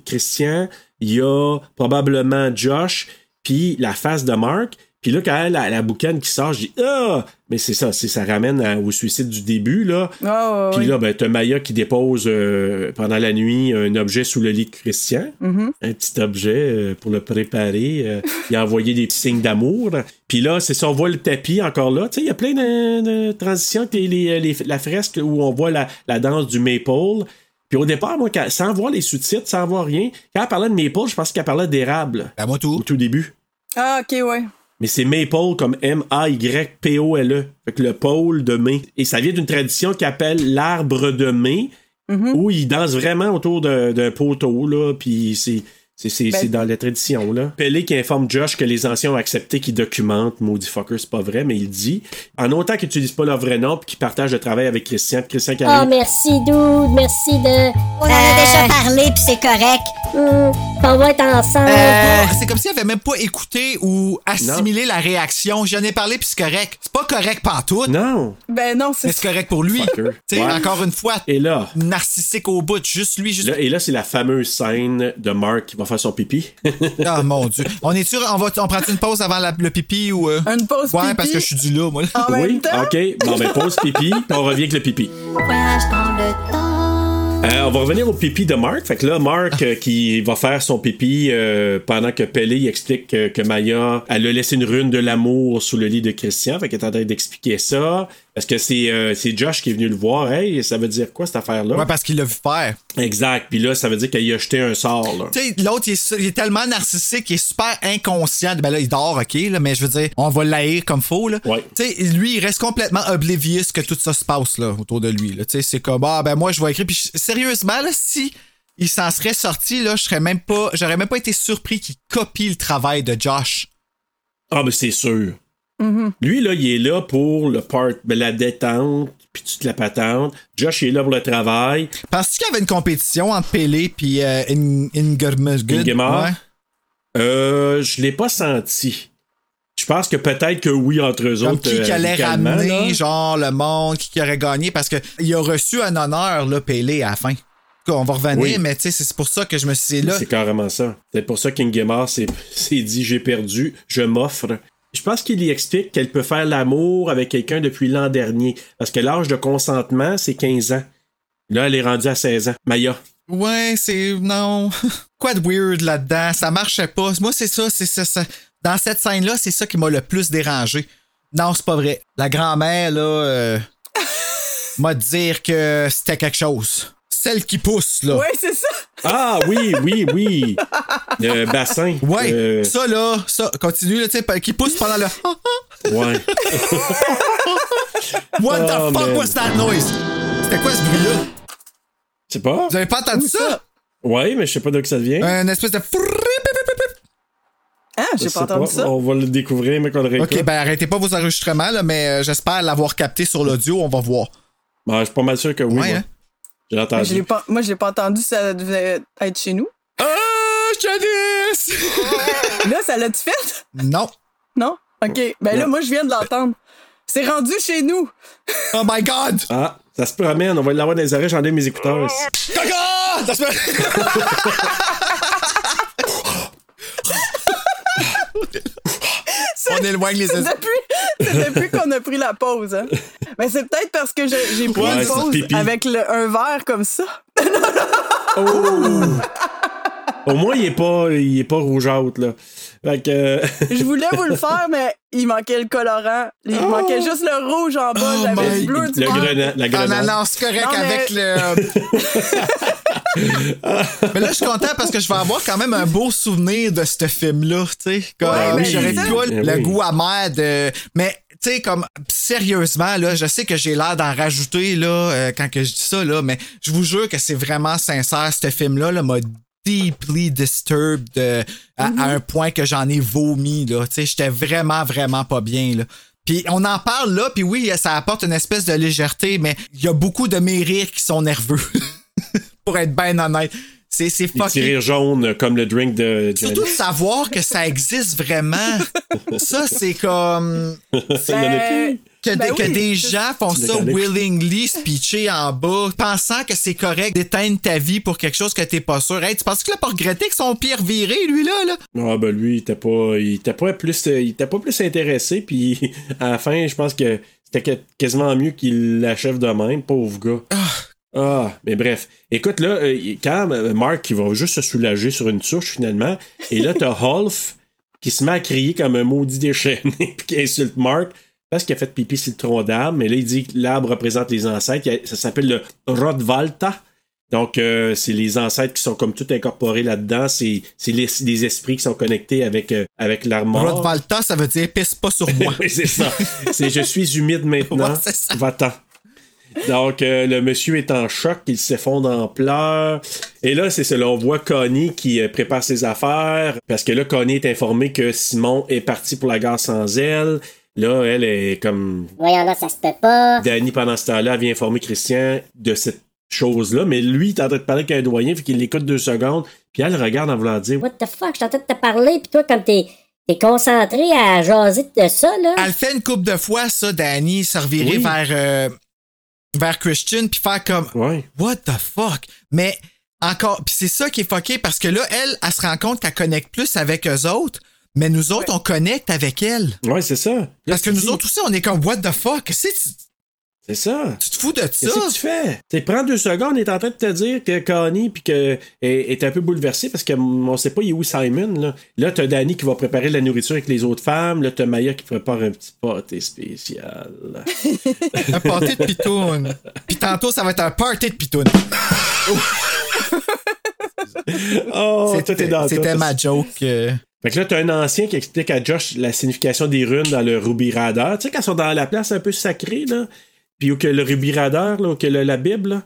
S2: Christian, il y a probablement Josh, puis la face de Mark. Puis là, quand elle a la boucane qui sort, je dis Ah! Mais c'est ça, c'est, ça ramène à- au suicide du début, là.
S8: Ah, ouais,
S2: Puis
S8: ouais.
S2: là, ben, t'as Maya qui dépose euh, pendant la nuit un objet sous le lit de Christian.
S8: Mhm.
S2: Un petit objet euh, pour le préparer. euh, il a envoyé des petits signes d'amour. Puis là, c'est ça, on voit le tapis encore là. Tu sais, il y a plein de, de transitions. Puis les- euh, les- la fresque où on voit la, la danse du Maple. Puis au départ, moi, quand- sans voir les sous-titres, sans voir rien, quand elle parlait de Maple, je pensais qu'elle parlait d'érable.
S4: À Ben, moi tout.
S2: Au tout début.
S8: Ah, ok, ouais.
S2: Mais c'est Maple comme M-A-Y-P-O-L-E. E. Fait que le pôle de mai. Et ça vient d'une tradition qui appelle l'arbre de mai,
S8: Mhm.
S2: où ils dansent vraiment autour d'un d'un poteau, là, puis c'est. C'est c'est-
S8: Ben-
S2: c'est dans la tradition, là. Pelé qui informe Josh que les anciens ont accepté qu'il documente, maudit fucker, c'est pas vrai, mais il dit en autant qu'ils n'utilisent pas leur vrai nom puis qu'ils partagent le travail avec Christian, puis Christian qui
S8: Ah,
S14: Oh,
S2: arrive.
S14: merci, Dude. Merci de. On en a déjà parlé, puis c'est correct. on va être ensemble.
S4: Ah, C'est comme s'il avait même pas écouté ou assimilé la réaction. J'en ai parlé, puis c'est correct. C'est pas correct pantoute.
S2: Non.
S8: Ben non, c'est
S4: Mais c'est correct pour lui.
S2: Fucker.
S4: Tu sais,
S2: Ouais.
S4: encore une fois,
S2: Et là,
S4: narcissique au bout, juste lui, juste.
S2: là- et là c'est la fameuse scène de Mark qui va faire son pipi.
S4: Ah mon dieu. On est sûr, on va on prend une pause avant la- le pipi ou euh?
S8: Une pause
S4: Ouais,
S8: pipi. Ah.
S4: parce que je suis du là moi.
S8: En même temps.
S2: OK. Bon, ben, pause pipi, puis on revient avec le pipi. Euh, on va revenir au pipi de Mark. Fait que là, Mark euh, qui va faire son pipi euh, pendant que Pelé il explique euh, que Maya, elle a laissé une rune de l'amour sous le lit de Christian. Fait qu'elle est en train d'expliquer ça. Parce que c'est euh, c'est Josh qui est venu le voir. Hey, ça veut dire quoi cette affaire-là?
S4: Ouais, parce qu'il l'a vu faire.
S2: Exact. Puis là, ça veut dire qu'il a jeté un sort. Là.
S4: Tu sais, l'autre, il, est su- il est tellement narcissique, il est super inconscient. Ben là, il dort, OK, là, mais je veux dire, on va l'haïr comme faux, là.
S2: Ouais.
S4: Tu sais, lui, il reste complètement oblivious que tout ça se passe, là, autour de lui, là. Tu sais, c'est comme, ah, ben moi, je vais écrire. Puis je- sérieusement, là, si il s'en serait sorti, là, je serais même pas, j'aurais même pas été surpris qu'il copie le travail de Josh.
S2: Ah, mais c'est sûr. Lui, là, il est là pour le part, ben, la détente, puis toute la patente. Josh il est là pour le travail.
S4: Penses-tu qu'il y avait une compétition entre Pelé puis euh, In- Ingermesgut?
S2: Ingemar?
S4: Ouais.
S2: Euh, je l'ai pas senti. Je pense que peut-être que oui, entre eux
S4: Comme
S2: autres.
S4: qui,
S2: euh,
S4: qui allait
S2: amicalement,
S4: ramener,
S2: là.
S4: genre, le monde, qui, qui aurait gagné, parce qu'il a reçu un honneur, là, Pelé, à la fin. En tout cas, On va revenir,
S2: Oui.
S4: mais tu sais, c'est pour ça que je me suis dit, là.
S2: C'est carrément ça. C'est pour ça qu'Ingemar s'est s'est dit j'ai perdu, je m'offre. Je pense qu'il y explique qu'elle peut faire l'amour avec quelqu'un depuis l'an dernier. Parce que l'âge de consentement, c'est 15 ans. Là, elle est rendue à 16 ans. Maya.
S4: Ouais, c'est. Non. Quoi de weird là-dedans? Ça marchait pas. Moi, c'est ça, c'est ça, ça- Dans cette scène-là, c'est ça qui m'a le plus dérangé. Non, c'est pas vrai. La grand-mère, là, euh, m'a dire que c'était quelque chose. Celle qui pousse, là.
S8: Ouais, c'est ça.
S2: Ah oui, oui, oui. Le bassin.
S4: Ouais,
S2: Euh,
S4: ça là, ça, continue, là, tu sais, qui pousse pendant le.
S2: ouais.
S4: What the
S2: Oh,
S4: fuck
S2: man.
S4: was that noise? C'était quoi ce bruit-là?
S2: C'est pas?
S4: Vous avez pas entendu ça?
S2: Ouais, mais je sais pas d'où que ça vient.
S4: Un espèce de.
S8: Ah,
S2: Je
S8: j'ai
S2: sais
S8: pas entendu ça.
S2: On va le découvrir, mais qu'on le réécoute.
S4: Ok, ben arrêtez pas vos enregistrements, là, mais euh, j'espère l'avoir capté sur l'audio, on va voir.
S2: Ben, je suis pas mal sûr que oui.
S4: Ouais,
S2: moi.
S4: hein?
S2: Je l'ai
S8: Mais je l'ai
S2: entendu.
S8: pas- moi, je l'ai pas entendu, ça devait être chez nous.
S4: Ah, Janice!
S8: Là, ça l'a-tu fait?
S4: Non.
S8: Non? OK. Ben là,
S2: Non.
S8: moi, je viens de l'entendre. C'est rendu chez nous.
S4: Oh my god!
S2: Ah, ça se promène. On va l'avoir dans les oreilles. J'enlève mes écouteurs. ici.
S4: Caca! Ça se fait- On éloigne les.
S8: C'est depuis, c'est depuis qu'on a pris la pause. hein. Mais c'est peut-être parce que j'ai j'ai pris
S2: Ouais,
S8: une
S2: c'est
S8: pause
S2: pipi.
S8: avec le- un verre comme ça. Oh!
S2: Au moins, il est pas, il est pas rougeâtre, là. Fait que, euh,
S8: Je voulais vous le faire, mais il manquait le colorant. Il
S2: Oh.
S8: manquait juste le rouge en bas.
S4: Oh
S8: J'avais
S4: my-
S8: le bleu du
S2: euh, le
S8: bord.
S2: grenade, la
S4: Ah, non,
S2: grenade.
S4: non, c'est correct
S8: Non, mais-
S4: avec le. euh, mais là, je suis content parce que je vais avoir quand même un beau souvenir de ce film-là, tu sais. Comme,
S8: Ouais,
S2: mais c'est
S4: j'aurais le
S2: ça.
S4: goût-
S2: Ben
S4: le
S2: oui.
S4: goût amer de. Mais, tu sais, comme, sérieusement, là, je sais que j'ai l'air d'en rajouter, là, euh, quand que je dis ça, là, mais je vous jure que c'est vraiment sincère, ce film-là, là, m'a deeply disturbed euh, à, à un point que j'en ai vomi, là. Tu sais, j'étais vraiment, vraiment pas bien, là. Puis on en parle là, puis oui, ça apporte une espèce de légèreté, mais il y a beaucoup de mes rires qui sont nerveux. Pour être bien honnête. C'est, c'est
S2: Les petits
S4: fucking.
S2: rires jaunes comme le drink de Janis.
S4: Surtout de savoir que ça existe vraiment. ça, c'est comme.
S2: C'est Ben, une honnêteté.
S4: Que, des-
S2: ben
S4: que
S2: oui.
S4: des gens font
S2: C'est
S4: ça
S2: correct.
S4: willingly, speecher en bas, pensant que c'est correct d'éteindre ta vie pour quelque chose que t'es pas sûr. Hey, tu penses qu'il a pas regretté que son pire viré, lui-là, là?
S2: Ah ben lui, il était pas, il était pas plus, il était pas plus intéressé. Puis à la fin, je pense que c'était que- quasiment mieux qu'il l'achève de même, pauvre gars. Ah, mais bref. Écoute, là, euh, il- quand euh, Mark, il va juste se soulager sur une touche, finalement, et là, t'as Holf qui se met à crier comme un maudit déchaîné, puis qui insulte Mark parce qu'il a fait pipi sur le tronc d'arbre, mais là, il dit que l'arbre représente les ancêtres. Il y a- Ça s'appelle le Rodvalta. Donc, euh, c'est les ancêtres qui sont comme tout incorporés là-dedans. C'est c'est les, les esprits qui sont connectés avec, euh, avec l'armor.
S4: Rodvalta, ça veut dire pisse pas sur moi.
S2: Oui, c'est ça. C'est je suis humide maintenant.
S4: Ouais, c'est ça.
S2: Va-t'en. Donc, euh, le monsieur est en choc, il s'effondre en pleurs. Et là, c'est cela, on voit Connie qui euh, prépare ses affaires, parce que là, Connie est informée que Simon est parti pour la gare sans elle. Là, elle est comme...
S14: Voyons là, ça se peut pas.
S2: Danny, pendant ce temps-là, elle vient informer Christian de cette chose-là, mais lui, il est en train de parler avec un doyen, fait qu'il l'écoute deux secondes, puis elle le regarde en voulant dire...
S14: What the fuck, je suis en train de te parler, puis toi, comme t'es t'es concentré à jaser de ça, là.
S4: Elle fait une coupe de fois, ça, Danny, se revirer
S14: Oui.
S4: vers, euh, vers Christian, puis faire comme What the fuck? Mais encore, puis c'est ça qui est fucké, parce que là, elle, elle se rend compte qu'elle connecte plus avec eux autres, mais nous autres, on connecte avec elle.
S2: Ouais, c'est ça.
S4: Parce que nous autres aussi, on est comme What the fuck? Qu'est-ce que tu-
S2: C'est ça.
S4: Tu te fous de ça?
S2: Qu'est-ce que tu fais? T'sais, prends deux secondes, est en train de te dire que Connie puis que, est, est un peu bouleversé parce que mm, on sait pas il est où Simon. Là, là t'as Danny qui va préparer la nourriture avec les autres femmes. Là, t'as Maya qui prépare un petit pâté spécial.
S4: un pâté de pitoune. Puis tantôt, ça va être un party de pitoune.
S2: oh,
S4: C'était-
S2: tout est dans
S4: c'était
S2: tout.
S4: ma joke. euh.
S2: Fait que là, t'as un ancien qui explique à Josh la signification des runes dans le Ruby Radar. Tu sais, quand ils sont dans la place un peu sacrée, là, puis où que le Ruby Radar, là, où que le- la Bible, là.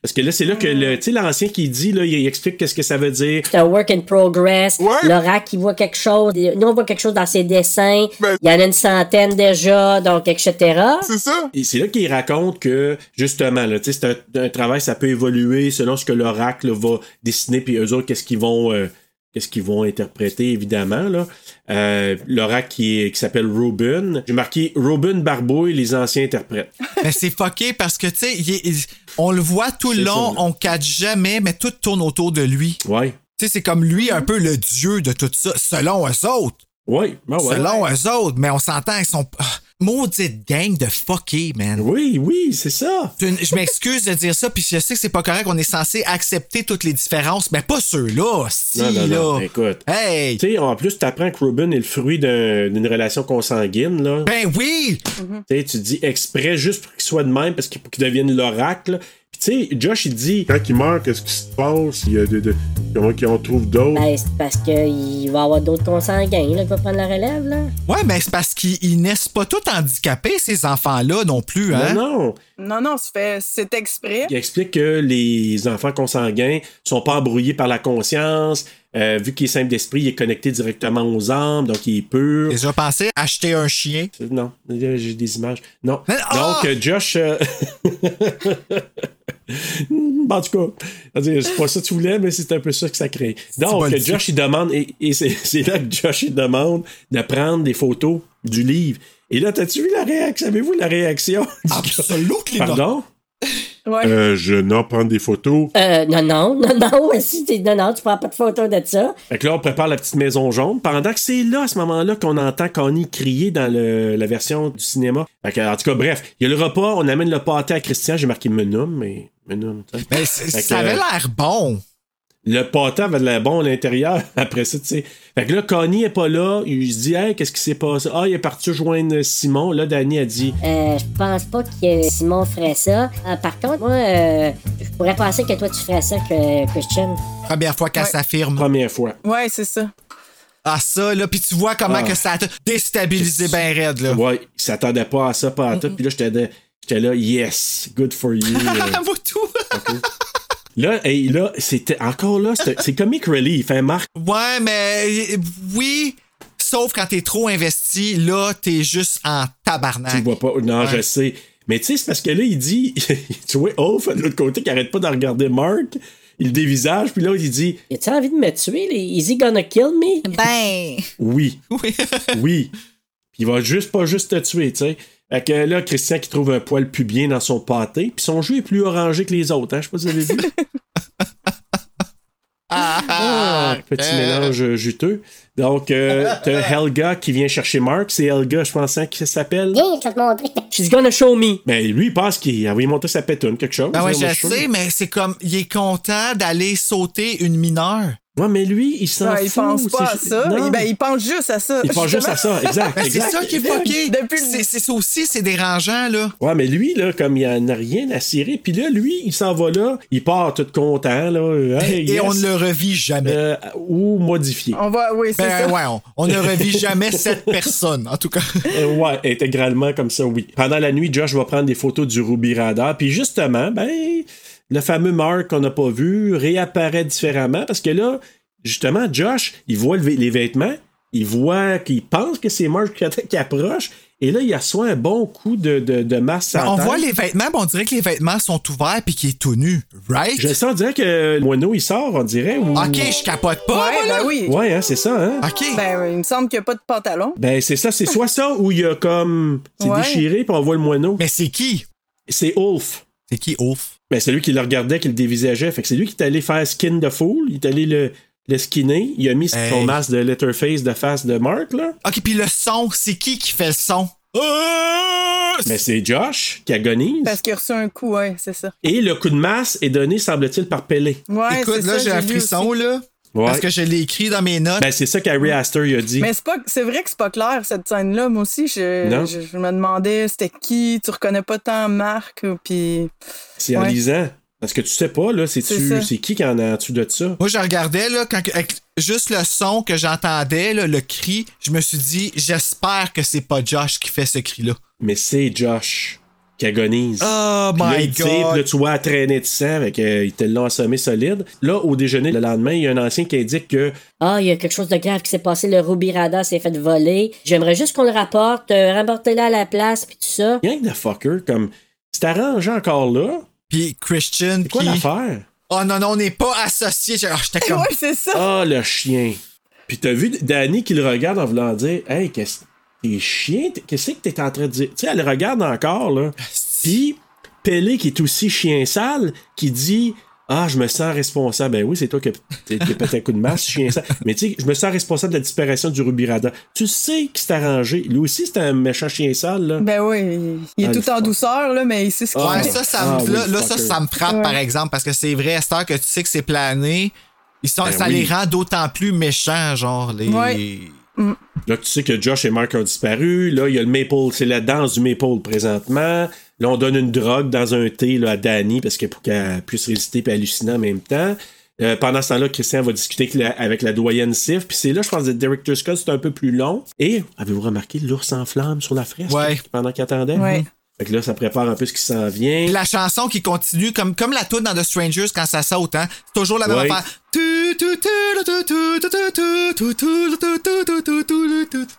S2: Parce que là, c'est là que le, tu sais, l'ancien qui dit, là, il il explique qu'est-ce que ça veut dire.
S14: C'est un work in progress. Laura qui voit quelque chose. Nous, on voit quelque chose dans ses dessins. Il y en a une centaine déjà, donc, etc.
S13: Ben- C'est ça.
S2: Et c'est là qu'il raconte que, justement, là, tu sais, c'est un, un travail, ça peut évoluer selon ce que l'oracle va dessiner, puis eux autres, qu'est-ce qu'ils vont, euh, qu'est-ce qu'ils vont interpréter, évidemment. Là. Euh, l'oracle qui, est- qui s'appelle Robin. J'ai marqué Robin Barbouille, les anciens interprètes.
S4: Mais c'est fucké parce que, tu sais, il est- il- on le voit tout le long, on catch jamais, mais tout tourne autour de lui.
S2: Ouais.
S4: Tu sais, c'est comme lui un peu le dieu de tout ça, selon eux autres.
S2: Oui, Ah ouais.
S4: Selon eux autres, mais on s'entend, ils sont. ah, maudite gang de fuckés, man.
S2: Oui, oui, c'est ça.
S4: Je m'excuse de dire ça, puis je sais que c'est pas correct, on est censé accepter toutes les différences, mais pas ceux-là, si,
S2: Non, non,
S4: là.
S2: non, écoute.
S4: Hey!
S2: Tu sais, en plus, t'apprends que Robin est le fruit d'un- d'une relation consanguine, là.
S4: Ben oui!
S2: Tu sais, tu dis exprès juste pour qu'il soit de même, parce qu'il pour qu'il devienne l'oracle. Puis tu sais, Josh, il dit...
S13: Quand il meurt, qu'est-ce qui se passe? Il y a de, de- comment qu'il en trouve d'autres?
S14: Ben, c'est parce qu'il va y avoir d'autres consanguins, là, qui vont prendre la relève, là.
S4: Ouais, mais c'est parce qu'ils ils naissent pas tous handicapés, ces enfants-là non plus, hein?
S2: Non, non.
S8: Non, non, c'est fait- c'est exprès.
S2: Il explique que les enfants consanguins sont pas embrouillés par la conscience. Euh, vu qu'il est simple d'esprit, il est connecté directement aux âmes, donc il est pur.
S4: Déjà pensé acheter un chien?
S2: Non, là, j'ai des images. Non. Donc, euh, Josh. euh, Hmm, en tout cas, c'est-à-dire, c'est pas ça que tu voulais, mais c'est un peu ça que ça crée. Donc,
S4: pas le
S2: euh, Josh, il demande, et, et c'est, c'est là que Josh, il demande de prendre des photos du livre. Et là, t'as-tu vu la réaction? Avez-vous la réaction?
S4: Absolument,
S2: Pardon?
S13: Euh, je n'en prends des photos.
S14: Euh, non, non, non, non, aussi, t'es- non, non, tu prends pas de photo de ça.
S2: Fait que là, on prépare la petite maison jaune. Pendant que c'est là, à ce moment-là, qu'on entend Connie crier dans le- la version du cinéma. Fait que, en tout cas, bref, il y a le repas, on amène le pâté à Christian. J'ai marqué Menum, mais Menum. tu sais.
S4: Mais Ben, c'est-
S2: Fait que,
S4: ça avait l'air bon.
S2: Le pâté avait de l'air bon à l'intérieur. Après ça, tu sais. Fait que là, Connie est pas là. Il se dit, hey, qu'est-ce qui s'est passé? Ah, il est parti joindre Simon. Là, Danny a dit,
S14: Euh, je pense pas que Simon ferait ça. Euh, par contre, moi, euh, je pourrais penser que toi, tu ferais ça, que Christian.
S4: Première fois qu'elle s'affirme.
S2: Première fois.
S8: Ouais, c'est ça.
S4: Ah, ça, là, puis tu vois comment
S2: Ah.
S4: que ça a tout déstabilisé ben raide, là.
S2: ouais, il s'attendait pas à ça, pas à tout. Puis là, j'étais de- j'étais là, yes, good for you. Euh,
S4: Vaut tout!
S2: là, hey, là, c'était encore là, c'était- c'est comic relief, hein, Marc?
S4: Ouais, mais euh, oui, sauf quand t'es trop investi, là, t'es juste en tabarnak.
S2: Tu le vois pas. Non, je sais. Mais tu sais, c'est parce que là, il dit, tu vois, Off, de l'autre côté, qui arrête pas de regarder Mark, il le dévisage, puis là, il dit.
S14: Y a-t-il envie de me tuer? là? Is he gonna kill me?
S10: Ben.
S2: Oui. oui. Puis il va juste pas juste te tuer, tu sais. Fait que là, Christian qui trouve un poil pubien dans son pâté, puis son jeu est plus orangé que les autres, hein? Je sais pas si vous avez vu. Ah, petit mélange juteux. Donc, euh, t'as Helga qui vient chercher Mark. C'est Helga, je pense, hein, qui s'appelle.
S14: Viens, je vais te montrer. She's gonna show me.
S2: Mais lui, il pense qu'il a voulu montrer sa pétoune, quelque chose.
S4: Ah ouais,
S2: hein, moi,
S4: je
S2: trouve.
S4: sais, mais c'est comme, il est content d'aller sauter une mineure.
S2: Ouais, mais lui, il s'en
S8: Ouais, il pense pas à ça. Il, ben, il pense juste à ça.
S2: Il pense juste à ça, exact,
S4: Ben, c'est
S2: exact.
S4: ça qui est fucké. C'est- C'est ça aussi, c'est dérangeant, là.
S2: Ouais, mais lui, là, comme il en a rien à cirer, puis là, lui, il s'en va là, il part tout content, là. euh, Hey,
S4: Et
S2: yes.
S4: on ne le revit jamais.
S2: Euh, ou modifié.
S8: On va, oui, c'est
S4: Ben
S8: ça.
S4: ouais, on, on ne revit jamais cette personne, en tout cas.
S2: Euh, ouais, intégralement comme ça, oui. Pendant la nuit, Josh va prendre des photos du Ruby Radar. Puis justement, ben, le fameux Mark qu'on n'a pas vu réapparaît différemment parce que là, justement, Josh, il voit le v- les vêtements, il voit qu'il pense que c'est Mark qui, atta- qui approche. Et là, il a soit un bon coup de, de, de masse
S4: Ben,
S2: à
S4: on
S2: terre.
S4: voit les vêtements, mais on dirait que les vêtements sont ouverts puis qu'il est tout nu, right?
S2: Je sens, on dirait que Moineau, il sort, on dirait. ou-
S4: Ok, je capote pas,
S8: Ouais,
S4: moi, là.
S8: ben oui.
S2: Ouais, hein, c'est ça, hein?
S4: Ok.
S8: Ben, il me semble qu'il n'y a pas de pantalon.
S2: Ben, c'est ça, c'est soit ça ou il y a comme. C'est
S8: Ouais.
S2: déchiré, puis on voit le moineau.
S4: Mais c'est qui?
S2: C'est Ulf.
S4: C'est qui, Ouf?
S2: Ben, c'est lui qui le regardait, qui le dévisageait. Fait que c'est lui qui est allé faire skin de fool. Il est allé le, le skinner. Il a mis son
S4: Hey.
S2: masque de letterface de face de Mark, là.
S4: Ok, puis le son, c'est qui qui fait le son? Euh,
S2: Mais Ben, c'est Josh qui agonise.
S8: Parce qu'il a reçu un coup, ouais, c'est ça.
S2: Et le coup de masse est donné, semble-t-il, par Pelé.
S8: Ouais,
S4: Écoute,
S8: c'est
S4: là,
S8: ça,
S4: j'ai un
S8: lu
S4: frisson,
S8: aussi.
S4: là. Parce que je l'ai écrit dans mes notes.
S2: Ben, c'est ça qu'Harry Astor il a dit.
S8: Mais c'est pas, c'est vrai que c'est pas clair cette scène-là. Moi aussi, je,
S2: Non.
S8: je, je me demandais c'était qui. Tu reconnais pas tant Marc, puis
S2: C'est en
S8: ouais.
S2: lisant. Parce que tu sais pas, là, c'est
S8: C'est ça.
S2: qui qui en est en dessous de ça?
S4: Moi, je regardais, là, quand, avec juste le son que j'entendais, là, le cri, je me suis dit, j'espère que c'est pas Josh qui fait ce cri-là.
S2: Mais c'est Josh qui agonise.
S4: Oh
S2: Puis là,
S4: my
S2: il tire, puis
S4: god!
S2: là, tu vois, à traîner de sang, avec, euh, il te l'a assommé solide. Là, au déjeuner, le lendemain, il y a un ancien qui indique que
S14: Ah, il y a quelque chose de grave qui s'est passé. Le Ruby Rada s'est fait voler. J'aimerais juste qu'on le rapporte, euh, rapportez-le à la place, puis tout ça.
S2: rien que de fucker, comme, c'est arrangé encore là.
S4: Puis Christian,
S2: C'est quoi
S4: qui-
S2: l'affaire?
S4: Oh non, non, on n'est pas associés. Je- Ah, j'étais comme.
S8: ouais, c'est ça.
S2: Ah, le chien. Puis t'as vu Danny qui le regarde en voulant dire, hey, qu'est-ce t'es chien? t'es- Qu'est-ce que t'es en train de dire? Tu sais, elle le regarde encore, là. Puis Pelé, qui est aussi chien sale, qui dit, ah, je me sens responsable. Ben oui, c'est toi qui t'es t'es pété un coup de masse, chien sale. Mais tu sais, je me sens responsable de la disparition du Rubirada. Tu sais que c'est arrangé. Lui aussi, c'est un méchant chien sale, là.
S8: ben oui, il, il est
S2: Ah, le
S8: tout en douceur là, mais il sait ce qu'il
S4: Ouais,
S8: fait.
S4: ça, ça
S2: Ah
S4: me, là,
S2: oui,
S4: là, ça,
S2: fucker.
S4: ça me frappe,
S8: Ouais.
S4: par exemple, parce que c'est vrai, Esther, que tu sais que c'est plané. Ils sont,
S2: Ben
S4: ça
S2: oui.
S4: les rend d'autant plus méchants, genre, les.
S8: Ouais.
S2: Là, tu sais que Josh et Mark ont disparu. Là, il y a le Maple. C'est la danse du Maple présentement. Là, on donne une drogue dans un thé là, à Danny parce que pour qu'elle puisse résister et halluciner en même temps. Euh, pendant ce temps-là, Christian va discuter avec la, avec la doyenne Sif. Puis c'est là, je pense, que Director Scott, c'est un peu plus long. Et avez-vous remarqué l'ours en flamme sur la fresque
S4: Ouais.
S2: pendant qu'il attendait?
S8: Ouais.
S4: Mhm.
S2: Fait que là, ça prépare un peu ce qui s'en vient.
S4: Puis la chanson qui continue, comme, comme la tune dans The Strangers quand ça saute, hein. C'est toujours la même
S2: Ouais.
S4: affaire. Tu, tu, tu, le, tu, tu, tu, tu, tu, tu, tu, tu, tu, tu, tu, tu, le, tu, tu.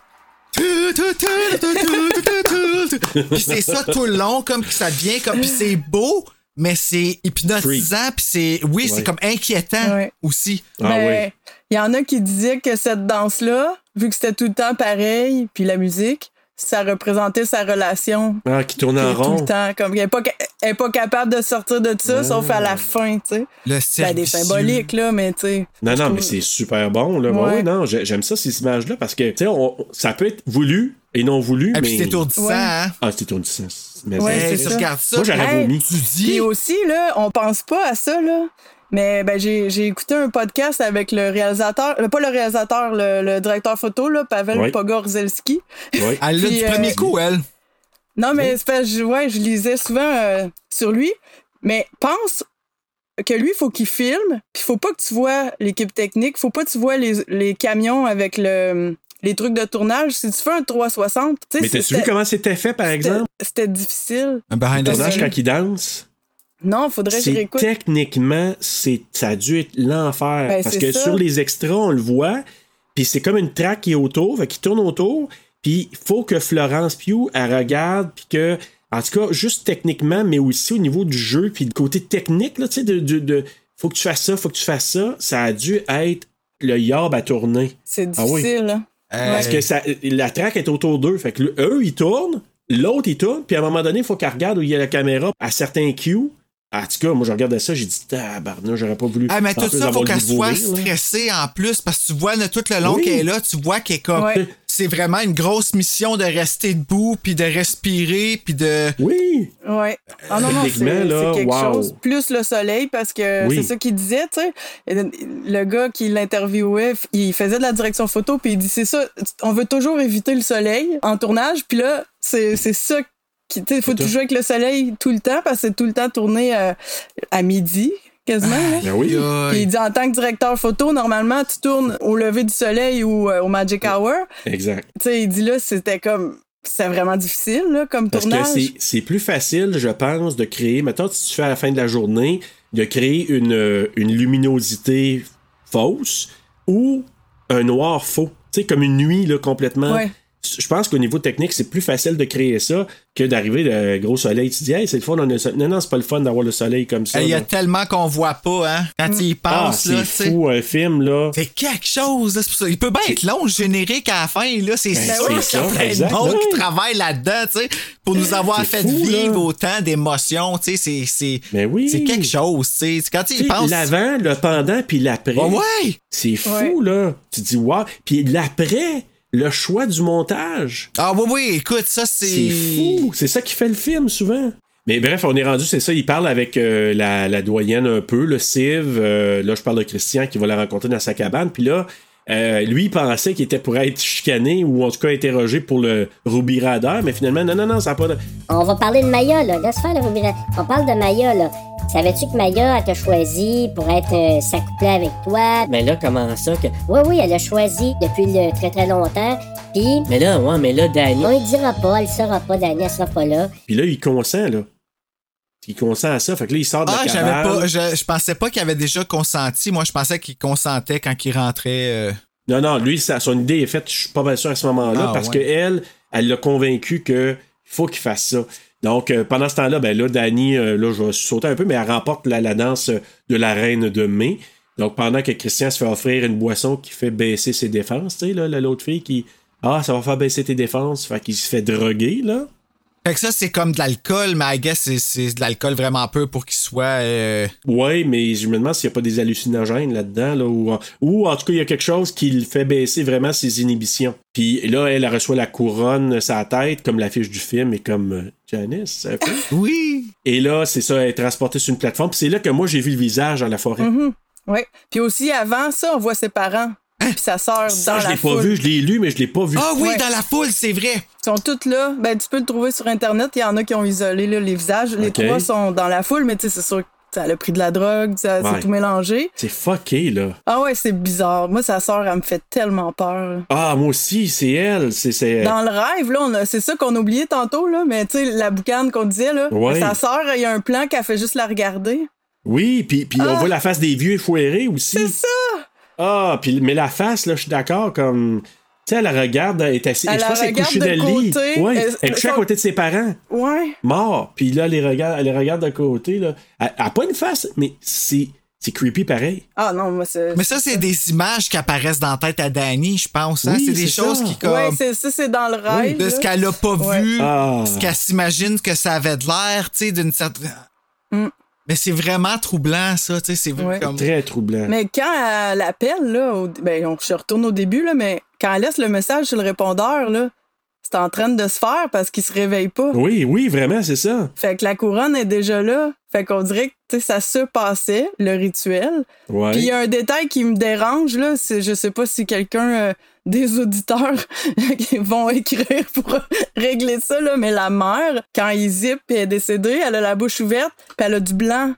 S4: Tu, tu, tu, le, tu, tu, tu, tu, tu, tu. Puis c'est ça tout le long, comme que ça devient comme. Puis c'est beau, mais c'est hypnotisant, puis c'est. Oui,
S2: Ouais.
S4: c'est comme inquiétant
S8: Ouais.
S4: aussi.
S2: Ah
S8: Ben,
S2: oui.
S8: Il y en a qui disaient que cette danse-là, vu que c'était tout le temps pareil, puis la musique, ça représentait sa relation.
S2: Ah, qui tourne en
S8: Puis tout
S2: rond.
S8: le temps. Comme, elle n'est pas, elle est pas capable de sortir de ça, sauf à la fin, tu sais.
S4: Le
S8: Ben, des
S4: servicieux.
S8: symboliques, là, mais tu sais.
S2: Non,
S8: Je
S2: non, mais
S8: trouve-
S2: c'est super bon. Là.
S8: Ouais.
S2: Ouais, non, j'ai- j'aime ça, ces images-là, parce que, tu sais, on- ça peut être voulu et non voulu,
S4: Et
S2: mais...
S4: Ah, puis c'est étourdissant,
S8: Ouais.
S4: hein.
S2: Ah, c'était tourné sens. Mais ben,
S8: Ouais,
S4: Hey,
S8: c'est
S4: tu
S8: ça.
S4: regardes ça.
S2: Moi, j'aurais
S8: Hey.
S2: vomi.
S4: tu dis.
S8: Puis aussi, là, on pense pas à ça, là. Mais ben, j'ai, j'ai écouté un podcast avec le réalisateur, euh, pas le réalisateur, le, le directeur photo, là, Pavel
S2: Ouais.
S8: Pogorzelski.
S2: Ouais.
S4: Elle l'a
S8: Puis,
S4: du
S8: euh,
S4: premier coup, elle.
S8: Non, mais c'est parce que je- ouais, je lisais souvent euh, sur lui. Mais pense que lui, il faut qu'il filme, puis faut pas que tu vois l'équipe technique, faut pas que tu vois les, les camions avec le, les trucs de tournage. Si tu fais un 360, tu sais,
S2: Mais t'as-tu vu
S8: c'était-
S2: comment c'était fait, par exemple?
S8: c'était- c'était difficile.
S4: Un behind
S2: Le
S4: the
S2: tournage,
S4: scenes.
S2: quand il danse,
S8: Non, faudrait que je
S2: c'est
S8: réécoute.
S2: techniquement, c'est, ça a dû être l'enfer.
S8: Ben,
S2: parce
S8: c'est
S2: que
S8: ça.
S2: sur les extras, on le voit, puis c'est comme une traque qui est autour, qui tourne autour, Puis faut que Florence Pugh, elle regarde, puis que, en tout cas, juste techniquement, mais aussi au niveau du jeu, puis du côté technique, là, tu sais, de, de, de- faut que tu fasses ça, faut que tu fasses ça, ça a dû être le yarb à tourner.
S8: C'est
S2: Ah oui.
S8: difficile. hein.
S2: Parce
S8: Ouais.
S2: que ça, la traque est autour d'eux. Fait que le- eux, ils tournent, l'autre, il tourne, puis à un moment donné, il faut qu'elle regarde où il y a la caméra à certains cues. Ah, En tout cas, moi, je regardais ça, j'ai dit, tabarnak, j'aurais pas voulu.
S4: Ah, mais
S2: en
S4: tout
S2: plus
S4: ça, faut
S2: avoir
S4: qu'elle
S2: le
S4: soit
S2: vomir, là.
S4: stressée en plus, parce que tu vois là, tout le long
S2: Oui.
S4: qu'elle est là, tu vois qu'elle est comme.
S2: Ouais.
S4: C'est vraiment une grosse mission de rester debout, puis de respirer, puis de.
S2: Oui!
S8: Ouais. Ah non, non, c'est
S4: Techniquement, là,
S8: c'est quelque
S4: wow.
S8: chose. Plus le soleil, parce que
S4: Oui.
S8: c'est ça qu'il disait, tu sais. Le gars qui l'interviewait, f- il faisait de la direction photo, puis il dit c'est ça, on veut toujours éviter le soleil en tournage, puis là, c'est c'est ça qui. Il faut
S2: C'est
S8: toujours
S2: ça.
S8: avec le soleil tout le temps, parce que c'est tout le temps tourné euh, à midi. Quasiment. là.
S2: ben oui.
S4: euh,
S8: Puis il dit en tant que directeur photo, normalement, tu tournes au lever du soleil ou euh, au Magic Hour.
S2: Exact.
S8: Tu sais, il dit là, c'était comme. C'était vraiment difficile, là, comme
S2: Parce
S8: tournage.
S2: que c'est- c'est plus facile, je pense, de créer. Maintenant, si tu fais à la fin de la journée, de créer une, euh, une luminosité fausse ou un noir faux. Tu sais, comme une nuit là, complètement.
S8: Ouais.
S2: Je pense qu'au niveau technique, c'est plus facile de créer ça que d'arriver le gros soleil. Tu dis, hey, c'est le fun, on a le soleil. Non, non, c'est pas le fun d'avoir le soleil comme ça.
S4: Il y a
S2: là.
S4: tellement qu'on voit pas, hein. Quand il
S2: ah,
S4: pense, là,
S2: c'est
S4: tu sais.
S2: fou, un film, là.
S4: C'est quelque chose, là, c'est pour ça. Il peut bien être long, le générique à la fin, là. C'est
S2: Ben,
S4: sûr
S2: c'est
S4: qu'il y
S2: ça,
S4: a plein de
S2: exact,
S4: monde
S2: ouais.
S4: qui travaille là-dedans, tu sais, pour nous avoir
S2: C'est
S4: fait
S2: fou, Ben
S4: vivre autant d'émotions, tu sais. c'est- C'est c'est quelque chose, tu sais. Quand
S2: Tu
S4: il
S2: sais,
S4: pense.
S2: L'avant, le pendant, puis l'après.
S4: Ah ouais!
S2: C'est fou,
S4: Ouais.
S2: là. Tu dis, wow. Puis l'après, le choix du montage.
S4: Ah oui, oui, écoute, ça, c'est.
S2: C'est fou. C'est ça qui fait le film, souvent. Mais bref, on est rendu, c'est ça. Il parle avec euh, la, la doyenne un peu, le Siv. euh, là, je parle de Christian qui va la rencontrer dans sa cabane. Puis là, euh, lui, il pensait qu'il était pour être chicané ou en tout cas interrogé pour le Ruby Radar. Mais finalement, non, non, non, ça n'a pas de.
S15: On va parler de Maya, là. Laisse faire, là, Ruby. On parle de Maya, là. Savais-tu que Maya, elle t'a choisi pour être euh, s'accoupler avec toi?
S12: Mais là, comment ça que.
S15: Oui, oui, elle a choisi depuis le- très très longtemps. Puis,
S12: Mais là, ouais, mais là, Danny.
S15: on ne dira pas, elle ne saura pas, Dani, elle sera pas là.
S2: Puis là, il consent, là. Il consent à ça. Fait que là, il sort de
S4: Ah,
S2: la cabane.
S4: j'avais pas. Je, je pensais pas qu'il avait déjà consenti. Moi, je pensais qu'il consentait quand il rentrait. euh,
S2: Non, non, lui, sa- son idée est faite, je suis pas bien sûr à ce moment-là,
S4: Ah,
S2: parce
S4: ouais.
S2: que elle, elle l'a convaincu que faut qu'il fasse ça. Donc, euh, pendant ce temps-là, ben là, Dani, euh, là, je vais sauter un peu, mais elle remporte la, la danse euh, de la reine de mai. Donc, pendant que Christian se fait offrir une boisson qui fait baisser ses défenses, tu sais, là, là, l'autre fille qui. Ah, ça va faire baisser tes défenses, fait qu'il se fait droguer, là.
S4: Fait que ça, c'est comme de l'alcool, mais I guess c'est- c'est de l'alcool vraiment peu pour qu'il soit. euh,
S2: Ouais, mais je me demande s'il n'y a pas des hallucinogènes là-dedans, là, ou, en- ou en tout cas, il y a quelque chose qui le fait baisser vraiment ses inhibitions. Puis là, elle elle reçoit la couronne sa tête, comme l'affiche du film, et comme euh, Janice, un peu.
S4: Oui!
S2: Et là, c'est ça, elle est transportée sur une plateforme, puis c'est là que moi, j'ai vu le visage dans la forêt.
S8: Mhm. Oui. Puis aussi, avant ça, on voit ses parents. Puis sa sœur
S2: Ça,
S8: dans
S2: je
S8: la
S2: l'ai
S8: foule. Ah!
S2: pas vu, je l'ai lu, mais je l'ai pas vu.
S4: Ah
S8: Ouais.
S4: foule, c'est vrai.
S8: Ils sont toutes là. Ben, tu peux le trouver sur Internet. Il y en a qui ont isolé là, les visages. Les
S2: Ok.
S8: trois sont dans la foule, mais tu sais, c'est sûr que ça a pris de la drogue, ça
S2: Ouais.
S8: c'est tout mélangé.
S2: C'est fucké, là.
S8: Ah ouais, c'est bizarre. Moi, sa sœur, elle me fait tellement peur.
S2: Ah, moi aussi, c'est elle. C'est, c'est...
S8: Dans le rêve, là, on a- c'est ça qu'on a oublié tantôt, là, mais tu sais, la boucane qu'on disait, là,
S2: Ouais.
S8: sa sœur, il y a un plan qu'elle fait juste la regarder.
S2: Oui, puis, puis on
S8: Ah!
S2: voit la face des vieux fouérés aussi. C'est ça! Ah, puis, mais la face, là, je suis d'accord, comme. Tu sais, elle la regarde, elle est assise.
S8: Elle
S2: je
S8: la
S2: pense qu'elle est
S8: regarde
S2: couchée
S8: de
S2: dans le lit.
S8: côté,
S2: Ouais,
S8: elle-
S2: elle est couchée à
S8: son-
S2: côté de ses parents,
S8: Ouais.
S2: mort. Puis là, elle les regarde, elle les regarde de côté, là. Elle elle a pas une face, mais c'est, c'est creepy pareil.
S8: Ah non, moi, c'est.
S4: Mais ça, c'est des images qui apparaissent dans la tête à Danny, je pense. hein.
S2: Oui,
S4: c'est des
S2: c'est
S4: choses
S2: ça.
S4: qui, comme.
S8: Ouais, c'est, ça, c'est dans le rêve.
S4: de ce
S8: là.
S4: qu'elle a pas
S8: Ouais.
S4: vu,
S2: Ah.
S4: ce qu'elle s'imagine que ça avait de l'air, tu sais, d'une certaine. Mais c'est vraiment troublant, ça, tu sais, c'est
S8: Mm. Ouais.
S4: comme.
S2: Très troublant.
S8: Mais quand elle appelle, là, au- ben, on se retourne au début, là, mais quand elle laisse le message sur le répondeur, là, c'est en train de se faire parce qu'il se réveille pas.
S2: Oui, oui, vraiment, c'est ça.
S8: Fait que la couronne est déjà là. Fait qu'on dirait que tu sais, ça se passait, le rituel.
S2: Ouais.
S8: Puis il y a un détail qui me dérange, là. C'est, je sais pas si quelqu'un euh, des auditeurs qui vont écrire pour régler ça, là, mais la mère, quand il zip et est décédée, elle a la bouche ouverte, puis elle a du blanc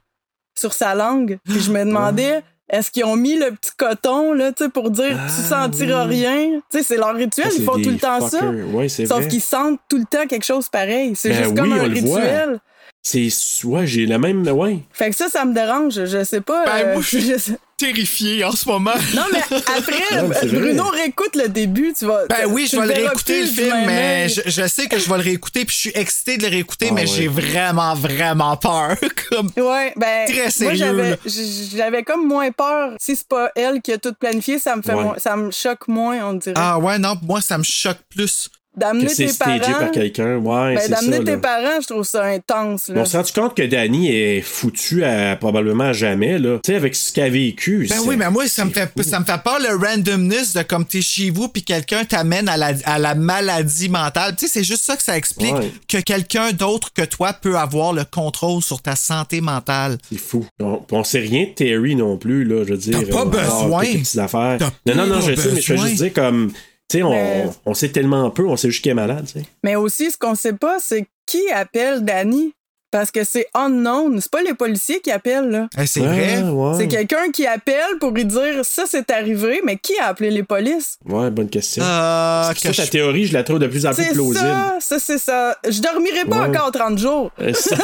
S8: sur sa langue. Puis je me demandais. Est-ce qu'ils ont mis le petit coton là, tu sais, pour dire tu sentiras rien? Tu sais, c'est leur rituel,
S2: Ah, c'est
S8: ils font
S2: des
S8: tout le temps ça.
S2: fuckers. Ouais, c'est
S8: Sauf
S2: vrai.
S8: qu'ils sentent tout le temps quelque chose pareil. C'est
S2: Ben
S8: juste comme
S2: oui,
S8: un
S2: on le voit.
S8: rituel.
S2: C'est. Ouais, j'ai la même. Ouais.
S8: Fait que ça, ça me dérange. Je sais pas. euh,
S4: Ben, moi, je
S8: suis
S4: terrifié en ce moment.
S8: Non, mais après,
S4: Non, mais c'est vrai.
S8: Bruno réécoute le début, tu vas.
S4: Ben oui,
S8: tu
S4: je vais le
S8: verras
S4: réécouter le
S8: plus du
S4: film,
S8: même
S4: mais
S8: œil.
S4: je, je sais que je vais le réécouter, puis je suis excité de le réécouter,
S8: Ah
S4: mais
S8: ouais.
S4: j'ai vraiment, vraiment peur. Comme...
S8: Ouais, ben,
S4: Très
S8: moi
S4: sérieux, là.
S8: j'avais, j- j'avais comme moins peur. Si c'est pas elle qui a tout planifié, ça me fait,
S4: Ouais.
S8: moins- ça me choque moins, on dirait.
S4: Ah ouais, non, moi, ça me choque plus.
S8: D'amener
S2: Que c'est
S8: tes
S2: stagé
S8: parents.
S2: par quelqu'un. Ouais,
S8: ben,
S2: c'est ça.
S8: d'amener tes
S2: là.
S8: parents, je trouve ça intense. Là.
S2: On s'est rendu compte que Dani est foutu à probablement à jamais, là. Tu sais, avec ce qu'elle a vécu.
S4: Ben
S2: c'est-
S4: oui, mais moi, ça me fait, ça me fait peur le randomness de comme t'es chez vous puis quelqu'un t'amène à la, à la maladie mentale. Tu sais, c'est juste ça que ça explique
S2: Ouais.
S4: que quelqu'un d'autre que toi peut avoir le contrôle sur ta santé mentale.
S2: C'est fou. On, on sait rien de Terry non plus, là, je veux dire.
S4: pas
S2: euh,
S4: besoin.
S2: ah, toutes les petites affaires.
S4: T'as
S2: Non, non, non,
S4: pas
S2: je sais, mais je veux
S4: besoin.
S2: juste dire comme. Tu sais, on,
S8: Mais-
S2: on sait tellement peu, on sait juste qu'il est malade, tu sais.
S8: Mais aussi, ce qu'on sait pas, c'est qui appelle Danny. Parce que c'est unknown. C'est pas les policiers qui appellent, là.
S4: Eh, c'est vrai? ouais.
S8: C'est quelqu'un qui appelle pour lui dire ça, c'est arrivé, mais qui a appelé les polices?
S2: Ouais, bonne question.
S4: Euh,
S2: c'est pour ça, ta théorie, je la trouve de plus en plus
S8: C'est
S2: plausible.
S8: ça, ça, c'est ça. Je dormirai pas
S2: Ouais.
S8: encore 30 jours.
S2: Euh, ça-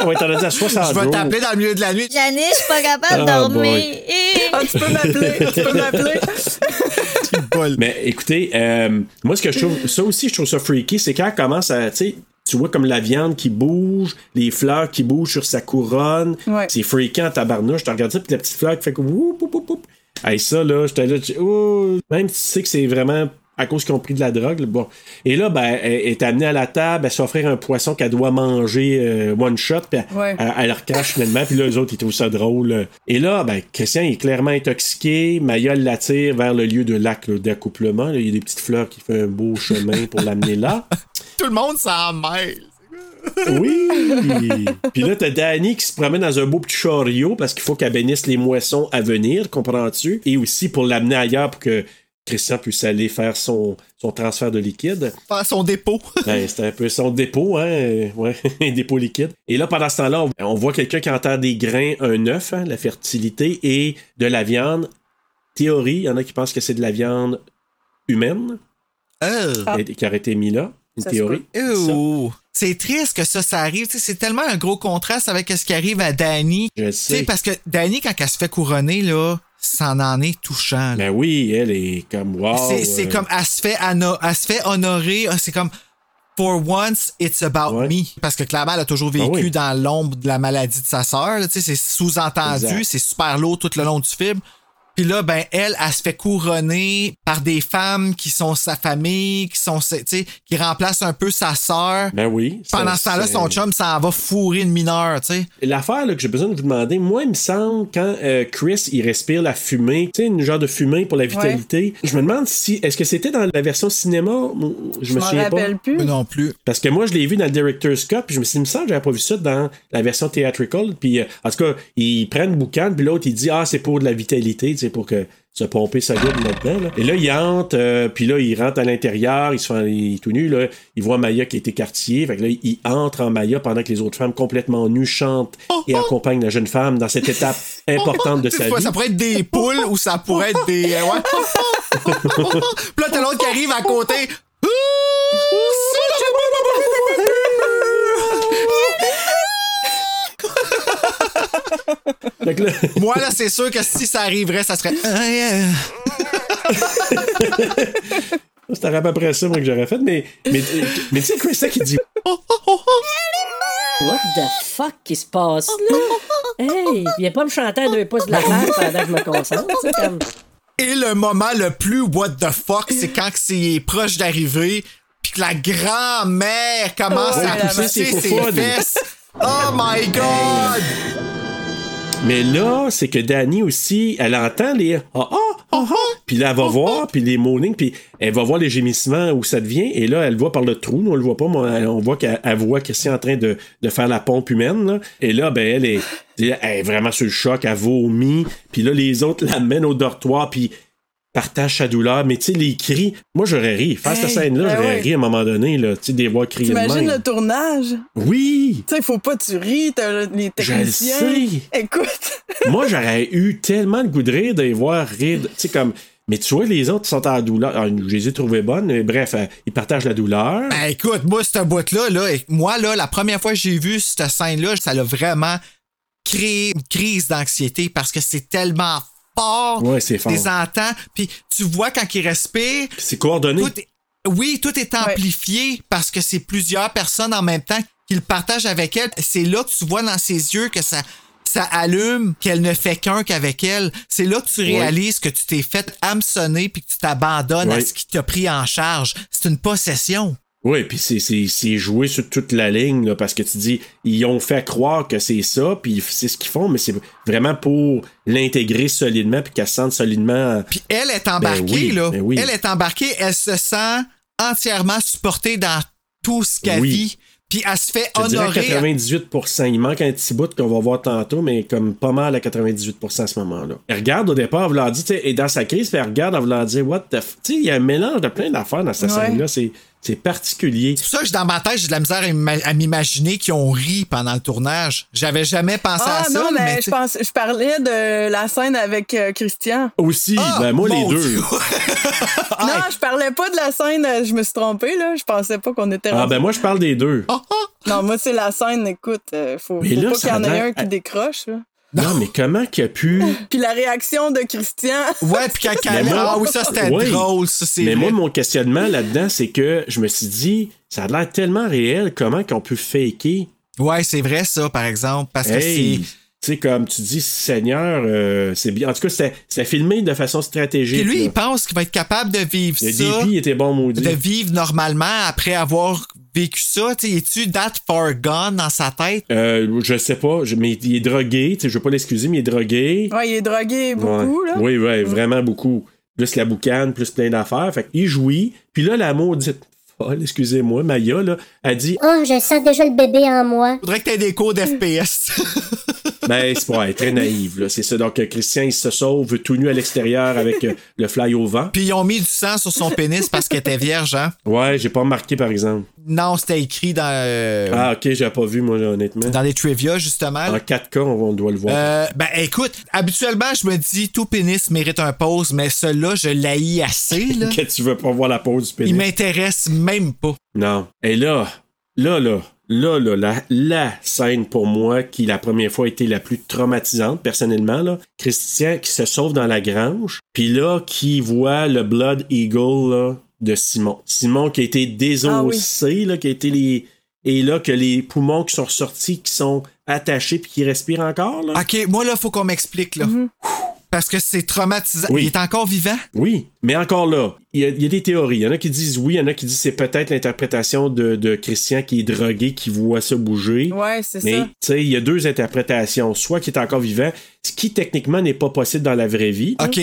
S2: on va être en à 60
S4: Je vais
S2: jours.
S4: t'appeler dans le milieu de la nuit.
S16: Janice, je suis pas capable de
S2: Ah,
S16: dormir.
S2: boy.
S8: Ah, tu peux m'appeler, tu peux m'appeler.
S2: Mais écoutez, euh, moi, ce que je trouve, ça aussi, je trouve ça freaky, c'est quand elle commence à, tu sais, tu vois comme la viande qui bouge, les fleurs qui bougent sur sa couronne.
S8: Ouais.
S2: C'est freakant, tabarnouche. Tu regardes ça, puis la petite fleur qui fait comme woup, woup, woup, woup. Hey, ça, là, j'étais là, j'ai- ouh. même si tu sais que c'est vraiment à cause qu'ils ont pris de la drogue, là, bon. Et là, ben, elle est amenée à la table, elle s'offrir un poisson qu'elle doit manger euh, one shot, puis elle-
S8: Ouais.
S2: elle, elle le recache finalement, puis là, eux autres, ils trouvent ça drôle. Et là, ben, Christian est clairement intoxiqué, Maya l'attire vers le lieu de lac là, d'accouplement. là. Il y a des petites fleurs qui font un beau chemin pour l'amener là.
S4: Tout le monde s'en mêle.
S2: Oui! Puis là, t'as Danny qui se promène dans un beau petit chariot parce qu'il faut qu'elle bénisse les moissons à venir, comprends-tu? Et aussi pour l'amener ailleurs pour que Christian puisse aller faire son, son transfert de liquide.
S4: Faire son dépôt.
S2: Ben, c'était un peu son dépôt, hein? euh, Ouais, un dépôt liquide. Et là, pendant ce temps-là, on- on voit quelqu'un qui enterre des grains, un œuf, hein, la fertilité, et de la viande. Théorie, il y en a qui pensent que c'est de la viande humaine et- qui aurait été mis là. Une théorie.
S4: Ew. C'est triste que ça, ça arrive. Tu sais, C'est tellement un gros contraste avec ce qui arrive à Dani.
S2: Je
S4: Tu sais,
S2: sais.
S4: parce que Dani, quand elle se fait couronner, là, ça en est touchant. là.
S2: Ben oui, elle est comme wow.
S4: c'est c'est
S2: euh,
S4: comme, elle se fait, ano- elle se fait honorer. Ah, C'est comme, for once, it's about me. Parce que clairement, elle a toujours vécu
S2: Ah oui.
S4: dans l'ombre de la maladie de sa sœur. là. Tu sais, C'est sous-entendu,
S2: Exact.
S4: c'est super lourd tout le long du film. Puis là, ben, elle, elle se fait couronner par des femmes qui sont sa famille, qui sont, tu sais, qui remplacent un peu sa sœur.
S2: Ben oui.
S4: Pendant
S2: ça-
S4: ce temps-là,
S2: c'est-
S4: son chum, ça en va fourrer une mineure, tu sais.
S2: L'affaire là, que j'ai besoin de vous demander, moi, il me semble, quand euh, Chris, il respire la fumée, tu sais, une genre de fumée pour la vitalité, je me demande si, est-ce que c'était dans la version cinéma? ou- Je,
S8: Je
S2: me
S8: m'en
S2: souviens
S8: rappelle
S2: pas.
S8: plus. Moi
S4: non plus.
S2: Parce que moi, je l'ai vu dans le Director's Cut, puis je me suis dit, il me semble, que j'avais pas vu ça dans la version theatrical. Puis, euh, en tout cas, ils prennent le boucan, puis l'autre, il dit, ah, c'est pour de la vitalité, tu sais, pour que se pomper sa gueule là-dedans. là. Et là, il entre, euh, puis là, il rentre à l'intérieur, il se fait il est tout nu, là. Il voit Maya qui est écartier, fait que là, il entre en Maya pendant que les autres femmes complètement nues chantent et accompagnent la jeune femme dans cette étape importante de
S4: Tu
S2: sa
S4: sais, Ça
S2: vie.
S4: pourrait être des poules ou ça pourrait être des. euh, ouais. Puis là, t'as l'autre qui arrive à côté. Moi, là, c'est sûr que si ça arriverait, ça serait. euh,
S2: C'était à peu près ça, moi, que j'aurais fait, mais, mais, mais tu sais, Krista qui dit,
S14: What the fuck qui se passe
S15: Oh,
S14: là? Hey, viens pas me chanter à deux pouces de la mer pendant que je me concentre. C'est comme.
S4: Et le moment le plus what the fuck, c'est quand que c'est proche d'arriver, puis que la grand-mère commence
S2: Ouais,
S4: à
S2: pousser
S4: pousser
S2: ses
S4: ses
S2: faux-fous.
S4: fesses. Oh my god!
S2: Mais là, c'est que Dani aussi, elle entend les ah ah ah ah, puis là elle va voir, puis les moanings, puis elle va voir les gémissements où ça devient, et là elle le voit par le trou, nous on le voit pas, mais on- on voit qu'elle elle voit Christian en train de, de faire la pompe humaine, là. et là ben elle est, elle est vraiment sur le choc, elle vomit, puis là les autres l'amènent au dortoir, puis partagent sa douleur, mais tu sais les cris, moi j'aurais ri, face à
S8: Hey,
S2: cette scène-là,
S8: ben
S2: j'aurais
S8: oui.
S2: ri à un moment donné, là, tu sais des voix crier de
S8: T'imagines
S2: même.
S8: le tournage?
S2: Oui!
S8: Tu sais, faut pas que tu ris, t'as le- les
S2: Je le
S8: techniciens.
S2: sais.
S8: Écoute,
S2: Moi, j'aurais eu tellement de goût de rire de les voir rire. de- Tu sais, comme. Mais tu vois, les autres sont en douleur. Ah, je les ai trouvées bonnes, mais bref, euh, ils partagent la douleur.
S4: Ben écoute, moi, cette boîte-là, là, et- moi, là, la première fois que j'ai vu cette scène-là, ça l'a vraiment créé une crise d'anxiété parce que c'est tellement fort.
S2: Ouais, c'est fort.
S4: Tu les entends, puis tu vois quand ils respirent.
S2: C'est coordonné.
S4: tout est- oui, tout est amplifié parce que c'est plusieurs personnes en même temps qui le partagent avec elle. C'est là que tu vois dans ses yeux que ça, ça allume, qu'elle ne fait qu'un qu'avec elle. C'est là que tu
S2: Ouais.
S4: réalises que tu t'es fait hameçonner puis que tu t'abandonnes à
S2: Ouais.
S4: ce qui t'a pris en charge. C'est une possession.
S2: Oui, puis c'est- c'est c'est joué sur toute la ligne, là, parce que tu dis, ils ont fait croire que c'est ça, puis c'est ce qu'ils font, mais c'est vraiment pour l'intégrer solidement, puis qu'elle se sente solidement.
S4: Puis elle est embarquée,
S2: Ben oui,
S4: là.
S2: ben oui.
S4: Elle est embarquée, elle se sent entièrement supportée dans tout ce qu'elle
S2: Oui.
S4: vit. Puis elle se fait
S2: Je te dirais
S4: honorer.
S2: 98%. Il manque un petit bout qu'on va voir tantôt, mais comme pas mal à 98% à ce moment-là. Elle regarde au départ, elle voulant dire, tu sais, et dans sa crise, puis elle regarde, elle voulant dire, what the f. Tu sais, il y a un mélange de plein d'affaires dans cette
S4: Ouais.
S2: scène-là. C'est c'est particulier.
S4: C'est pour ça que j'ai- dans ma tête, j'ai de la misère à m'ima- à m'imaginer qu'ils ont ri pendant le tournage. J'avais jamais pensé
S8: Ah
S4: à ça.
S8: non, mais,
S4: mais
S8: je, pense, je parlais de la scène avec euh, Christian.
S2: Aussi, ben moi, les
S4: mon
S2: deux. Ah,
S8: Non, je parlais pas de la scène, euh, je me suis trompée, là. Je pensais pas qu'on était
S2: Ah,
S8: rendu-
S2: ben moi, je parle des deux.
S8: Non, moi, c'est la scène, écoute, euh, faut, faut
S2: Mais là,
S8: pas
S2: ça
S8: qu'il y en
S2: a
S8: ait
S2: l'air-
S8: un qui décroche, là.
S2: Non, mais comment qu'il a pu.
S8: Puis la réaction de Christian.
S4: Ouais, puis quand ah
S2: Mais moi- Ouais. Mais moi, mon questionnement là-dedans, c'est que je me suis dit, ça a l'air tellement réel, comment qu'on peut faker?
S4: Ouais, c'est vrai ça, par exemple, parce
S2: Hey,
S4: que c'est.
S2: Tu sais, comme tu dis, Seigneur, euh, c'est bien. En tout cas, c'était c'était filmé de façon stratégique.
S4: Puis lui,
S2: là.
S4: il pense qu'il va être capable de vivre
S2: le
S4: ça. ben,
S2: DP était bon, maudit.
S4: de vivre normalement après avoir vécu ça. Tu sais, es-tu that far gone dans sa tête?
S2: Euh, je sais pas, je- mais il est drogué. Tu sais, je veux pas l'excuser, mais il est drogué.
S8: Ouais, il est drogué Ah, beaucoup,
S2: Ouais.
S8: là. Ah.
S2: Oui, oui, vraiment beaucoup. Plus la boucane, plus plein d'affaires. Fait qu'il jouit. Puis là, la maudite folle, excusez-moi, Maya, là, a dit
S8: Ah.
S15: Oh, je sens déjà le bébé en moi.
S4: Faudrait que t'aies des cours d'FPS.
S2: Ben, c'est pas elle est très naïve, là. C'est ça. Donc, euh, Christian, il se sauve tout nu à l'extérieur avec euh, le fly au vent.
S4: Puis ils ont mis du sang sur son pénis parce qu'elle était vierge, hein?
S2: Ouais, j'ai pas remarqué, par exemple.
S4: Non, c'était écrit dans, euh,
S2: Ah, ok, j'ai pas vu, moi, là, honnêtement.
S4: dans les trivia, justement.
S2: En 4K, on, on doit le voir.
S4: Euh, ben écoute, habituellement je me dis tout pénis mérite un pause, mais celui-là je l'haïs assez. Là.
S2: que tu veux pas voir la pause du pénis.
S4: Il m'intéresse même pas.
S2: Non. Et là, là, là, là, là, la, la scène pour moi qui, la première fois, a été la plus traumatisante, personnellement, là. Christian qui se sauve dans la grange, puis là, qui voit le Blood Eagle, là, de Simon. Simon qui a été désossé, là, qui a été les. Et là, que les poumons qui sont ressortis, qui sont attachés, puis qui respirent encore, là.
S4: Ok, moi là faut qu'on m'explique là.
S8: Mhm.
S4: Parce que c'est traumatisant.
S2: Oui.
S4: Il est encore vivant?
S2: Oui, mais encore là, il y, a- il y a des théories. Il y en a qui disent oui, il y en a qui disent c'est peut-être l'interprétation de, de Christian qui est drogué, qui voit ça bouger.
S8: Ouais, c'est
S2: Mais
S8: ça.
S2: tu sais, il y a deux interprétations. Soit qu'il est encore vivant, ce qui techniquement n'est pas possible dans la vraie vie.
S4: Ok.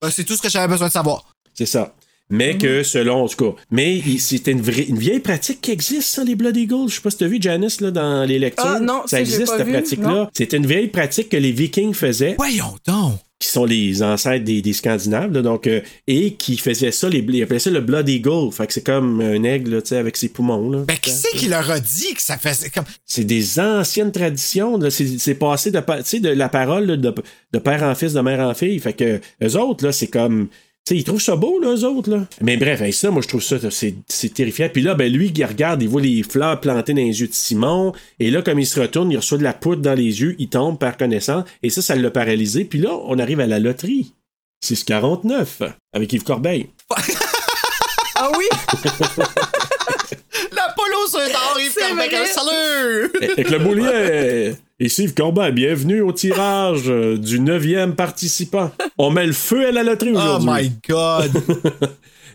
S4: Ben, c'est tout ce que j'avais besoin de savoir.
S2: C'est ça. Mais
S8: Mhm.
S2: que selon, en tout cas. Mais il- c'est une, vraie- une vieille pratique qui existe, ça, les Blood Eagles. Je sais pas si t'as vu, Janice, là, dans les lectures.
S8: Ah, non,
S2: ça
S8: ça, j'ai
S2: existe,
S8: pas
S2: cette
S8: vu, non.
S2: pratique-là. C'était une vieille pratique que les Vikings faisaient.
S4: Voyons donc.
S2: qui sont les ancêtres des, des Scandinaves, là, donc, euh, et qui faisaient ça, les, ils appelaient ça le Blood Eagle. Fait que c'est comme un aigle, là, tu sais, avec ses poumons, là.
S4: Ben qui c'est qui leur a dit que ça faisait comme.
S2: C'est des anciennes traditions, là. C'est, c'est passé de, pa- tu sais, de la parole, là, de, de père en fils, de mère en fille. Fait que, eux autres, là, c'est comme, tu sais, ils trouvent ça beau, là, eux autres, là. Mais bref, hey, ça, moi, je trouve ça, c'est, c'est terrifiant. Puis là, ben, lui, il regarde, il voit les fleurs plantées dans les yeux de Simon. Et là, comme il se retourne, il reçoit de la poudre dans les yeux, il tombe par connaissance. Et ça, ça l'a paralysé. Puis là, on arrive à la loterie. 649, avec Yves Corbeil.
S8: Ah oui?
S4: La polo sur d'or, il
S8: C'est
S4: fait avec
S8: vrai.
S4: un salut!
S2: Avec le boulier! Ici Yves Corbeil, bienvenue au tirage euh, du neuvième participant. On met le feu à la loterie
S4: Oh
S2: aujourd'hui.
S4: my god!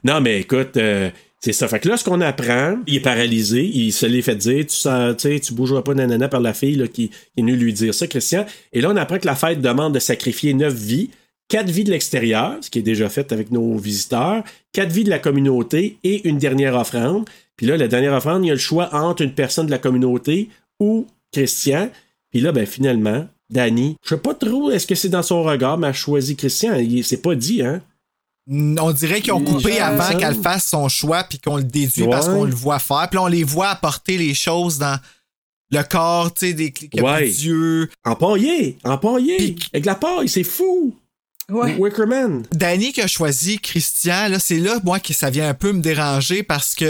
S2: Non, mais écoute, euh, c'est ça. Fait que là, ce qu'on apprend, il est paralysé, il se l'est fait dire, tu sens, tu sais, tu bougeras pas nanana par la fille là, qui, qui est venue lui dire ça, Christian. Et là, on apprend que la fête demande de sacrifier neuf vies, quatre vies de l'extérieur, ce qui est déjà fait avec nos visiteurs, quatre vies de la communauté et une dernière offrande. Puis là, la dernière offrande, il y a le choix entre une personne de la communauté ou Christian. Puis là, ben finalement, Danny, je sais pas trop, est-ce que c'est dans son regard, mais a choisi Christian. Il- C'est pas dit, hein?
S4: Mm, On dirait qu'ils ont coupé
S2: gens,
S4: avant
S2: ça.
S4: qu'elle fasse son choix puis qu'on le déduit parce
S2: Ouais.
S4: qu'on le voit faire. Puis là, on les voit apporter les choses dans le corps, tu sais, des clés
S2: Ouais.
S4: Dieu.
S2: Empaillé, empaillé, avec la paille, c'est fou. Wickerman.
S4: Danny qui a choisi Christian, là, c'est là, moi, que ça vient un peu me déranger parce que,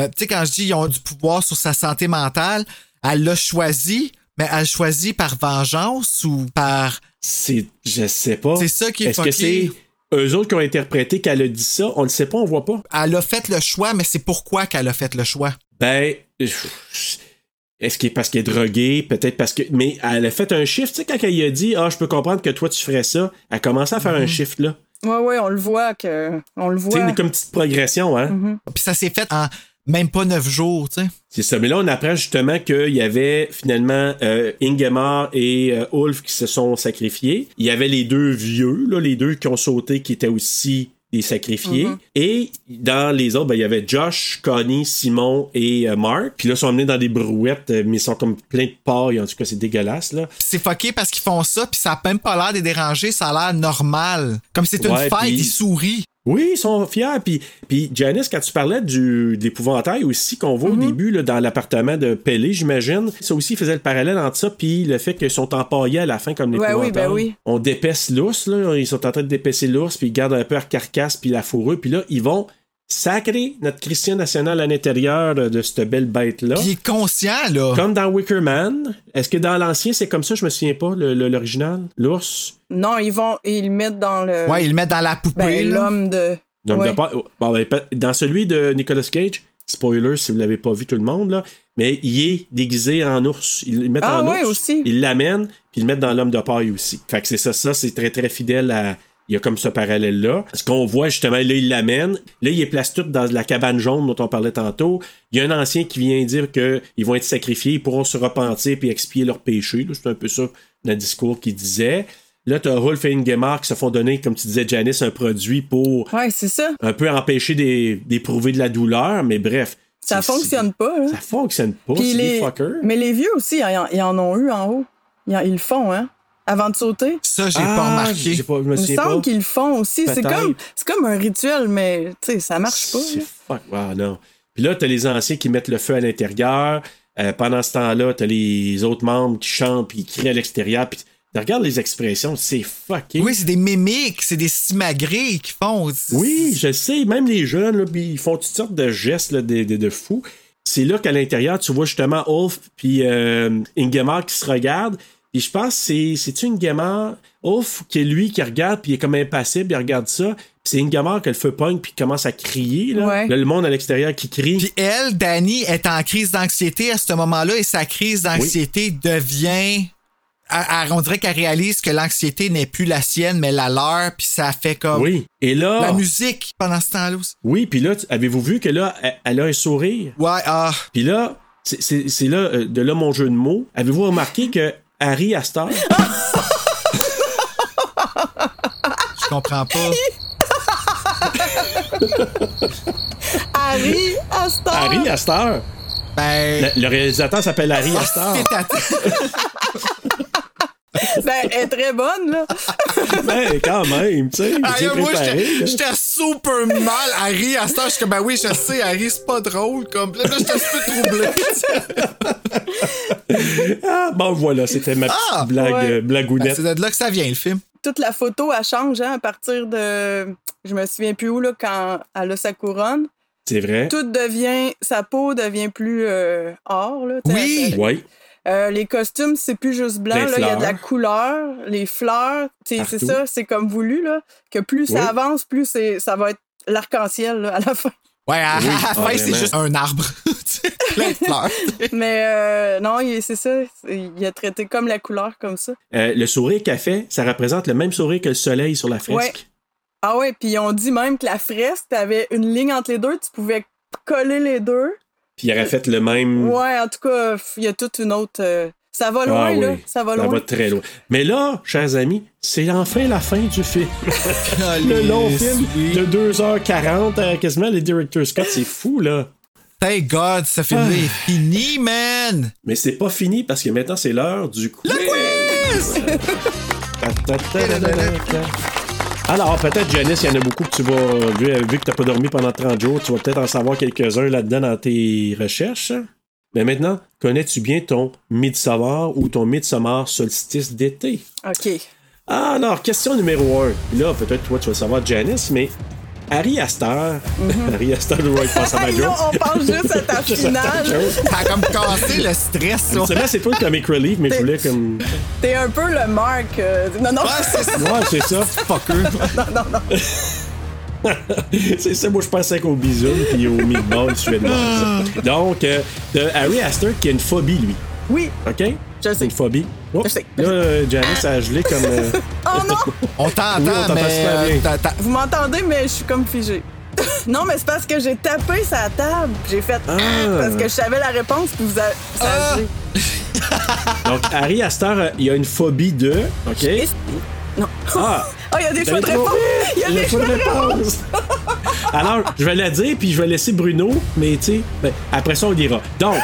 S4: euh, tu sais, quand je dis ils ont du pouvoir sur sa santé mentale, elle l'a choisi, mais elle choisit par vengeance ou par.
S2: C'est, je sais pas.
S4: C'est ça qui est
S2: Oh, Est-ce que c'est
S4: fucké.
S2: eux autres qui ont interprété qu'elle a dit ça? On ne sait pas, on voit pas.
S4: Elle a fait le choix, mais c'est pourquoi qu'elle a fait le choix.
S2: Ben, pff, est-ce qu'il est parce qu'il est drogué? Peut-être parce que. Mais elle a fait un shift, tu sais, quand elle a dit Ah, je peux comprendre que toi tu ferais ça, elle a commencé à faire
S4: Mhm.
S2: un shift là.
S8: Ouais, ouais, on le voit que. On le
S2: Tu sais,
S8: voit.
S2: une- comme petite progression, hein?
S4: Puis ça s'est fait en même pas neuf jours, tu sais.
S2: C'est ça. Mais là, on apprend justement qu'il y avait finalement euh, Ingemar et euh, Ulf qui se sont sacrifiés. Il y avait les deux vieux, là, les deux qui ont sauté, qui étaient aussi des sacrifiés.
S16: Mhm.
S2: Et dans les autres, ben, il y avait Josh, Connie, Simon et euh, Mark. Puis là, ils sont amenés dans des brouettes, euh, mais ils sont comme plein de paille. En tout cas, c'est dégueulasse, là.
S4: Puis C'est fucké parce qu'ils font ça, puis ça a même pas l'air de les déranger, ça a l'air normal. Comme c'est une
S2: Ouais,
S4: fête,
S2: puis-
S4: ils sourient.
S2: Oui, ils sont fiers. Puis, puis Janice, quand tu parlais du, de l'épouvantail aussi qu'on voit
S8: Mhm.
S2: au début là, dans l'appartement de Pelé, j'imagine, ça aussi faisait le parallèle entre ça puis le fait qu'ils sont empaillés à la fin comme
S8: Ouais,
S2: l'épouvantail.
S8: oui, ben oui.
S2: On dépaisse l'ours, là. Ils sont en train de dépêcher l'ours, puis ils gardent un peu la carcasse puis la fourrure. Puis là, ils vont sacrer notre Christian National à l'intérieur de cette belle bête-là.
S4: Puis il est conscient, là.
S2: Comme dans Wicker Man. Est-ce que dans l'ancien, c'est comme ça? Je me souviens pas, le- le- l'original. L'ours.
S8: Non, ils vont. Ils le mettent dans
S2: euh,
S8: le.
S4: Ouais, ils le mettent dans la poupée.
S8: Ben,
S4: là.
S8: l'homme de.
S2: Donc,
S8: Ouais.
S2: de part- bon, ben, pe- dans celui de Nicolas Cage, spoiler si vous l'avez pas vu tout le monde, là, mais il est déguisé en ours. Il le met
S8: Ah
S2: en
S8: ouais,
S2: ours,
S8: aussi.
S2: il l'amène, puis il le met dans l'homme de paille aussi. Fait que c'est ça, ça c'est très très fidèle à. Il y a comme ce parallèle-là. Ce qu'on voit justement, là, il l'amène. Là, il les place tout dans la cabane jaune dont on parlait tantôt. Il y a un ancien qui vient dire qu'ils vont être sacrifiés, ils pourront se repentir puis expier leurs péchés. là. C'est un peu ça le discours qu'il disait. Là, tu as Rolf et Ingemar qui se font donner, comme tu disais, Janice, un produit pour
S8: Ouais, c'est ça.
S2: un peu empêcher des- d'éprouver de la douleur, mais bref.
S8: Ça
S2: C'est-
S8: fonctionne pas, là.
S2: Ça fonctionne pas,
S8: Puis
S2: c'est
S8: les-
S2: des fuckers.
S8: Mais les vieux aussi, ils en, ils en ont eu en haut. Ils, en- ils le font, hein? Avant de sauter.
S4: Ça, j'ai
S2: Ah,
S4: pas remarqué.
S2: j'ai pas- je me
S8: Il me
S2: souviens
S8: semble
S2: pas.
S8: qu'ils le font aussi. C'est
S2: Peut-être.
S8: comme, c'est comme un rituel, mais tu sais, ça marche pas.
S2: C'est
S8: là.
S2: fuck, wow, non. Puis là, t'as les anciens qui mettent le feu à l'intérieur. Euh, pendant ce temps-là, t'as les autres membres qui chantent puis qui crient à l'extérieur. Puis t'as- regarde les expressions, c'est fucké.
S4: Oui, c'est des mimiques, c'est des simagrées qu'ils font.
S2: Oui, je sais, même les jeunes, là, puis ils font toutes sortes de gestes là, de, de- de fous. C'est là qu'à l'intérieur, tu vois justement Ulf puis euh, Ingemar qui se regardent. Et je pense que c'est- c'est-tu Ingemar? Ulf, qui est lui qui regarde, puis il est comme impassible, il regarde ça. Puis c'est Ingemar qui a le feu pogne, puis qui commence à crier. Là.
S4: Ouais.
S2: Là, le monde à l'extérieur qui crie.
S4: Puis elle, Dani, est en crise d'anxiété à ce moment-là et sa crise d'anxiété devient. à- à- on dirait qu'elle réalise que l'anxiété n'est plus la sienne, mais la leur, puis ça fait comme.
S2: oui. Ah. Et là.
S4: ah, La musique pendant ce temps-là aussi.
S2: Oui, puis là, tu- avez-vous vu que là, elle- elle a un sourire?
S4: Ouais, ah.
S2: Puis là, c'est- c'est c'est là, euh, de là mon jeu de mots. Avez-vous remarqué que Harry Astor.
S4: Ah! Je comprends pas.
S8: Harry Astor!
S2: Harry Astor?
S4: Ben.
S2: Euh, Le, le réalisateur s'appelle
S8: Ah,
S4: Ah,
S2: Harry Astor.
S8: ben, elle est très bonne, là.
S2: ben, quand même, tu sais.
S4: Ah,
S2: c'est
S4: là, moi,
S2: préparé,
S4: j'étais
S2: là.
S4: j'étais super mal, Harry, à ce temps, je suis comme, ben oui, je sais, Harry, c'est pas drôle, comme, là, j'étais un petit peu troublé.
S2: Ah, bon, voilà, c'était ma petite blague,
S8: Ah, ouais. Ah,
S2: euh, blagounette.
S4: Ben, c'est de là que ça vient, le film.
S8: Toute la photo, elle change hein, à partir de. Je me souviens plus où, là, quand elle a sa couronne.
S2: C'est vrai.
S8: Tout devient. Sa peau devient plus euh, or, là. tu sais, elle-
S2: Oui.
S8: Euh, les costumes, c'est plus juste blanc,
S2: Les
S8: là, il y a de la
S2: fleurs.
S8: couleur, les fleurs, tu sais, c'est
S2: Partout.
S8: ça, c'est comme voulu, là, que plus
S2: Oui.
S8: ça avance, plus c'est- ça va être l'arc-en-ciel là, à la fin.
S4: Ouais, à,
S2: Oui,
S4: à la
S2: ah,
S4: fin, c'est
S2: vraiment.
S4: juste un arbre. Plein de fleurs.
S8: Mais euh, non, il- c'est ça, il a traité comme la couleur, comme ça.
S2: Euh, le sourire qu'elle fait, ça représente le même sourire que le soleil sur la
S8: Ouais.
S2: fresque.
S8: Ah ouais, puis on dit même que la fresque, t'avais une ligne entre les deux, tu pouvais coller les deux.
S2: Puis il aurait fait le même.
S8: Ouais, en tout cas, f- il y a toute une autre... euh, ça va
S2: Hmm.
S8: loin,
S2: Ah oui.
S8: là, ça va loin.
S2: très loin. Mais là, chers amis, c'est enfin la fin du film. le long film de 2h40, euh, quasiment les Director Scott, c'est fou, là.
S4: Thank God, ce
S2: Ah.
S4: film est fini, man!
S2: Mais c'est pas fini parce que maintenant, c'est l'heure du quiz. Ta-ta-ta-ta-ta-ta. Alors, peut-être, Janice, il y en a beaucoup que tu vas. Vu, vu que t'as pas dormi pendant 30 jours, tu vas peut-être en savoir quelques-uns là-dedans dans tes recherches. Mais maintenant, connais-tu bien ton Midsommar ou ton Midsommar solstice d'été?
S8: OK.
S2: Ah, alors, question numéro 1. Là, peut-être toi, tu vas le savoir, Janice, mais Harry Astor. Harry Astor, je vois, il pense à ma
S8: Là,
S2: joke.
S8: on pense juste à ta
S2: Juste à ta
S8: finale.
S2: joke.
S8: T'as comme cassé le stress, ça.
S2: Habituellement, c'est pas le comic relief, mais je voulais comme.
S8: T'es un peu le Marc. euh, Non, non.
S2: Ouais, c'est ça. Fuck eux.
S8: non, non, non.
S2: c'est ça, moi je pensais qu'au bisou puis au meatball suédois. Donc, euh, de Harry Astor qui a une phobie, lui.
S8: Oui.
S2: OK?
S8: Je sais.
S2: Une phobie. Oh, Là, euh, Janice a gelé comme. euh,
S8: Oh non!
S4: On t'entend,
S2: Oui, on t'entend
S4: mais.
S2: super bien.
S4: euh, t'as- t'as-
S8: Vous m'entendez, mais je suis comme figée. non, mais c'est parce que j'ai tapé sa table. J'ai fait Ah! parce que je savais la réponse, puis vous avez. ça a gelé.
S2: Donc, Harry Astor, euh, il a une phobie de. OK?
S8: Non.
S2: Ah!
S8: Ah, il y a des
S2: Vous
S8: choix de
S2: avez trop-
S8: réponse! Il y a des
S2: pas
S8: choix de réponse!
S2: Alors, je vais la dire, puis je vais laisser Bruno, mais tu sais, ben, après ça, on dira. Donc,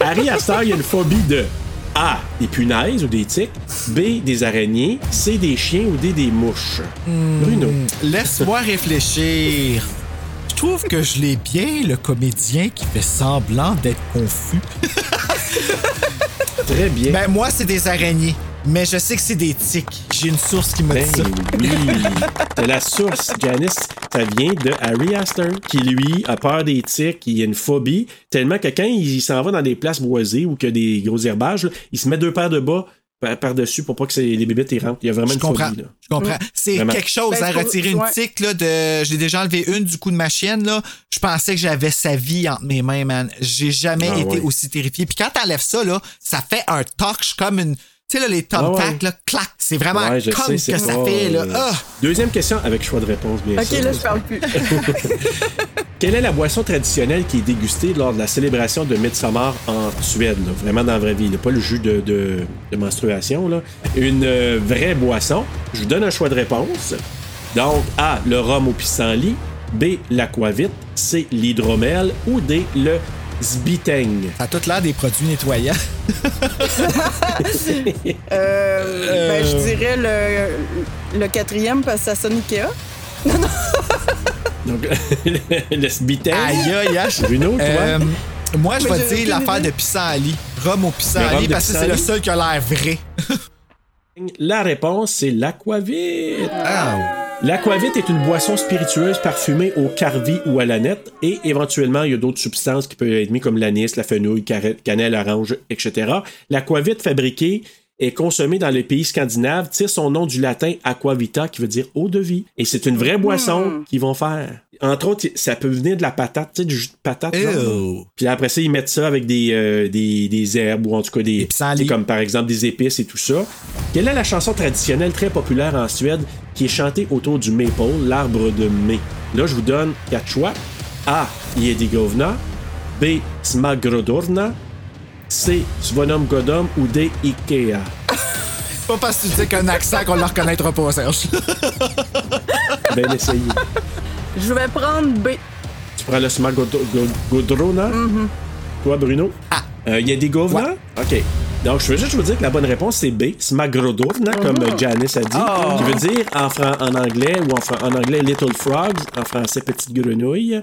S2: Harry Astor, il a une phobie de A, des punaises ou des tiques, B, des araignées, C, des chiens ou D, des mouches. Bruno.
S4: Laisse-moi réfléchir. Je trouve que je l'ai bien, le comédien qui fait semblant d'être confus.
S2: Très bien.
S4: Ben, moi, c'est des araignées. Mais je sais que c'est des tiques. J'ai une source qui m'a
S2: Ben,
S4: dit ça.
S2: Oui, de la source, Janice, ça vient de Harry Astor, qui lui a peur des tiques, il a une phobie, tellement que quand il s'en va dans des places boisées ou qu'il y a des gros herbages, là, il se met deux paires de bas par- par-dessus pour pas que c'est- les bébites y rentrent. Il y a vraiment
S4: Je
S2: une
S4: comprends.
S2: phobie. Là.
S4: Je comprends. C'est
S2: Vraiment.
S4: quelque chose,
S2: Hum. Ben,
S4: à
S2: c'est pour-
S4: retirer une
S2: ouais.
S4: tique, là, de. J'ai déjà enlevé une du coup de ma chienne, là. Je pensais que j'avais sa vie entre mes mains, man. J'ai jamais
S2: Ah
S4: été
S2: ouais.
S4: aussi terrifié. Puis quand t'enlèves ça, là, ça fait un torche comme une. Tu sais, là, les tom
S2: Ah ouais.
S4: là, clac. C'est vraiment
S2: Ouais, je
S4: comme
S2: sais, c'est
S4: que ça
S2: pas,
S4: fait, là.
S2: euh,
S4: Ah!
S2: Deuxième question avec choix de réponse, bien sûr.
S8: Ok, là, je parle plus.
S2: Quelle est la boisson traditionnelle qui est dégustée lors de la célébration de Midsommar en Suède, là, vraiment dans la vraie vie, là, pas le jus de, de- de menstruation, là. une euh, vraie boisson? Je vous donne un choix de réponse. Donc, A, le rhum au pissenlit, B, l'aquavite, C, l'hydromel ou D, le zbiteng.
S4: Ça a toute l'air des produits nettoyants.
S8: Euh, ben, je dirais le, le quatrième parce que ça sonne Ikea.
S2: Donc, le zbiteng.
S4: Aïe, aïe, aïe.
S2: Eh Bruno, toi?
S4: Euh, moi, je
S2: Mais
S4: vais
S2: j'ai
S4: dire
S2: aucune
S4: l'affaire
S2: idée.
S4: de pissenlit. Rhum
S2: Le
S4: au
S2: rhum
S4: pissenlit,
S2: de
S4: parce que c'est le
S2: pissenlit?
S4: seul qui a l'air vrai.
S2: La réponse, c'est l'aquavite. L'aquavite est une boisson spiritueuse parfumée au carvi ou à l'aneth et éventuellement, il y a d'autres substances qui peuvent être mises comme l'anis, la fenouil, carré- cannelle, orange, etc. L'aquavite fabriquée est consommée dans les pays scandinaves, tire son nom du latin aquavita qui veut dire eau de vie. Et c'est une vraie boisson qu'ils vont faire. Entre autres, ça peut venir de la patate, tu sais, du jus de patate. genre, là. Puis là, après ça, ils mettent ça avec des, euh, des, des herbes ou en tout cas des, tu sais, comme par exemple des épices et tout ça. Quelle est la chanson traditionnelle très populaire en Suède qui est chantée autour du maple, l'arbre de mai? Là, je vous donne quatre choix. A. Iedigovna. B. Smagrodorna. C. Svonom Godom ou D. Ikea.
S4: Pas parce que tu dis qu'un accent qu'on ne le reconnaîtra pas, Serge.
S2: Ben, essayez.
S8: Je vais prendre B.
S2: Tu prends le Smagodrona. Toi, Bruno? Ah. Il y a des gouvernants? OK. Donc, je veux juste vous dire que la bonne réponse, c'est B, Smagrodorna, comme euh, Janice a dit, qui veut dire en, fran- en anglais ou en, fran- en anglais Little Frogs, en français Petite Grenouille.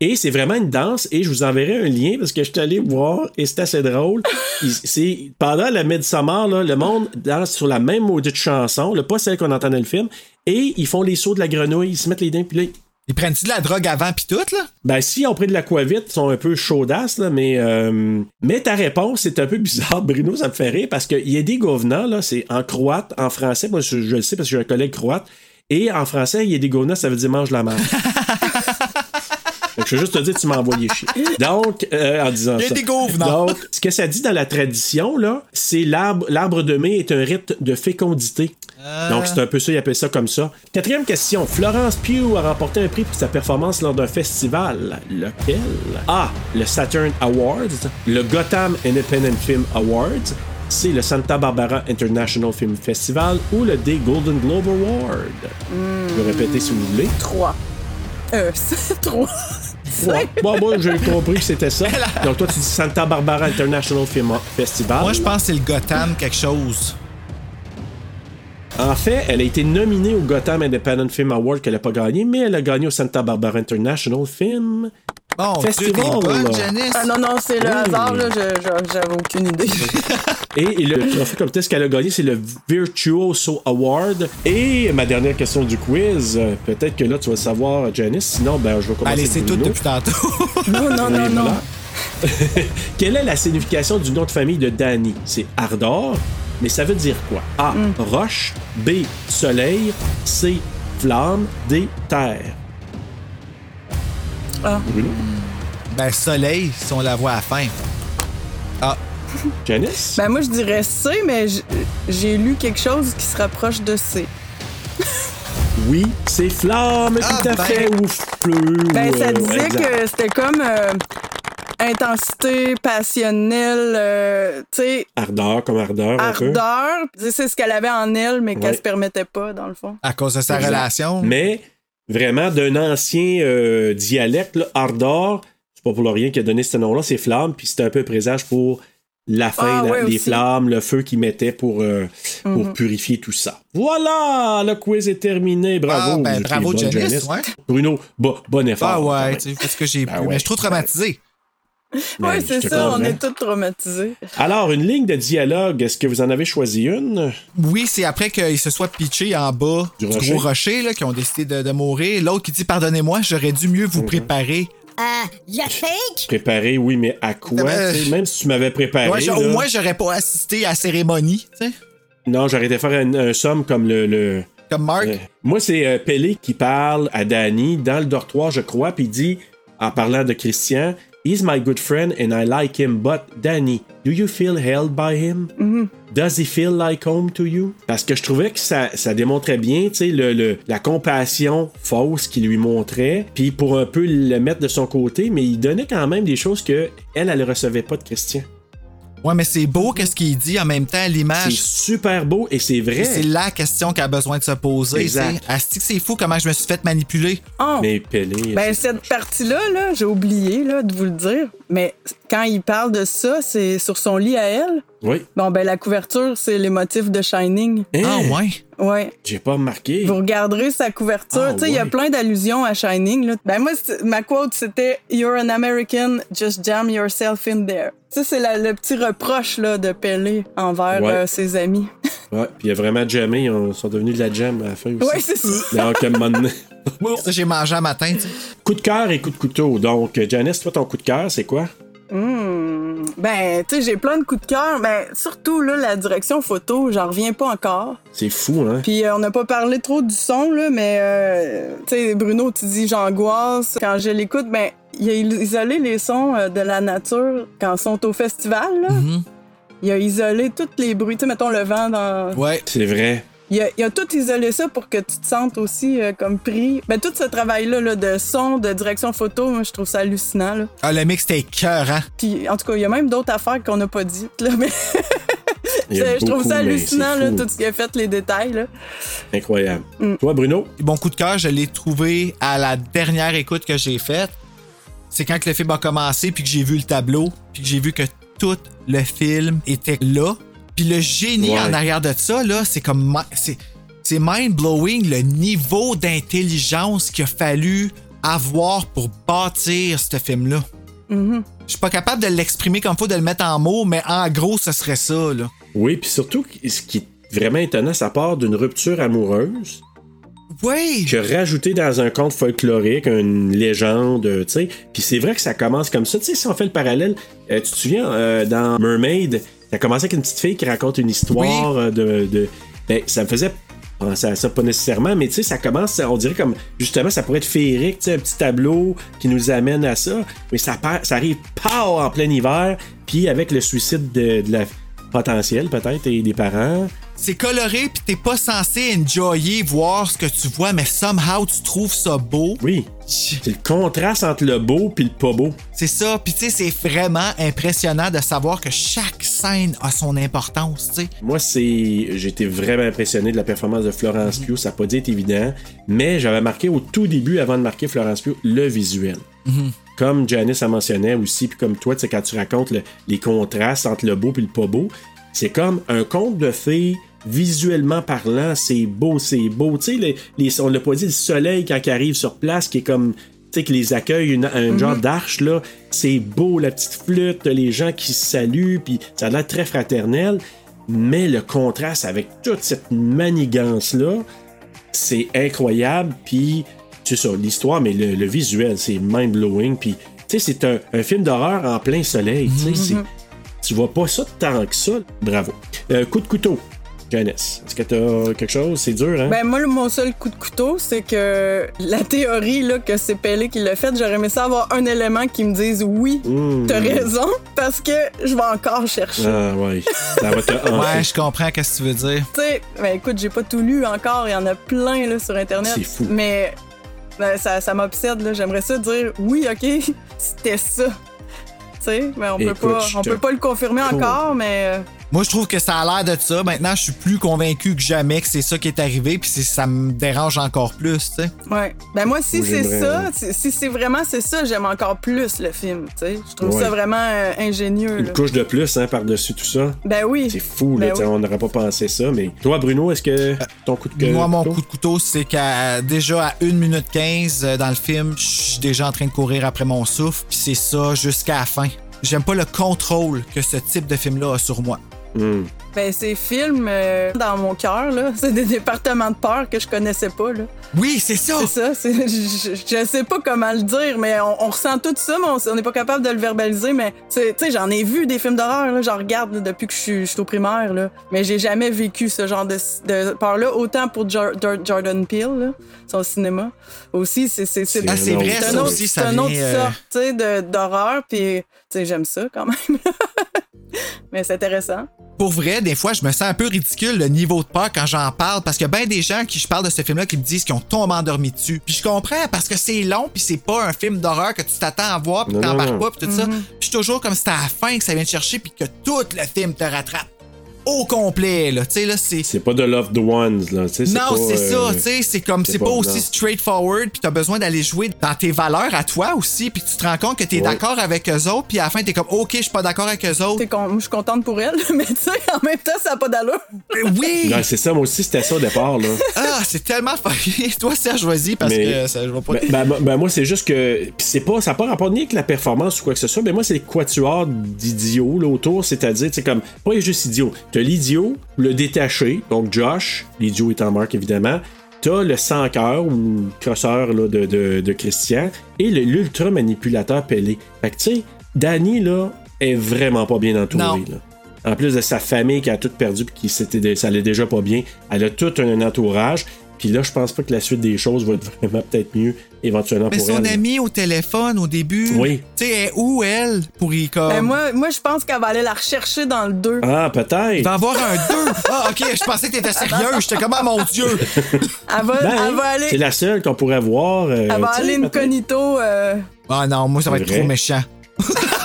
S2: Et c'est vraiment une danse, et je vous enverrai un lien parce que je suis allé voir, et c'est assez drôle. Il- c'est- pendant la Midsommar, là, le monde danse sur la même maudite chanson, là, pas celle qu'on entend dans le film, et ils font les sauts de la grenouille, ils se mettent les dents, puis là,
S4: Ils prennent-tu de la drogue avant pis tout, là?
S2: ben, si on prend de l'aquavite, ils sont un peu chaudasses, là, mais, euh, mais ta réponse, c'est un peu bizarre, Bruno, ça me fait rire, parce qu'il y a des gouvernants, là, c'est en croate, en français, moi, je, je le sais parce que j'ai un collègue croate, et en français, il y a des gouvernants, ça veut dire mange la merde. Donc, je veux juste te dire, tu m'as envoyé chier. Donc, euh, en disant
S4: Il y a
S2: ça.
S4: des gouvernants.
S2: Donc, ce que ça dit dans la tradition, là, c'est l'arbre, l'arbre de mai est un rite de fécondité.
S4: Euh.
S2: Donc, c'est un peu ça, il appelle ça comme ça. Quatrième question. Florence Pugh a remporté un prix pour sa performance lors d'un festival. Lequel A. Le Saturn Awards. Le Gotham Independent Film Awards. C. Le Santa Barbara International Film Festival. Ou le D. Golden Globe Award. Je vais répéter si vous voulez.
S8: 3. Euh, 3.
S2: Ouais. Bon, moi, j'ai compris que c'était ça. Donc, toi, tu dis Santa Barbara International Film Festival.
S4: Moi, je pense que c'est le Gotham quelque chose.
S2: En fait, elle a été nominée au Gotham Independent Film Award qu'elle n'a pas gagné, mais elle a gagné au Santa Barbara International Film
S4: Bon,
S8: Festival, Ah non, non, c'est le
S2: Oui.
S8: hasard, là. je- je- J'avais aucune idée.
S2: Et le trophée comme tel, ce qu'elle a gagné, c'est le Virtuoso Award. Et ma dernière question du quiz, euh, peut-être que là, tu vas le savoir, Janice. Sinon, ben, je vais commencer.
S4: Allez, c'est tout depuis
S2: tantôt.
S8: non, non, non, non.
S2: Quelle est la signification du nom de famille de Danny? C'est Ardor, mais ça veut dire quoi? A.
S8: Mm.
S2: Roche. B. Soleil. C. Flamme. D. Terre.
S8: Ah.
S4: Ben, soleil, si on la voit à la fin. Ah.
S2: Janice?
S8: Ben, moi, je dirais C, mais j- j'ai lu quelque chose qui se rapproche de C. Ben-
S2: Oui, c'est Flamme,
S8: Ah,
S2: tout à
S8: ben.
S2: fait, ou Feu.
S8: Ben,
S2: ou,
S8: ça
S2: euh,
S8: disait
S2: exact.
S8: que c'était comme euh, intensité passionnelle, euh, tu sais,
S2: Ardeur comme ardeur, un peu.
S8: ardeur. C'est ce qu'elle avait en elle, mais qu'elle
S2: Ah, Ouais.
S8: se permettait pas, dans le fond.
S4: À cause de sa
S2: Exact.
S4: relation.
S2: Mais vraiment d'un ancien euh, dialecte, là, Ardor, c'est pas pour le rien qui a donné ce nom-là, c'est Flamme, puis c'était un peu présage pour la fin,
S8: Ah,
S2: la-
S8: ouais,
S2: les
S8: aussi.
S2: flammes, le feu qu'ils mettaient pour, euh, pour
S8: Mhm.
S2: purifier tout ça. Voilà, le quiz est terminé. Bravo.
S4: Ah, ben,
S2: vous étiez
S4: bravo,
S2: bonne,
S4: Janice, ouais.
S2: Bruno, bo- bon effort.
S4: Ah
S2: quand
S4: ouais,
S2: même.
S4: tu sais, parce que j'ai
S2: Ben
S4: plus. Mais
S2: ouais.
S4: je suis trop traumatisé.
S8: Oui,
S2: Ben,
S8: c'est
S2: je te
S8: ça, on
S2: comprends.
S8: est tous traumatisés.
S2: Alors, une ligne de dialogue, est-ce que vous en avez choisi une?
S4: Oui, c'est après qu'ils se soient pitchés en bas
S2: Du
S4: du,
S2: rocher.
S4: gros rocher, là, qui ont décidé de, de mourir. L'autre qui dit Pardonnez-moi, j'aurais dû mieux
S2: Mm-hmm.
S4: vous préparer.
S10: Euh, you think?
S2: Préparé, oui, mais à quoi?
S4: Ben,
S2: tu sais, Même si tu m'avais préparé.
S4: Ouais, je- au
S2: Ben là,
S4: moins, j'aurais pas assisté à la cérémonie, tu sais.
S2: Non, j'aurais été faire un, un somme comme le. le-
S4: Comme Marc.
S2: Euh, moi, c'est euh, Pelé qui parle à Danny dans le dortoir, je crois, puis il dit, en parlant de Christian, He's my good friend and I like him, but Danny, do you feel held by him? Does he feel like home to you? Parce que je trouvais que ça, ça démontrait bien, tu sais, le, le- la compassion fausse qu'il lui montrait, puis pour un peu le mettre de son côté, mais il donnait quand même des choses que elle, elle recevait pas de Christian.
S4: Ouais, mais c'est beau qu'est-ce qu'il dit en même temps,
S2: C'est
S4: l'image.
S2: super beau et c'est vrai.
S4: Et Ah, C'est la question qu'elle a besoin de se poser.
S2: Exact.
S4: tu sais. Asti que c'est fou comment je me suis fait manipuler.
S8: Oh!
S2: Mais Pelé.
S8: Ben, cette partie-là, là, j'ai oublié là, de vous le dire, mais quand il parle de ça, c'est sur son lit à elle.
S2: Oui.
S8: Bon, ben, la couverture, c'est les motifs de Shining.
S4: Ah ouais?
S8: Ouais.
S2: Hein? J'ai pas remarqué.
S8: Vous regarderez sa couverture.
S2: Ah,
S8: tu sais, il y a
S2: ouais.
S8: plein d'allusions à Shining. Là. Ben, moi, c'est- ma quote, c'était You're an American, just jam yourself in there. Ça, c'est la- le petit reproche là, de Pelé envers
S2: Ouais.
S8: euh, ses amis.
S2: Ouais, puis il a vraiment jammé, ils ont- sont devenus de la jam à la fin aussi.
S8: Ouais, c'est ça.
S2: Donc, à un moment donné-
S4: Ça, j'ai mangé un matin, tu sais.
S2: Coup de cœur et coup de couteau. Donc, Janice, toi, ton coup de cœur, c'est quoi?
S8: Hmm. Ben, tu sais, j'ai plein de coups de cœur. Ben, surtout, là, la direction photo, j'en reviens pas encore.
S2: C'est fou, hein?
S8: Puis euh, on n'a pas parlé trop du son, là, mais euh, tu sais, Bruno, tu dis j'angoisse. Quand je l'écoute, ben, il a isolé les sons euh, de la nature quand ils sont au festival. Là.
S2: Mm-hmm.
S8: Il a isolé tous les bruits, tu sais, mettons le vent dans.
S4: Ouais.
S2: C'est vrai.
S8: Il a, il a tout isolé ça pour que tu te sentes aussi euh, comme pris. Ben, tout ce travail-là là, de son, de direction photo, moi, je trouve ça hallucinant. Là.
S4: Ah, le mix, c'était cœur, hein?
S8: Puis, en tout cas, il y a même d'autres affaires qu'on n'a pas dites, là, mais
S2: Il y a
S8: je trouve
S2: beaucoup,
S8: ça
S2: mais
S8: hallucinant,
S2: c'est
S8: là,
S2: fou.
S8: tout ce qu'il a fait, les détails. Là.
S2: Incroyable.
S8: Mm.
S2: Toi, Bruno?
S4: Mon coup de cœur, je l'ai trouvé à la dernière écoute que j'ai faite. C'est quand que le film a commencé, puis que j'ai vu le tableau, puis que j'ai vu que tout le film était là. Puis le génie
S2: Ouais.
S4: en arrière de ça, là, c'est comme. ma- C'est, c'est mind-blowing le niveau d'intelligence qu'il a fallu avoir pour bâtir ce film-là.
S8: Mhm.
S4: Je suis pas capable de l'exprimer comme faut, de le mettre en mots, mais en gros, ce serait ça, là.
S2: Oui, puis surtout, ce qui est vraiment étonnant, ça part d'une rupture amoureuse.
S4: Oui!
S2: Que rajouter dans un conte folklorique, une légende, euh, tu sais. Puis c'est vrai que ça commence comme ça. Tu sais, si on fait le parallèle, euh, tu te souviens, euh, dans Mermaid, ça commençait avec une petite fille qui raconte une histoire euh, de. de- ben, ça me faisait penser à ça, pas nécessairement, mais tu sais, ça commence, on dirait comme. Justement, ça pourrait être féerique, tu sais, un petit tableau qui nous amène à ça. Mais ça, par- ça arrive pas en plein hiver, puis avec le suicide de, de la potentielle, peut-être, et des parents.
S4: C'est coloré, puis t'es pas censé enjoyer voir ce que tu vois, mais somehow tu trouves ça beau.
S2: Oui. C'est le contraste entre le beau puis le pas beau.
S4: C'est ça, puis tu sais, c'est vraiment impressionnant de savoir que chaque scène a son importance, tu sais.
S2: Moi, c'est. J'étais vraiment impressionné de la performance de Florence Pugh. Ça n'a pas dû être évident, mais j'avais marqué au tout début, avant de marquer Florence Pugh, le visuel. Comme Janice a mentionné aussi, puis comme toi, tu sais, quand tu racontes le- les contrastes entre le beau et le pas beau, c'est comme un conte de fées visuellement parlant. C'est beau, c'est beau. Tu sais, les- les- on l'a pas dit, le soleil quand il arrive sur place, qui est comme Tu sais, qui les accueille, une, un
S16: Mhm.
S2: genre d'arche, là. C'est beau, la petite flûte, les gens qui se saluent, puis ça a l'air très fraternel. Mais le contraste avec toute cette manigance-là, c'est incroyable. Puis, c'est ça, l'histoire, mais le, le visuel, c'est mind-blowing. Puis, tu sais, c'est un, un film d'horreur en plein soleil. Tu sais, c'est- tu vois pas ça tant que ça. Bravo. Euh, coup de couteau, Janice. Est-ce que t'as quelque chose? C'est dur, hein?
S8: Ben moi, le- mon seul coup de couteau, c'est que la théorie là, que c'est Pelé qui l'a faite, j'aurais aimé ça avoir un élément qui me dise oui,
S2: Mmh.
S8: t'as raison, parce que je vais encore chercher.
S2: Ah, ouais. Ça va te hanter.
S4: Ouais, je comprends qu'est-ce que tu veux dire.
S8: Tu sais, ben écoute, j'ai pas tout lu encore, il y en a plein là, sur Internet.
S4: C'est fou.
S8: Mais ben, ça, ça m'obsède, là. j'aimerais ça dire oui, ok, c'était ça. Tu sais, mais on, peut
S4: Écoute,
S8: pas,
S4: je
S8: on
S4: te
S8: peut pas le confirmer
S4: cours.
S8: encore, mais. euh,
S4: Moi, je trouve que ça a l'air de ça. Maintenant, je suis plus convaincu que jamais que c'est ça qui est arrivé, puis c'est- ça me dérange encore plus, tu sais.
S8: Ouais. Ben moi, si
S4: Moi,
S8: c'est
S4: j'aimerais, euh,
S8: ça,
S4: ouais.
S8: si, si c'est vraiment c'est ça, j'aime encore plus le film. tu sais. Je trouve
S2: Ouais.
S8: ça vraiment euh, ingénieux.
S2: Une
S8: là.
S2: couche de plus hein, par-dessus tout ça.
S8: Ben oui.
S2: C'est fou, là.
S8: Ben
S2: t'sais,
S8: oui.
S2: On n'aurait pas pensé ça, mais. Toi, Bruno, est-ce que ton coup de gueule.
S4: Euh, Moi, mon coup de couteau, c'est qu'à déjà à 1 minute 15 euh, dans le film, je suis déjà en train de courir après mon souffle, puis c'est ça jusqu'à la fin. J'aime pas le contrôle que ce type de film-là a sur moi.
S2: Mmh.
S8: Ben ces films euh, dans mon cœur, là, c'est des départements de peur que je connaissais pas. Là.
S4: Oui, c'est
S2: Oh!
S4: ça.
S8: C'est ça. c'est- Je, je- je sais pas comment le dire, mais on, on ressent tout ça, mais on- on n'est pas capable de le verbaliser. Mais c'est- tu sais, j'en ai vu des films d'horreur. là, J'en regarde là, depuis que je suis- je suis au primaire. Là. Mais j'ai jamais vécu ce genre de, de peur-là, autant pour Jor- Jor- Jordan Peele, là, son cinéma. Aussi, c'est c'est c'est
S4: Ah, c'est vrai,
S8: c'est un
S4: ça
S8: autre-
S4: aussi,
S8: c'est
S4: ça
S8: un autre
S4: vient, euh,
S8: sorte tu sais, de- d'horreur. Puis tu sais, j'aime ça quand même. mais c'est intéressant.
S4: Pour vrai, des fois, je me sens un peu ridicule le niveau de peur quand j'en parle parce qu'il y a bien des gens qui je parle de ce film-là qui me disent qu'ils ont tombé endormi dessus. Puis je comprends parce que c'est long puis c'est pas un film d'horreur que tu t'attends à voir puis
S2: Non, non,
S4: t'embarques
S2: non.
S4: pas puis tout ça. Puis je suis toujours comme si c'était à la fin que ça vient te chercher puis que tout le film te rattrape au complet là. Tu sais là, c'est
S2: C'est pas de Love the Ones, là. t'sais,
S4: non,
S2: pas,
S4: c'est
S2: euh,
S4: ça, tu sais, c'est comme, c'est pas, aussi straightforward, puis t'as besoin d'aller jouer dans tes valeurs à toi aussi, puis tu te rends compte que t'es
S2: Ouais.
S4: d'accord avec eux autres, puis à la fin, t'es comme, OK, je suis pas d'accord avec eux autres.
S8: je suis contente pour elle, mais tu sais, en même temps, ça n'a pas d'allure.
S4: Oui!
S2: Non, c'est ça, moi aussi, c'était ça au départ, là.
S4: Ah, c'est tellement fucké. Toi, Serge, vas-y, parce
S2: Mais-
S4: que ça, je vois pas.
S2: Ben, ben, ben, ben, moi, c'est juste que. pis c'est pas, ça n'a pas rapport ni avec la performance ou quoi que ce soit, mais moi, c'est le quatuor d'idiots là, autour, c'est-à-dire, c'est comme. Pas juste idiot. T'as l'idiot, le détaché, donc Josh, l'idiot est en marque, évidemment. T'as le sans cœur ou crosseur là, de, de, de Christian et le- l'ultra manipulateur Pelé. Fait que, tu sais, Danny, là, est vraiment pas bien entouré.
S4: Non.
S2: là. En plus de sa famille qui a tout perdu puis qui s'était dé- ça allait déjà pas bien, elle a tout un entourage. Puis là, je pense pas que la suite des choses va être vraiment peut-être mieux éventuellement
S4: Mais
S2: pour
S4: son
S2: elle.
S4: amie au téléphone au début,
S2: Oui.
S4: tu sais, elle est où elle pour y comme.
S8: Ben, moi, moi je pense qu'elle va aller la rechercher dans le 2.
S2: Ah, peut-être.
S4: Il va avoir un 2. Ah, OK, je pensais que t'étais sérieux. J'étais comme, ah, mon Dieu.
S8: Elle va,
S2: Ben,
S8: elle va aller,
S2: C'est la seule qu'on pourrait voir. euh,
S8: elle va
S2: tu sais,
S8: aller incognito. euh,
S4: Ah non, moi, ça va être
S2: Vrai.
S4: trop méchant.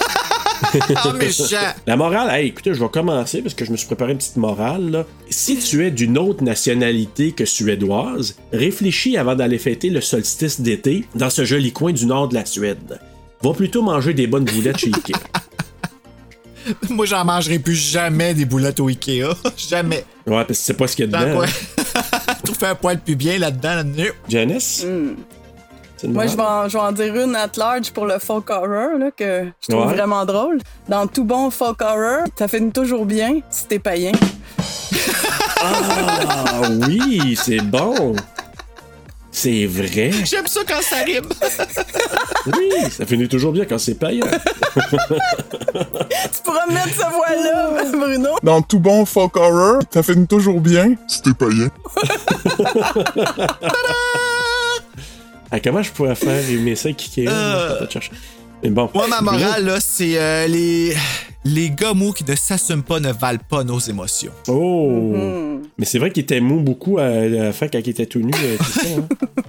S4: Ah, méchant.
S2: La morale, hey, écoutez, je vais commencer parce que je me suis préparé une petite morale. là. Si tu es d'une autre nationalité que suédoise, réfléchis avant d'aller fêter le solstice d'été dans ce joli coin du nord de la Suède. Va plutôt manger des bonnes boulettes chez Ikea.
S4: Moi, j'en mangerai plus jamais des boulettes au Ikea. Jamais.
S2: Ouais, parce que c'est pas ce qu'il
S8: Ben,
S2: y a
S4: J'en
S2: dedans.
S4: quoi?
S2: hein.
S4: Trouver un poil plus bien là-dedans, là dedans
S2: Janice? hein, C'est une
S8: Moi, je vais,
S2: morale?
S8: en, je vais en dire une at large pour le folk horror, là, que je trouve
S2: Ouais.
S8: vraiment drôle. Dans tout bon folk horror, ça finit toujours bien si t'es païen.
S2: Ah oui, c'est bon. C'est vrai.
S4: J'aime ça quand ça rime.
S2: Oui, ça finit toujours bien quand c'est payant.
S8: tu pourras me mettre ce voix-là, Bruno.
S13: Dans tout bon folk horror, ça finit toujours bien. C'était payé.
S2: Ah, comment je pourrais faire rimer ça avec Ikea?
S4: Euh.
S2: Je vais pas te chercher. Mais bon.
S4: Moi, ma morale,
S2: Bruno.
S4: là, c'est euh, les... les gars mous qui ne s'assument pas ne valent pas nos émotions.
S2: Oh!
S8: Mm-hmm.
S4: Mhm.
S2: Mais c'est vrai qu'il était mou beaucoup à la fin quand il était tout nu. euh, tout ça, hein.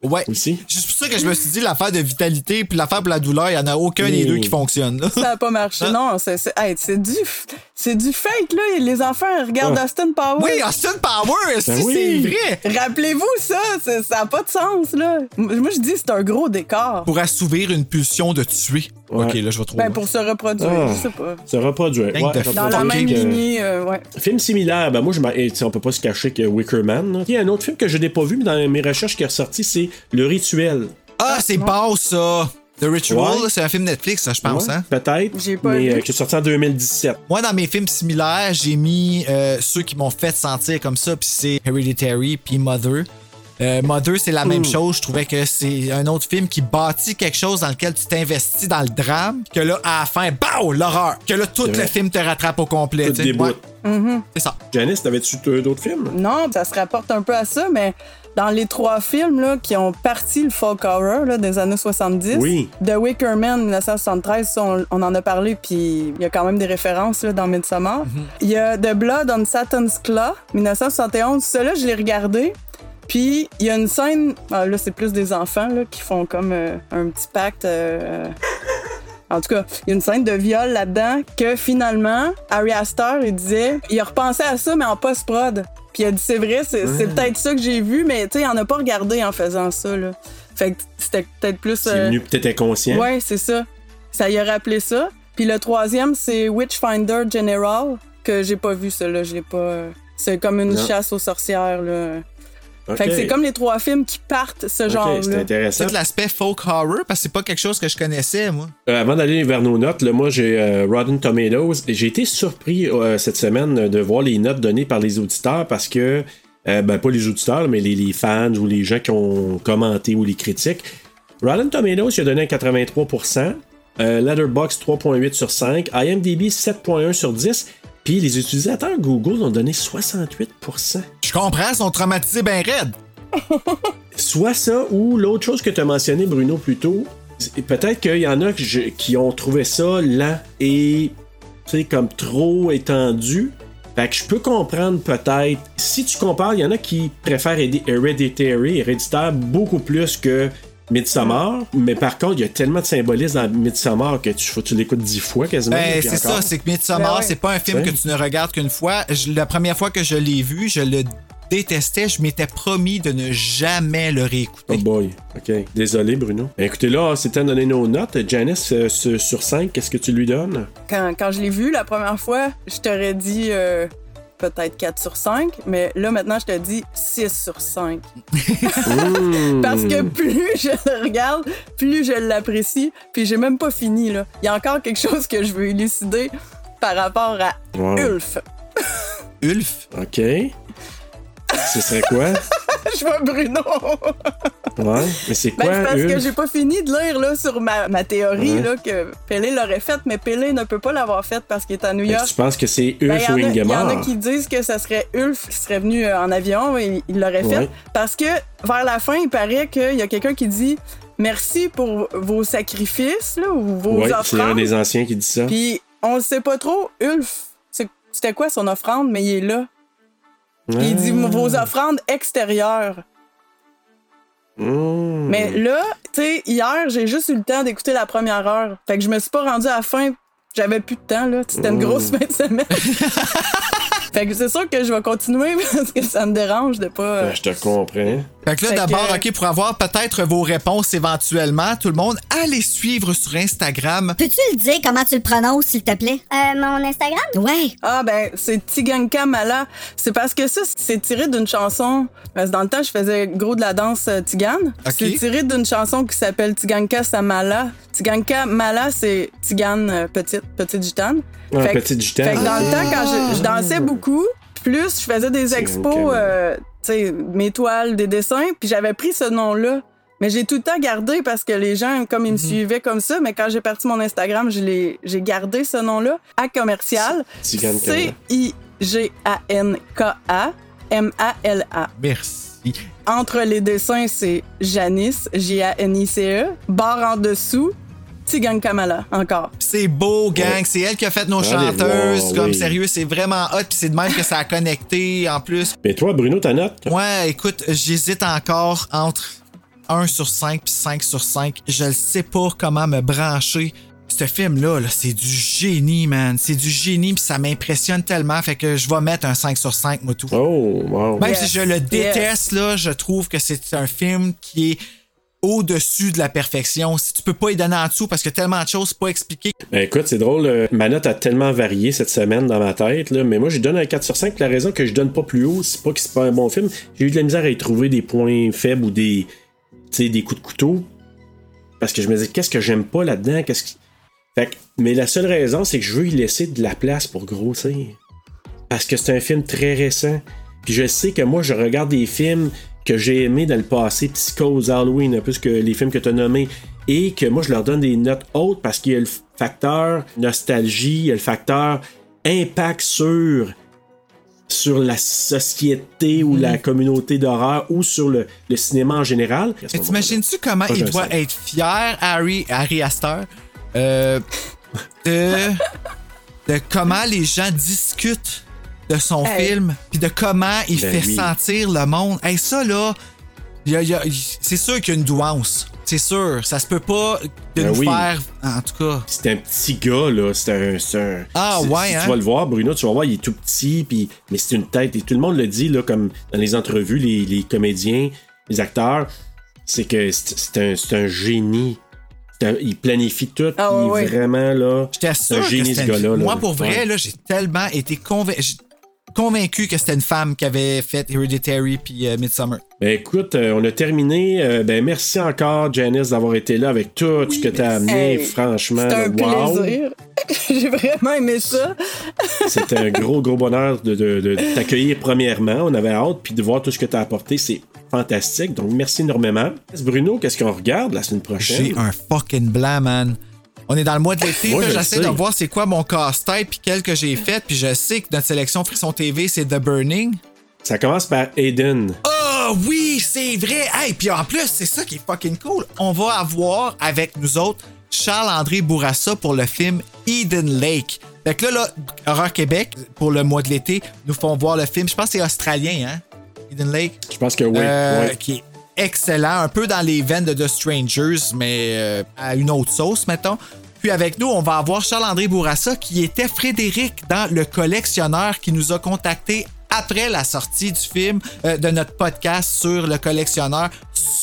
S4: Ouais.
S2: Aussi.
S4: C'est pour ça que je me suis dit, l'affaire de vitalité puis l'affaire pour la douleur, il n'y en a aucun des
S2: Mm.
S4: deux qui fonctionne. là.
S8: Ça n'a pas
S2: Ah.
S8: marché. Non, c'est c'est- hey, c'est du, f- c'est du fake, là. Les enfants ils regardent
S4: Ouais.
S8: Austin Powers.
S4: Oui, Austin Powers,
S8: Ben
S4: si,
S8: oui.
S4: c'est vrai.
S8: Rappelez-vous ça, c'est- ça n'a pas de sens, là. M- Moi, je dis c'est un gros décor.
S4: Pour assouvir une pulsion de tuer. Ok, là, je vais trouver.
S8: Ben, pour se reproduire,
S2: Ah.
S8: je sais pas.
S2: Se reproduire.
S4: Gang de
S2: ça
S8: Dans
S2: peut
S8: la
S2: être
S8: même
S2: que-
S8: lignée, euh, ouais.
S2: Film similaire, ben moi, je m'a- eh, t'sais, on peut pas se cacher que Wicker Man. là. Il y a un autre film que je n'ai pas vu, mais dans mes recherches qui est ressorti, c'est Le Rituel.
S4: Ah, c'est bon, ça! The Ritual,
S2: Ouais.
S4: là, c'est un film Netflix, ça, je pense,
S2: Ouais,
S4: hein?
S2: Peut-être. mais euh, qui est sorti en 2017.
S4: Moi, dans mes films similaires, j'ai mis euh, ceux qui m'ont fait sentir comme ça, puis c'est Hereditary, puis Mother. Euh, Mother, c'est la
S2: Hmm.
S4: même chose. Je trouvais que c'est un autre film qui bâtit quelque chose dans lequel tu t'investis dans le drame, que là, à la fin, BAO! L'horreur! Que là, tout
S2: C'est
S4: le
S2: vrai.
S4: film te rattrape au complet.
S2: Tout
S4: tu sais.
S2: déboute.
S4: Ouais.
S8: Mm-hmm.
S4: C'est ça.
S2: Janice, t'avais-tu euh, d'autres films?
S8: Non, ça se rapporte un peu à ça, mais dans les trois films là, qui ont parti le folk horror là, des années 70,
S2: Oui.
S8: The Wicker Man 1973, ça, on, on en a parlé, puis il y a quand même des références là, dans Midsommar. Il y a The Blood on Satan's Claw 1971, celui-là, je l'ai regardé. Puis il y a une scène, ah, là c'est plus des enfants là, qui font comme euh, un petit pacte. euh, en tout cas, il y a une scène de viol là-dedans que finalement, Harry Astor, il disait, il a repensé à ça, mais en post-prod. Puis il a dit, c'est vrai, c'est c'est
S2: Ah.
S8: peut-être ça que j'ai vu, mais tu sais, il en a pas regardé en faisant ça, là. Fait que c'était peut-être plus.
S2: C'est venu peut-être inconscient.
S8: Euh, Ouais, c'est ça. Ça y a rappelé ça. Puis le troisième, c'est Witchfinder General, que j'ai pas vu, ça, là. Je l'ai pas. euh, C'est comme une
S2: Non.
S8: chasse aux sorcières, là.
S2: Ok.
S8: Fait que c'est comme les trois films qui partent ce genre-là.
S4: Tout l'aspect folk horror, parce que c'est pas quelque chose que je connaissais, moi.
S2: Euh, avant d'aller vers nos notes, là, moi j'ai euh, Rotten Tomatoes. J'ai été surpris euh, cette semaine de voir les notes données par les auditeurs parce que, euh, ben pas les auditeurs, mais les, les fans ou les gens qui ont commenté ou les critiques. Rotten Tomatoes, il a donné un 83%. Euh, Letterboxd 3.8 sur 5. IMDb 7.1 sur 10. Puis les utilisateurs Google ont donné 68%.
S4: Je comprends, ils sont traumatisés ben raides.
S2: Soit ça ou l'autre chose que tu as mentionné, Bruno, plus tôt, c'est- peut-être qu'il y en a que je- qui ont trouvé ça lent et tu sais, comme trop étendu. Fait que je peux comprendre peut-être. Si tu compares, il y en a qui préfèrent Hedi- Hereditary, Héréditaire, beaucoup plus que Midsommar. Mais par contre, il y a tellement de symbolisme dans Midsommar que tu, faut- tu l'écoutes dix fois quasiment.
S4: Ben,
S2: puis
S4: c'est
S2: encore.
S4: ça, c'est que Midsommar,
S2: Ben ouais.
S4: c'est pas un film
S2: Ouais.
S4: que tu ne regardes qu'une fois. Je- la première fois que je l'ai vu, je le détestais. Je m'étais promis de ne jamais le réécouter.
S2: Oh boy, ok. Désolé, Bruno. Ben, écoutez, là, c'est temps de donner nos notes. Janice, euh, sur sur 5, qu'est-ce que tu lui donnes?
S8: quand, quand je l'ai vu la première fois, je t'aurais dit euh, peut-être 4 sur 5, mais là maintenant je te dis 6 sur 5.
S2: Hmm.
S8: Parce que plus je le regarde, plus je l'apprécie, puis j'ai même pas fini là. Il y a encore quelque chose que je veux élucider par rapport à
S2: Wow.
S8: Ulf.
S4: Ulf.
S2: OK. Ce serait quoi?
S8: je vois Bruno.
S2: ouais. Mais c'est
S8: Ben,
S2: quoi,
S8: c'est parce que
S2: Ulf?
S8: j'ai pas fini de lire là, sur ma, ma théorie
S2: Ouais.
S8: là, que Pelé l'aurait faite, mais Pelé ne peut pas l'avoir faite parce qu'il est à New
S2: Fait que
S8: York.
S2: tu penses que c'est Ulf
S8: Ben, y en
S2: ou
S8: a- Il y en
S2: Ingemar?
S8: a qui disent que ça serait Ulf qui serait venu euh, en avion, il il l'aurait fait.
S2: Ouais.
S8: Parce que vers la fin, il paraît qu'il y a quelqu'un qui dit merci pour vos sacrifices là, ou vos
S2: Ouais, c'est un
S8: offrandes.
S2: des anciens qui dit ça.
S8: Puis on le sait pas trop, Ulf, c'est- c'était quoi son offrande, mais il est là. Puis il dit
S2: Ah.
S8: vos offrandes extérieures.
S2: Hmm.
S8: Mais là, tu sais, hier, j'ai juste eu le temps d'écouter la première heure. Fait que je me suis pas rendu à la fin. J'avais plus de temps, là. C'était une
S2: Mm.
S8: grosse fin de semaine. fait que c'est sûr que je vais continuer parce que ça me dérange de pas. euh,
S2: Ben, je te comprends.
S4: Fait que là, d'abord, OK, pour avoir peut-être vos réponses éventuellement, tout le monde, allez suivre sur Instagram.
S10: Peux-tu le dire comment tu le prononces, s'il te plaît?
S15: Euh, mon Instagram?
S10: Ouais.
S8: Ah ben, c'est Tiganka Mala. C'est parce que ça, c'est tiré d'une chanson. Parce que Dans le temps, je faisais gros de la danse euh, tigane.
S4: Ok.
S8: C'est tiré d'une chanson qui s'appelle Tiganka Samala. Tiganka Mala, c'est tigane euh, petite, petite gitane.
S2: Ouais,
S8: Fait que-
S2: petite gitane,
S8: Fait que dans
S2: ok.
S8: le temps, quand je, je dansais beaucoup, plus je faisais des expos,
S2: Tiganka Mala.
S8: euh, tu sais, mes toiles, des dessins, puis j'avais pris ce nom-là. Mais j'ai tout le temps gardé parce que les gens, comme ils me suivaient comme ça, mais quand j'ai parti mon Instagram, je l'ai- j'ai gardé ce nom-là à commercial.
S2: Tiganka Mala.
S8: C-I-G-A-N-K-A-M-A-L-A.
S4: Merci.
S8: Entre les dessins, c'est Janice, J-A-N-I-C-E. Barre en dessous, Tigan Kamala, encore.
S4: C'est beau, gang. C'est elle qui a fait nos
S2: Oh. Allez
S4: chanteuses.
S2: voir,
S4: comme
S2: oui.
S4: sérieux, c'est vraiment hot. Puis c'est de même que ça a connecté en plus.
S2: Mais Ben, toi, Bruno, ta note?
S4: Ouais, écoute, j'hésite encore entre 1 sur 5 puis 5 sur 5. Je ne sais pas comment me brancher. Ce film-là, là, c'est du génie, man. C'est du génie, puis ça m'impressionne tellement. Fait que je vais mettre un 5 sur 5, moi, tout.
S2: Oh,
S8: Ben,
S2: wow.
S4: Même
S2: Yes,
S4: si je le
S2: yes.
S4: déteste, là, je trouve que c'est un film qui est au-dessus de la perfection. Si tu peux pas y donner en dessous parce que tellement de choses pas expliquées.
S2: Ben, écoute, c'est drôle, euh, ma note a tellement varié cette semaine dans ma tête, là, mais moi je donne un 4 sur 5. La raison que je donne pas plus haut, c'est pas que c'est pas un bon film. J'ai eu de la misère à y trouver des points faibles ou des, tu sais, des coups de couteau. Parce que je me dis, qu'est-ce que j'aime pas là-dedans? Qu'est-ce qui- Fait que- mais la seule raison, c'est que je veux y laisser de la place pour grossir. Parce que c'est un film très récent. Puis je sais que moi, je regarde des films que j'ai aimés dans le passé, Psychose, Halloween, un peu ce que les films que tu as nommés, et que moi, je leur donne des notes hautes parce qu'il y a le facteur nostalgie, il y a le facteur impact sur sur la société ou la communauté d'horreur ou sur le, le cinéma en général. À ce
S4: Et t'imagines-tu comment
S2: Pas
S4: il
S2: d'un
S4: doit
S2: seul.
S4: être fier, Harry, Harry Astor, euh, de, de comment les gens discutent de son
S16: Hey.
S4: film, puis de comment il
S16: Ben
S4: fait
S16: oui.
S4: sentir le monde. Hey, ça, là, il y a- il y a- il- c'est sûr qu'il y a une douance. C'est sûr. Ça se peut pas de
S2: Ben
S4: nous
S2: oui.
S4: faire. En tout cas.
S2: C'est un petit gars, là. C'est un. c'est un-
S4: Ah,
S2: si-
S4: ouais,
S2: si
S4: hein?
S2: tu vas le voir, Bruno, tu vas voir, il est tout petit, puis, mais c'est une tête. Et tout le monde le dit, là, comme dans les entrevues, les, les comédiens, les acteurs, c'est que c'est c'est un, c'est un génie. C'est un- il planifie tout, il est
S4: Ah, ouais, ouais.
S2: vraiment, là. c'est
S4: sûr
S2: un
S4: que
S2: génie, ce
S4: c'était une-
S2: gars-là. là.
S4: Moi, pour vrai,
S2: Ouais.
S4: là, j'ai tellement été convain- j- convaincu que c'était une femme qui avait fait Hereditary puis euh, Midsummer.
S2: Ben écoute, euh, on a terminé. Euh, ben merci encore, Janice, d'avoir été là avec tout ce que tu as amené.
S8: Hey,
S2: Franchement,
S8: C'est
S2: là,
S8: un
S2: wow.
S8: plaisir. J'ai vraiment aimé ça.
S2: C'était un gros, gros bonheur de, de- de t'accueillir premièrement. On avait hâte, puis de voir tout ce que tu as apporté. C'est fantastique. Donc, merci énormément. Bruno, qu'est-ce qu'on regarde la semaine prochaine?
S4: J'ai un fucking blanc, man. On est dans le mois de l'été,
S2: Moi,
S4: là,
S2: je le
S4: j'essaie
S2: sais.
S4: de voir c'est quoi mon casse-tête puis quel que j'ai fait, puis je sais que notre sélection Frisson TV, c'est The Burning.
S2: Ça commence par Aiden.
S4: Ah oui, c'est vrai. Hey, puis en plus, c'est ça qui est fucking cool. On va avoir avec nous autres Charles-André Bourassa pour le film Eden Lake. Fait que là, là, Horreur Québec, pour le mois de l'été, nous font voir le film. Je pense que c'est australien, hein? Eden Lake.
S2: Je pense que oui.
S4: Euh,
S2: oui.
S4: Qui est excellent, un peu dans les veines de The Strangers, mais euh, à une autre sauce, mettons. Puis avec nous, on va avoir Charles-André Bourassa, qui était Frédéric dans Le Collectionneur, qui nous a contacté après la sortie du film, euh, de notre podcast sur Le Collectionneur.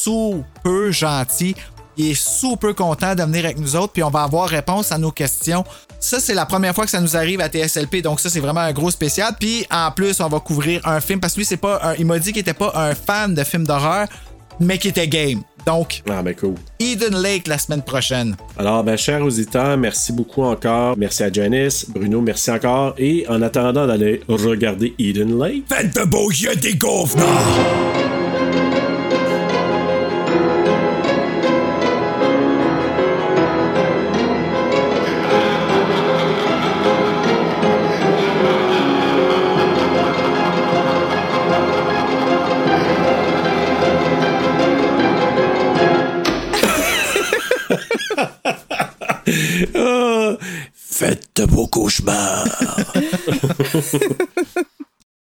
S4: Super gentil. Il est super content de venir avec nous autres, puis on va avoir réponse à nos questions. Ça, c'est la première fois que ça nous arrive à TSLP, donc ça, c'est vraiment un gros spécial. Puis en plus, on va couvrir un film, parce que lui, c'est pas un- il m'a dit qu'il était pas un fan de films d'horreur, mais qu'il était game. Donc,
S2: Ah, ben cool.
S4: Eden Lake la semaine prochaine.
S2: Alors, ben, chers auditeurs, merci beaucoup encore. Merci à Janice. Bruno, merci encore. Et en attendant d'aller regarder Eden Lake.
S4: Faites de beaux yeux des
S2: Ah, faites de beaux cauchemars.